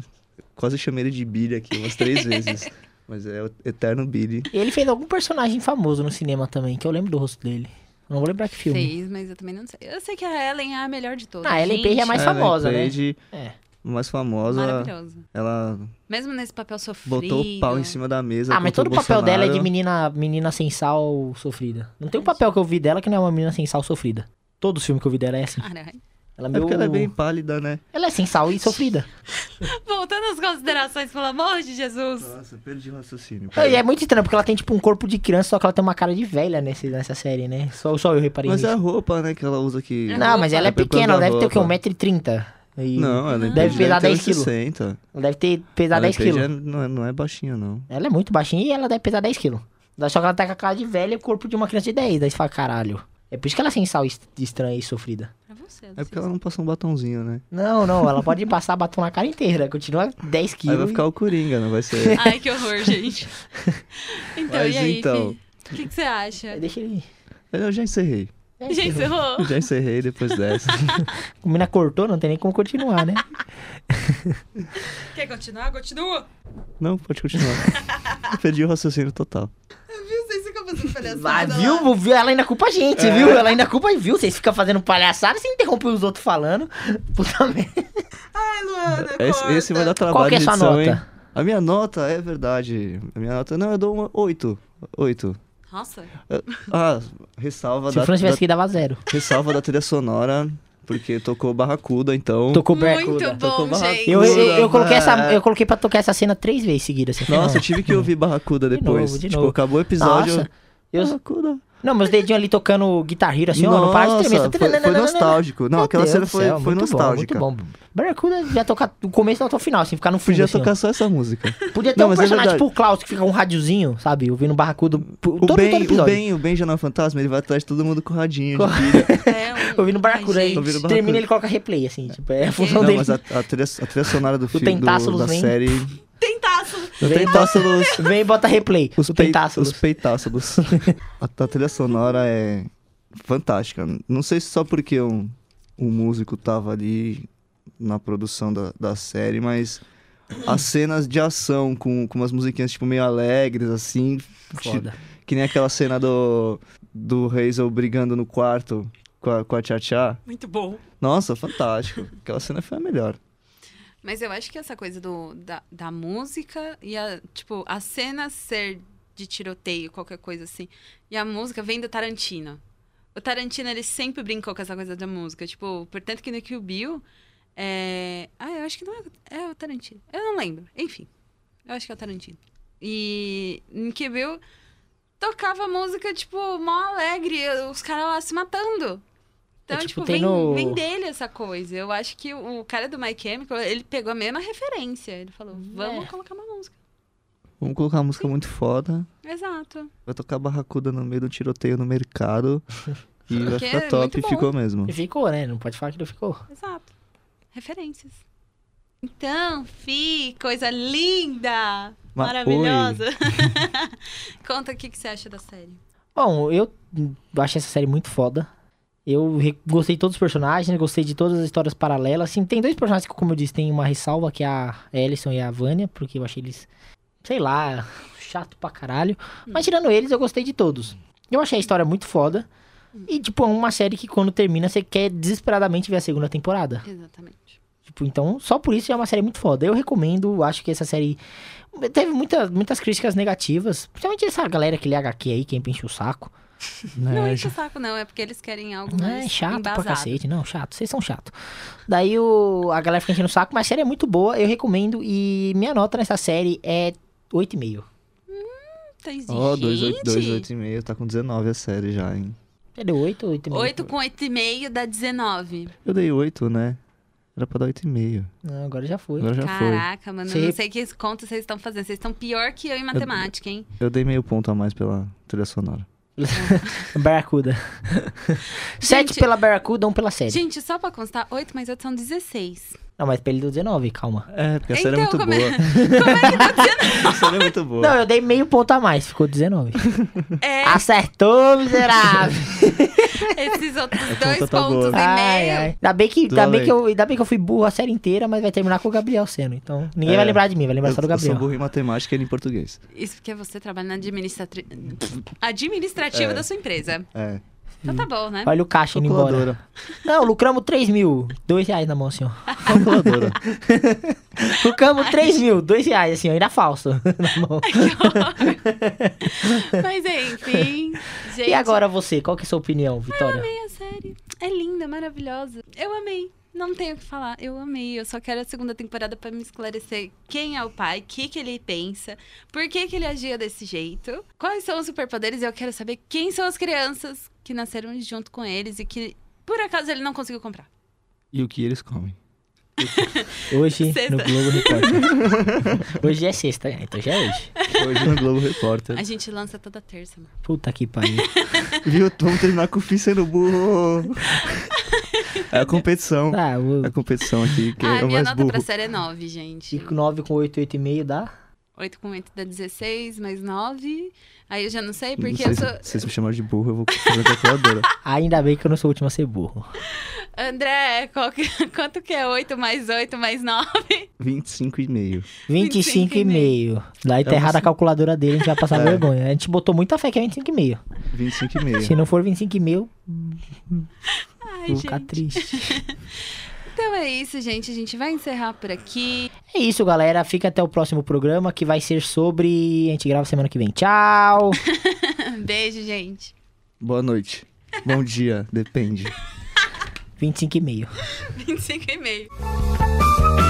[SPEAKER 3] quase chamei ele de Billy aqui umas três vezes. Mas é o eterno Billy.
[SPEAKER 2] E ele fez algum personagem famoso no cinema também, que eu lembro do rosto dele. Não vou lembrar que filme.
[SPEAKER 1] Fez, mas eu também não sei. Eu sei que a Ellen é a melhor de todas.
[SPEAKER 2] Ah, a Ellen Page é
[SPEAKER 1] gente.
[SPEAKER 2] mais famosa, né?
[SPEAKER 3] Page,
[SPEAKER 2] É.
[SPEAKER 3] mais famosa,
[SPEAKER 1] Maravilhosa.
[SPEAKER 3] ela
[SPEAKER 1] Mesmo nesse papel sofrido.
[SPEAKER 3] botou o pau em cima da mesa.
[SPEAKER 2] Ah, mas
[SPEAKER 3] contra
[SPEAKER 2] todo o papel
[SPEAKER 3] Bolsonaro.
[SPEAKER 2] dela é de menina, menina sem sal sofrida. Não tem um papel que eu vi dela que não é uma menina sem sal sofrida. Todo filme que eu vi dela é assim.
[SPEAKER 1] Caralho.
[SPEAKER 2] Ela, é
[SPEAKER 3] É
[SPEAKER 2] meio...
[SPEAKER 3] porque ela é bem pálida, né?
[SPEAKER 2] ela é sem sal e sofrida.
[SPEAKER 1] Voltando às considerações, pelo amor de Jesus.
[SPEAKER 3] Nossa, perdi o raciocínio.
[SPEAKER 2] E é muito estranho, porque ela tem tipo um corpo de criança, só que ela tem uma cara de velha nesse, nessa série, né? Só, só eu reparei
[SPEAKER 3] Mas é a
[SPEAKER 2] nisso.
[SPEAKER 3] roupa, né, que ela usa aqui.
[SPEAKER 2] Não, mas ela é
[SPEAKER 3] É por causa
[SPEAKER 2] pequena, ela
[SPEAKER 3] da
[SPEAKER 2] deve ter o quê?
[SPEAKER 3] roupa.
[SPEAKER 2] 1,30m. E...
[SPEAKER 3] Não, ela é
[SPEAKER 2] Deve pesar 10 quilos.
[SPEAKER 3] 60.
[SPEAKER 2] Ela deve ter pesar 10 quilos.
[SPEAKER 3] não, é, não é baixinha, não.
[SPEAKER 2] Ela é muito baixinha e ela deve pesar 10 quilos. Só que ela tá com a cara de velha e o corpo de uma criança de 10. Daí você fala, caralho. É por isso que ela é sem sal est- estranha e sofrida.
[SPEAKER 1] É É você,
[SPEAKER 3] É porque ela
[SPEAKER 1] Alcísio.
[SPEAKER 3] não passou um batonzinho, né?
[SPEAKER 2] Não, não, ela pode passar batom na cara inteira, continua 10
[SPEAKER 3] Aí vai
[SPEAKER 2] quilos.
[SPEAKER 3] ficar o Coringa, não
[SPEAKER 2] *laughs*
[SPEAKER 3] vai ser.
[SPEAKER 1] Ai, que horror,
[SPEAKER 3] *laughs*
[SPEAKER 1] gente. Então,
[SPEAKER 3] Mas
[SPEAKER 1] e aí,
[SPEAKER 3] então. É,
[SPEAKER 1] Fih? O que, que você acha?
[SPEAKER 2] e- Deixa ele. É
[SPEAKER 3] Eu já encerrei.
[SPEAKER 1] Gente, encerrou.
[SPEAKER 3] Já encerrei depois
[SPEAKER 2] *laughs*
[SPEAKER 3] dessa.
[SPEAKER 2] A mina cortou, não tem nem
[SPEAKER 1] *laughs*
[SPEAKER 2] como continuar, né?
[SPEAKER 1] Quer continuar? Continua.
[SPEAKER 3] Não,
[SPEAKER 1] *laughs*
[SPEAKER 3] pode continuar. Eu perdi o raciocínio total.
[SPEAKER 1] Viu? Vocês ficam fazendo palhaçada
[SPEAKER 2] Vai,
[SPEAKER 1] lá.
[SPEAKER 2] viu? viu? Ela ainda culpa a gente, viu? Ela ainda culpa, viu? Vocês ficam fazendo palhaçada, você interrompeu os outros falando. *laughs* Puta merda.
[SPEAKER 1] Ai, Luana,
[SPEAKER 3] Esse,
[SPEAKER 1] corta.
[SPEAKER 3] esse vai dar trabalho
[SPEAKER 2] Qual que é
[SPEAKER 3] de
[SPEAKER 2] sua
[SPEAKER 3] edição,
[SPEAKER 2] nota?
[SPEAKER 3] hein? A minha nota é verdade. A minha nota. Não, eu dou uma 8. 8.
[SPEAKER 1] *laughs* Nossa,
[SPEAKER 3] Ah, ressalva
[SPEAKER 2] Se o
[SPEAKER 3] da,
[SPEAKER 2] Fran tivesse
[SPEAKER 3] da-
[SPEAKER 2] que dava zero.
[SPEAKER 3] ressalva da trilha sonora, porque tocou Barracuda, então.
[SPEAKER 2] Tocou
[SPEAKER 1] muito
[SPEAKER 2] Barracuda.
[SPEAKER 3] Tocou
[SPEAKER 1] bom,
[SPEAKER 3] barracuda.
[SPEAKER 1] gente.
[SPEAKER 2] Eu, eu, eu
[SPEAKER 3] Barracuda,
[SPEAKER 2] coloquei essa,
[SPEAKER 3] vai.
[SPEAKER 2] eu coloquei pra tocar essa cena três vezes seguidas. assim,
[SPEAKER 3] Nossa,
[SPEAKER 2] não.
[SPEAKER 3] eu tive que ouvir Barracuda
[SPEAKER 2] De
[SPEAKER 3] depois.
[SPEAKER 2] novo, de
[SPEAKER 3] tipo,
[SPEAKER 2] novo.
[SPEAKER 3] acabou o episódio.
[SPEAKER 2] Nossa, eu-
[SPEAKER 3] Barracuda.
[SPEAKER 2] Não, meus dedinhos ali tocando Guitar Hero, assim, ó, não para de tremer.
[SPEAKER 3] Nossa, foi, foi nostálgico. Não,
[SPEAKER 2] Meu
[SPEAKER 3] aquela
[SPEAKER 2] Deus
[SPEAKER 3] cena
[SPEAKER 2] do
[SPEAKER 3] foi,
[SPEAKER 2] céu,
[SPEAKER 3] foi
[SPEAKER 2] muito bom,
[SPEAKER 3] nostálgica.
[SPEAKER 2] muito bom. Barracuda já tocar do começo até o final, assim, ficar no fundo.
[SPEAKER 3] Podia
[SPEAKER 2] assim, ó.
[SPEAKER 3] tocar só essa música.
[SPEAKER 2] Podia ter
[SPEAKER 3] Não,
[SPEAKER 2] um
[SPEAKER 3] mas é
[SPEAKER 2] personagem
[SPEAKER 3] verdade.
[SPEAKER 2] tipo o Klaus, que fica com um rádiozinho, sabe? Ouvindo Barracuda por-
[SPEAKER 3] O
[SPEAKER 2] todo, todo
[SPEAKER 3] ben, o
[SPEAKER 2] episódio.
[SPEAKER 3] ben, o Ben já não é um fantasma, ele vai atrás de todo mundo com radinho
[SPEAKER 2] Com-
[SPEAKER 3] de pilha.
[SPEAKER 1] É um-
[SPEAKER 2] Ouvindo Barracuda
[SPEAKER 1] Ai,
[SPEAKER 2] aí.
[SPEAKER 1] gente.
[SPEAKER 3] Ouvindo Barracuda.
[SPEAKER 2] Termina ele coloca replay, assim, tipo, é a função
[SPEAKER 3] Não,
[SPEAKER 2] dele.
[SPEAKER 3] mas a, a trilha, a trilha sonora do filme, do,
[SPEAKER 2] Tentáculos
[SPEAKER 3] da
[SPEAKER 2] vem.
[SPEAKER 3] série...
[SPEAKER 1] Tentaço.
[SPEAKER 3] O
[SPEAKER 2] Vem-
[SPEAKER 3] Tentáculos...
[SPEAKER 2] Vem e bota replay.
[SPEAKER 3] Os,
[SPEAKER 2] Os
[SPEAKER 3] pei-
[SPEAKER 2] tentáculos. *laughs*
[SPEAKER 3] os peitáculos. a, a trilha sonora é fantástica. Não sei se só porque um, um músico tava ali na produção da, da série, mas as cenas de ação com, com umas musiquinhas tipo meio alegres, assim. ti-
[SPEAKER 2] Foda.
[SPEAKER 3] Que nem aquela cena do, do Hazel brigando no quarto com a, com a Tchá Tchá.
[SPEAKER 1] Muito bom.
[SPEAKER 3] Nossa, fantástico. Aquela cena foi a melhor.
[SPEAKER 1] Mas eu acho que essa coisa do, da, da música e a, tipo, a cena ser de tiroteio, qualquer coisa assim, e a música vem do Tarantino. O Tarantino, ele sempre brincou com essa coisa da música. Tipo, portanto que no Kill Bill, é... Ah, eu acho que não é... É o Tarantino. Eu não lembro. Enfim, eu acho que é o Tarantino. E em Kill Bill, tocava música, tipo, mó alegre. Os caras lá se matando. Então,
[SPEAKER 2] É, tipo,
[SPEAKER 1] tipo,
[SPEAKER 2] tem
[SPEAKER 1] vem,
[SPEAKER 2] no-
[SPEAKER 1] vem dele essa coisa. Eu acho que o cara do My Chemical, ele pegou a mesma referência. Ele falou, vamos colocar uma música.
[SPEAKER 3] Vamos colocar uma música muito foda.
[SPEAKER 1] Exato.
[SPEAKER 3] Vai tocar Barracuda no meio do tiroteio
[SPEAKER 1] *laughs*
[SPEAKER 3] no mercado. E vai
[SPEAKER 1] Porque
[SPEAKER 3] ficar
[SPEAKER 1] é
[SPEAKER 3] top.
[SPEAKER 1] muito
[SPEAKER 3] E
[SPEAKER 1] bom.
[SPEAKER 3] ficou mesmo.
[SPEAKER 2] E ficou, né? Não pode falar que não ficou.
[SPEAKER 1] Exato. Referências. Então, Fi, coisa linda!
[SPEAKER 3] Ma-
[SPEAKER 1] maravilhosa! *laughs* Conta o que, que você acha da série.
[SPEAKER 2] Bom, eu achei essa série muito foda. Eu re- gostei de todos os personagens, gostei de todas as histórias paralelas. Assim, tem dois personagens que, como eu disse, tem uma ressalva, que é a Ellison e a Vânia, porque eu achei eles, sei lá, chato pra caralho. Mas tirando eles, eu gostei de todos. Eu achei a história muito foda. E, tipo, é uma série que quando termina, você quer desesperadamente ver a segunda temporada.
[SPEAKER 1] Exatamente.
[SPEAKER 2] Tipo, então, só por isso já é uma série muito foda. Eu recomendo, acho que essa série teve muita, muitas críticas negativas, principalmente essa galera que lê HQ aí, quem enche o saco.
[SPEAKER 1] *laughs* não enche o saco, não. É porque eles querem algo
[SPEAKER 2] Ah,
[SPEAKER 1] mais
[SPEAKER 2] é chato
[SPEAKER 1] embasado.
[SPEAKER 2] pra cacete, não, chato, vocês são chato. Daí o, a galera fica enchendo o saco, mas a série é muito boa, eu recomendo e minha nota nessa série é 8,5.
[SPEAKER 1] Tá
[SPEAKER 3] Ó,
[SPEAKER 1] exigente.
[SPEAKER 3] 2,8,5. Tá com 19 a série já, hein?
[SPEAKER 2] Cadê 8, 8,5?
[SPEAKER 1] 8 com 8,5 dá 19.
[SPEAKER 3] Eu dei 8, né? Era pra dar 8,5.
[SPEAKER 2] Não, agora já foi.
[SPEAKER 3] Agora já
[SPEAKER 1] Caraca, mano, eu
[SPEAKER 2] Você-
[SPEAKER 1] não sei que conta vocês estão fazendo. Vocês estão pior que eu em matemática, hein?
[SPEAKER 3] foi. Eu dei meio ponto a mais pela trilha sonora.
[SPEAKER 2] Barracuda. *laughs* 7
[SPEAKER 1] Gente-
[SPEAKER 2] pela Barracuda, 1 pela série.
[SPEAKER 1] Gente, só pra constar, 8 mais 8 são
[SPEAKER 2] *laughs*
[SPEAKER 1] 16.
[SPEAKER 2] Não, mas pelo 19, calma.
[SPEAKER 3] É, porque a série é
[SPEAKER 1] Então, *laughs*
[SPEAKER 3] muito
[SPEAKER 1] como é- tá
[SPEAKER 3] boa. *laughs* A série é muito boa.
[SPEAKER 2] Não, eu dei meio ponto a mais, ficou 19.
[SPEAKER 1] *laughs* É,
[SPEAKER 2] Acertou, miserável!
[SPEAKER 1] *laughs* esses outros
[SPEAKER 2] É um
[SPEAKER 3] conta
[SPEAKER 1] dois
[SPEAKER 3] tá boa.
[SPEAKER 1] pontos e
[SPEAKER 2] Ai,
[SPEAKER 1] meio.
[SPEAKER 2] ai. Ainda bem, que,
[SPEAKER 3] Tudo
[SPEAKER 2] ainda, bem
[SPEAKER 3] bem.
[SPEAKER 2] que eu, ainda bem que eu fui burro a série inteira, mas vai terminar com o Gabriel sendo. Então, ninguém
[SPEAKER 3] É.
[SPEAKER 2] vai lembrar de mim, vai lembrar
[SPEAKER 3] eu,
[SPEAKER 2] só do
[SPEAKER 3] eu sou
[SPEAKER 2] Gabriel.
[SPEAKER 3] burro em matemática e em português.
[SPEAKER 1] Isso porque você trabalha na administratri... administrativa da sua empresa.
[SPEAKER 3] É.
[SPEAKER 1] Então tá bom, né? *laughs*
[SPEAKER 2] Olha o caixa indo embora.
[SPEAKER 3] Calculadora.
[SPEAKER 2] Não, lucramos 3 mil. 2 reais na mão, assim, ó.
[SPEAKER 3] Calculadora. *laughs*
[SPEAKER 2] Lucramos 3 mil, 2 reais, assim, ó. Ainda falso na mão.
[SPEAKER 1] Mas enfim, gente.
[SPEAKER 2] E agora você, qual que é a sua opinião, Vitória?
[SPEAKER 1] Amei a série. É linda, maravilhosa. Eu amei. Não tenho o que falar. Eu amei. Eu só quero a segunda temporada pra me esclarecer quem é o pai, o que, que ele pensa, por que, que ele agia desse jeito, quais são os superpoderes. E eu quero saber quem são as crianças que nasceram junto com eles e que, por acaso, ele não conseguiu comprar.
[SPEAKER 3] E o que
[SPEAKER 1] *laughs*
[SPEAKER 3] eles comem?
[SPEAKER 2] Hoje,
[SPEAKER 1] Sexta.
[SPEAKER 2] no Globo Repórter.
[SPEAKER 1] *laughs*
[SPEAKER 2] hoje é sexta, né? então já é hoje.
[SPEAKER 3] Hoje no Globo Repórter.
[SPEAKER 1] A gente lança toda terça, amor.
[SPEAKER 2] Puta que pariu.
[SPEAKER 3] Viu? Vamos terminar com o Fih sendo burro. É a competição.
[SPEAKER 2] Ah, o
[SPEAKER 3] *laughs* É a competição aqui, que
[SPEAKER 1] ah,
[SPEAKER 3] é o
[SPEAKER 1] minha
[SPEAKER 3] mais
[SPEAKER 1] nota
[SPEAKER 3] burro.
[SPEAKER 1] pra série é 9, gente.
[SPEAKER 2] 9 com 8, 8,5 dá?
[SPEAKER 1] 8 com 8 dá 16, mais 9. Aí eu já não sei,
[SPEAKER 3] Não
[SPEAKER 1] porque
[SPEAKER 3] sei
[SPEAKER 1] eu
[SPEAKER 3] se-
[SPEAKER 1] sou.
[SPEAKER 3] se vocês me chamaram de burro, eu vou fazer a calculadora. *laughs*
[SPEAKER 2] Ainda bem que eu não sou o último a ser burro.
[SPEAKER 1] André, qual que- quanto que é *laughs* 8 mais 8 mais 9?
[SPEAKER 3] 25,5.
[SPEAKER 2] 25,5. Daí tá
[SPEAKER 3] É uma
[SPEAKER 2] errada a
[SPEAKER 3] sim-
[SPEAKER 2] calculadora dele, a gente
[SPEAKER 1] *laughs*
[SPEAKER 2] vai passar
[SPEAKER 3] É.
[SPEAKER 2] vergonha. A gente botou muita fé que é 25,5.
[SPEAKER 3] 25,5.
[SPEAKER 2] Se não for 25,5,
[SPEAKER 1] É.
[SPEAKER 3] Um
[SPEAKER 1] Ai,
[SPEAKER 2] vou ficar
[SPEAKER 1] gente.
[SPEAKER 2] triste.
[SPEAKER 1] Então é isso, gente. A gente vai encerrar por aqui.
[SPEAKER 2] É isso, galera. Fica até o próximo programa que vai ser sobre. A gente grava semana que vem.
[SPEAKER 1] *laughs*
[SPEAKER 2] Tchau!
[SPEAKER 1] Beijo, gente. *laughs*
[SPEAKER 3] Boa noite. Bom dia, depende.
[SPEAKER 2] 25,5.
[SPEAKER 1] 25 e meio.